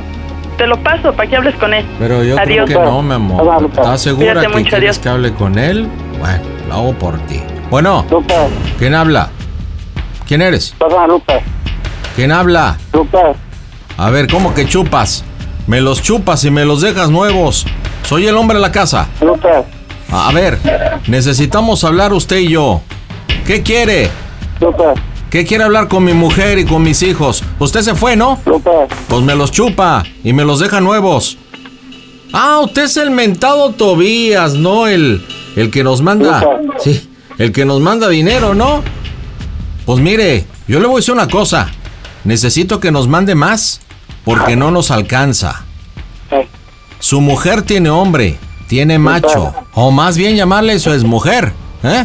S6: Te lo paso para que hables con él.
S2: Pero yo
S6: Adiós.
S2: creo que no, mi amor. ¿Estás segura
S6: Cuídate
S2: que
S6: mucho,
S2: quieres
S6: adiós.
S2: que hable con él? Bueno, lo hago por ti. Bueno, ¿quién habla? ¿Quién eres? ¿Quién habla? A ver, ¿cómo que chupas? Me los chupas y me los dejas nuevos. Soy el hombre de la casa. A a ver, necesitamos hablar usted y yo. ¿Qué quiere? ¿Qué quiere hablar con mi mujer y con mis hijos? Usted se fue, ¿no? Pues me los chupa y me los deja nuevos. Ah, usted es el mentado Tobías, ¿no? El, el que nos manda. Sí, el que nos manda dinero, ¿no? Pues mire, yo le voy a decir una cosa. Necesito que nos mande más porque no nos alcanza. Su mujer tiene hombre, tiene macho, o más bien llamarle su exmujer, ¿eh?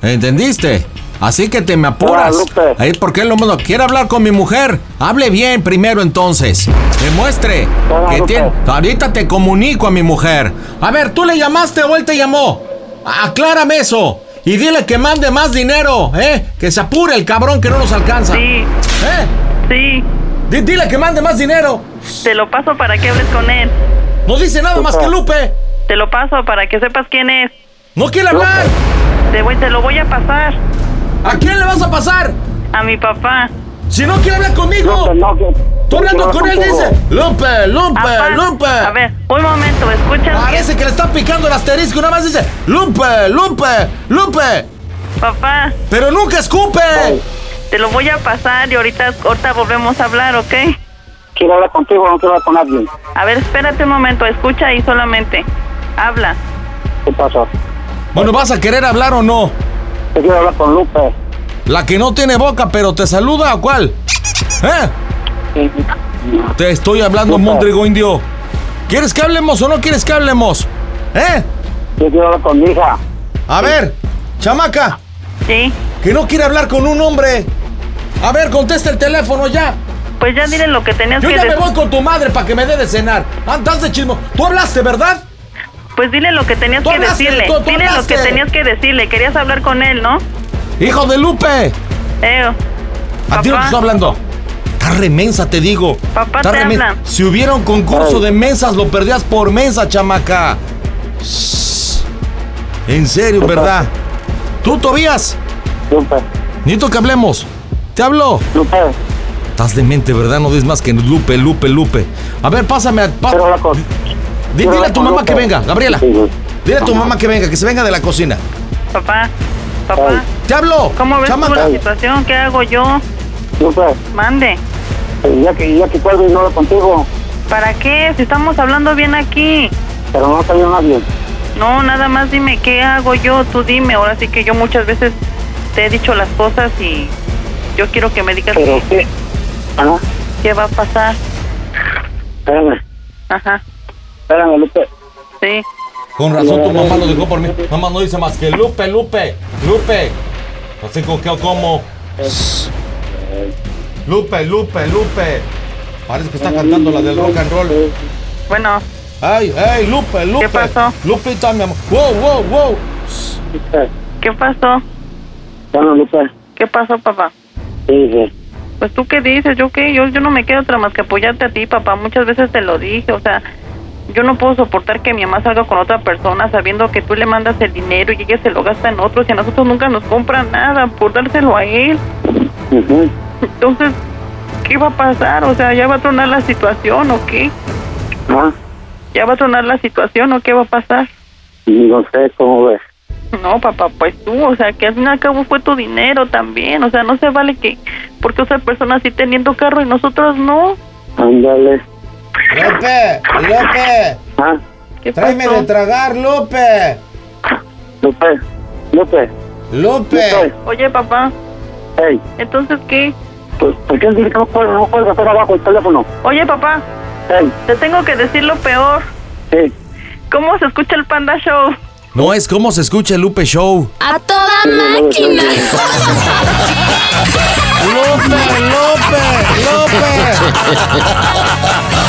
S2: ¿Entendiste? Así que te me apuras. Ahí porque el hombre no quiere hablar con mi mujer. Hable bien primero entonces. Demuestre que tiene. Ahorita te comunico a mi mujer. A ver, tú le llamaste o él te llamó. A- Aclárame eso. Y dile que mande más dinero, ¿eh? Que se apure el cabrón que no nos alcanza. Sí. ¿Eh?
S6: Sí.
S2: dile que mande más dinero.
S6: Te lo paso para que hables con él.
S2: No dice nada más que Lupe.
S6: Te lo paso para que sepas quién es.
S2: No quiere hablar.
S6: Te, voy, te lo voy a pasar.
S2: ¿A quién le vas a pasar?
S6: A mi papá.
S2: Si no quiere hablar conmigo. Tú hablando con él, dice. Lupe, Lupe, Lupe. A ver,
S6: un momento, escucha.
S2: Parece que le está picando el asterisco. Nada más dice. Lupe, Lupe, Lupe.
S6: Papá. Oh.
S2: Pero nunca escupe.
S6: Te lo voy a pasar y ahorita, ahorita volvemos a hablar, ¿ok?
S10: Quiero hablar contigo, no quiero hablar con nadie.
S6: A ver, espérate un momento, escucha y solamente habla.
S10: ¿Qué pasa?
S2: Bueno, ¿vas a querer hablar o no?
S10: Yo quiero hablar con Lupe.
S2: La que no tiene boca, pero te saluda o cuál? ¿Eh? Te estoy hablando, Mondrigo Indio. ¿Quieres que hablemos o no quieres que hablemos? ¿Eh?
S4: Yo quiero hablar con mi hija.
S2: A ver, chamaca.
S6: Sí.
S2: Que no quiere hablar con un hombre. A ver, contesta el teléfono ya.
S6: Pues ya dile lo que tenías
S2: Yo
S6: que
S2: ya me
S6: decir.
S2: voy con tu madre para que me dé de cenar. Andas de chismo. Tú hablaste, ¿verdad?
S6: Pues dile lo que tenías
S2: Tú
S6: que
S2: hablaste,
S6: decirle.
S2: tú- tú
S6: dile lo
S2: hablaste.
S6: que tenías que decirle. Querías hablar con él, ¿no?
S2: Hijo de Lupe.
S6: Eh,
S2: A ti no te
S6: Papá.
S2: estoy hablando. Está remensa, te digo.
S6: Papá,
S2: Está
S6: te
S2: remensa.
S6: hablan.
S2: Si hubiera un concurso de mensas, lo perdías por mensa, chamaca. En serio, ¿verdad? ¿Tú, Tobías?
S4: Lupe.
S2: Nito que hablemos. ¿Te hablo?
S4: Lupe.
S2: Estás demente, ¿verdad? No dices más que Lupe, Lupe, Lupe. A ver, pásame a... pa- Di- dile a tu mamá que venga, Gabriela. Dile a tu mamá que venga, que se venga de la cocina.
S6: papá, papá.
S2: ¿Te hablo?
S6: ¿Cómo ves tú
S2: Chamaca.
S6: la situación? ¿Qué hago yo?
S4: Lupe.
S6: Mande.
S4: Pues Ya que, ya que cuelgo y no hablo contigo,
S6: ¿Para qué? Si estamos hablando bien aquí.
S4: pero no salió nadie.
S6: No, nada más dime qué hago yo, tú dime. Ahora sí que yo muchas veces te he dicho las cosas y yo quiero que me digas
S4: Pero qué. Ajá,
S6: qué va a pasar.
S4: espérame,
S6: Ajá,
S4: espérame, Lupe.
S6: sí.
S2: Con razón tu mamá lo dejó por mí. Mamá no dice más que Lupe, Lupe, Lupe. Así con qué o cómo. Lupe, Lupe, Lupe. Parece que está cantando la del rock and roll.
S6: Bueno.
S2: Ay, ay, Lupe, Lupe. ¿Qué pasó? Lupita, mi amor. Wow, wow, wow.
S6: ¿Qué pasó?
S4: Bueno, Lupe.
S6: ¿Qué pasó, papá?
S4: Sí, sí.
S6: Pues tú qué dices, yo qué, yo, yo no me quedo otra más que apoyarte a ti, papá. Muchas veces te lo dije, o sea, yo no puedo soportar que mi mamá salga con otra persona sabiendo que tú le mandas el dinero y ella se lo gasta en otros y a nosotros nunca nos compra nada por dárselo a él.
S4: Ujú.
S6: Entonces, ¿qué va a pasar? O sea, ¿ya va a tronar la situación o qué?
S4: Ah,
S6: ¿Ya va a tronar la situación o qué va a pasar?
S4: no sé cómo ves.
S6: No, papá, pues tú, o sea, que al fin y al cabo fue tu dinero también, o sea, no se vale que, porque otra persona sí teniendo carro y nosotros no.
S4: Ándale.
S2: Lupe, Lupe.
S4: Ah,
S6: ¿Qué
S2: Tráeme
S6: pasó?
S2: de tragar, Lupe.
S4: Lupe. Lupe.
S2: Lupe.
S6: Oye, papá,
S4: Hey,
S6: entonces, ¿qué?
S4: pues, ¿por qué dices que no puedes, no puedes hacer abajo el teléfono?
S6: Oye, papá,
S4: Hey,
S6: te tengo que decir lo peor.
S4: Sí.
S6: ¿Cómo se escucha el Panda Show?
S2: No es como se escucha el Lupe Show.
S27: A toda máquina.
S2: Lupe, Lupe, Lupe. (laughs)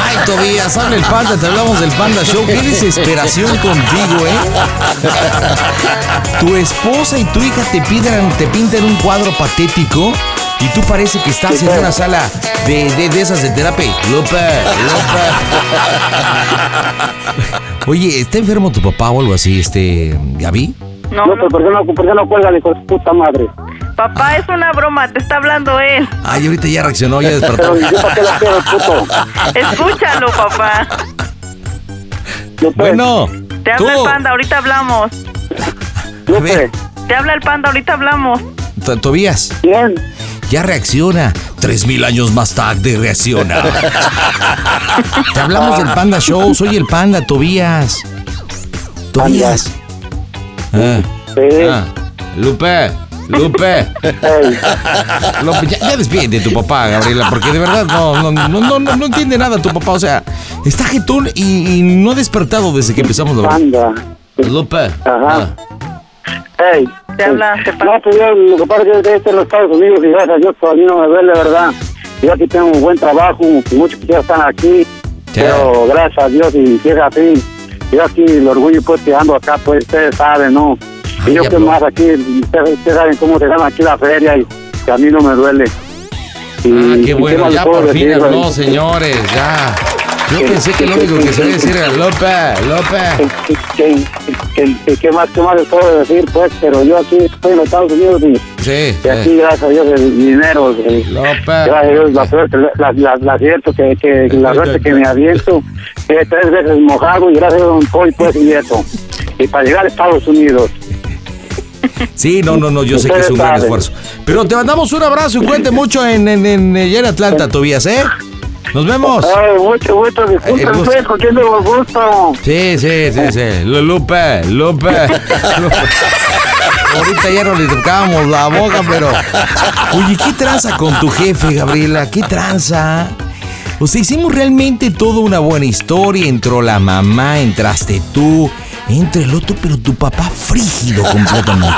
S2: Ay, Tobías, habla el panda, te hablamos del panda show. Qué desesperación contigo, ¿eh? Tu esposa y tu hija te piden, te pintan un cuadro patético y tú parece que estás en una sala de, de, de esas de terapia. Lupe,
S4: (laughs)
S2: Lupe. Oye, ¿está enfermo tu papá o algo así, este, Gaby?
S6: No,
S4: Lupe, ¿por qué no, por qué no cuelgan, hijo de puta madre?
S6: Papá, es una broma, te está hablando él.
S2: Ay, ahorita ya reaccionó, ya despertó.
S4: Pero yo para qué la quiero, puto.
S6: Escúchalo, papá.
S4: Lupe.
S2: Bueno,
S6: Te
S2: tú.
S6: habla el Panda, ahorita hablamos.
S2: A ver,
S6: Te habla el Panda, ahorita hablamos.
S2: T- Tobías.
S4: Bien.
S2: Ya reacciona. Tres mil años más tarde reacciona. Te hablamos del Panda Show. Soy el Panda, Tobías. Tobías. Ah, ah. Lupe, Lupe. Lupe, ya, ya despídete de tu papá, Gabriela, porque de verdad no, no, no, no, no, no entiende nada tu papá. O sea, está jetón y, y no ha despertado desde que empezamos la
S4: Panda.
S2: Lupe. Ah,
S4: Ajá. Hey.
S6: Te habla, te
S4: No, pues yo, lo que pasa es que yo estoy en los Estados Unidos y gracias a Dios pues, a mí no me duele, ¿verdad? Yo aquí tengo un buen trabajo, y muchos que ya están aquí, pero gracias a Dios y si es así, yo aquí el orgullo pues que ando acá, pues ustedes saben, ¿no? Y yo que más aquí, ustedes, ustedes saben cómo se gana aquí la feria y que a mí no me duele. Y-
S2: Ah,
S4: y
S2: qué bueno,
S4: más
S2: ya
S4: puedo
S2: por fin
S4: decir,
S2: habló,
S4: güey?
S2: señores, ya. Yo pensé que lo único que se iba a decir era López, López.
S4: que- que- que- que- ¿Qué más, qué más les puedo decir, pues? Pero yo aquí estoy en los Estados Unidos y,
S2: Sí.
S4: y aquí, gracias a Dios, el dinero. eh, Gracias a Dios, la suerte, la, la, la suerte que, que, la suerte que me aviento, eh, tres veces mojado y gracias a Don Coy, pues, y eso. Y para llegar a Estados Unidos.
S2: Sí, no, no, no, yo sé que es un gran esfuerzo. Pero te mandamos un abrazo y cuente mucho en, en, en, eh, allá en Atlanta, Tobías, ¿eh? Nos vemos.
S4: Ay, mucho, mucho,
S2: Eh,
S4: disculpen,
S2: gusto.
S4: pues, con quién me gusto.
S2: Sí, sí, sí, sí. Lu- Lupe, Lupe. Lupe. Ahorita ya no le tocamos la boca, pero. Oye, ¿qué tranza con tu jefe, Gabriela? ¿Qué tranza? O sea, hicimos realmente toda una buena historia. Entró la mamá, entraste tú,
S4: Entra el otro, pero tu papá frígido completamente.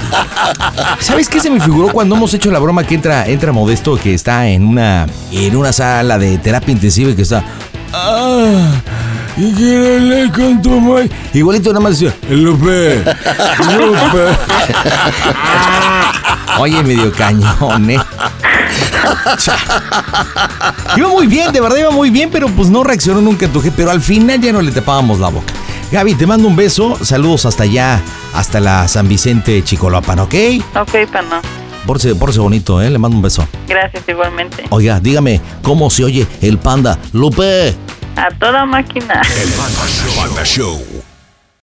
S2: ¿Sabes qué se me figuró cuando hemos hecho la broma que entra, entra Modesto que está en una en una sala de terapia intensiva y que está
S4: Ah, y quiero hablar con tu mamá.
S2: igualito nada más decía, Lupe, Lupe. Oye, medio cañón, eh. Iba muy bien, de verdad iba muy bien, pero pues no reaccionó nunca tu jefe, pero al final ya no le tapábamos la boca. Gaby, te mando un beso, saludos hasta allá, hasta la San Vicente Chicolapan, ¿ok?
S6: Ok, pana.
S2: Pórse, pórse bonito, ¿eh? Le mando un beso.
S6: Gracias igualmente.
S2: Oiga, dígame, ¿cómo se oye el panda? Lupe.
S6: A toda máquina.
S28: Panda Show.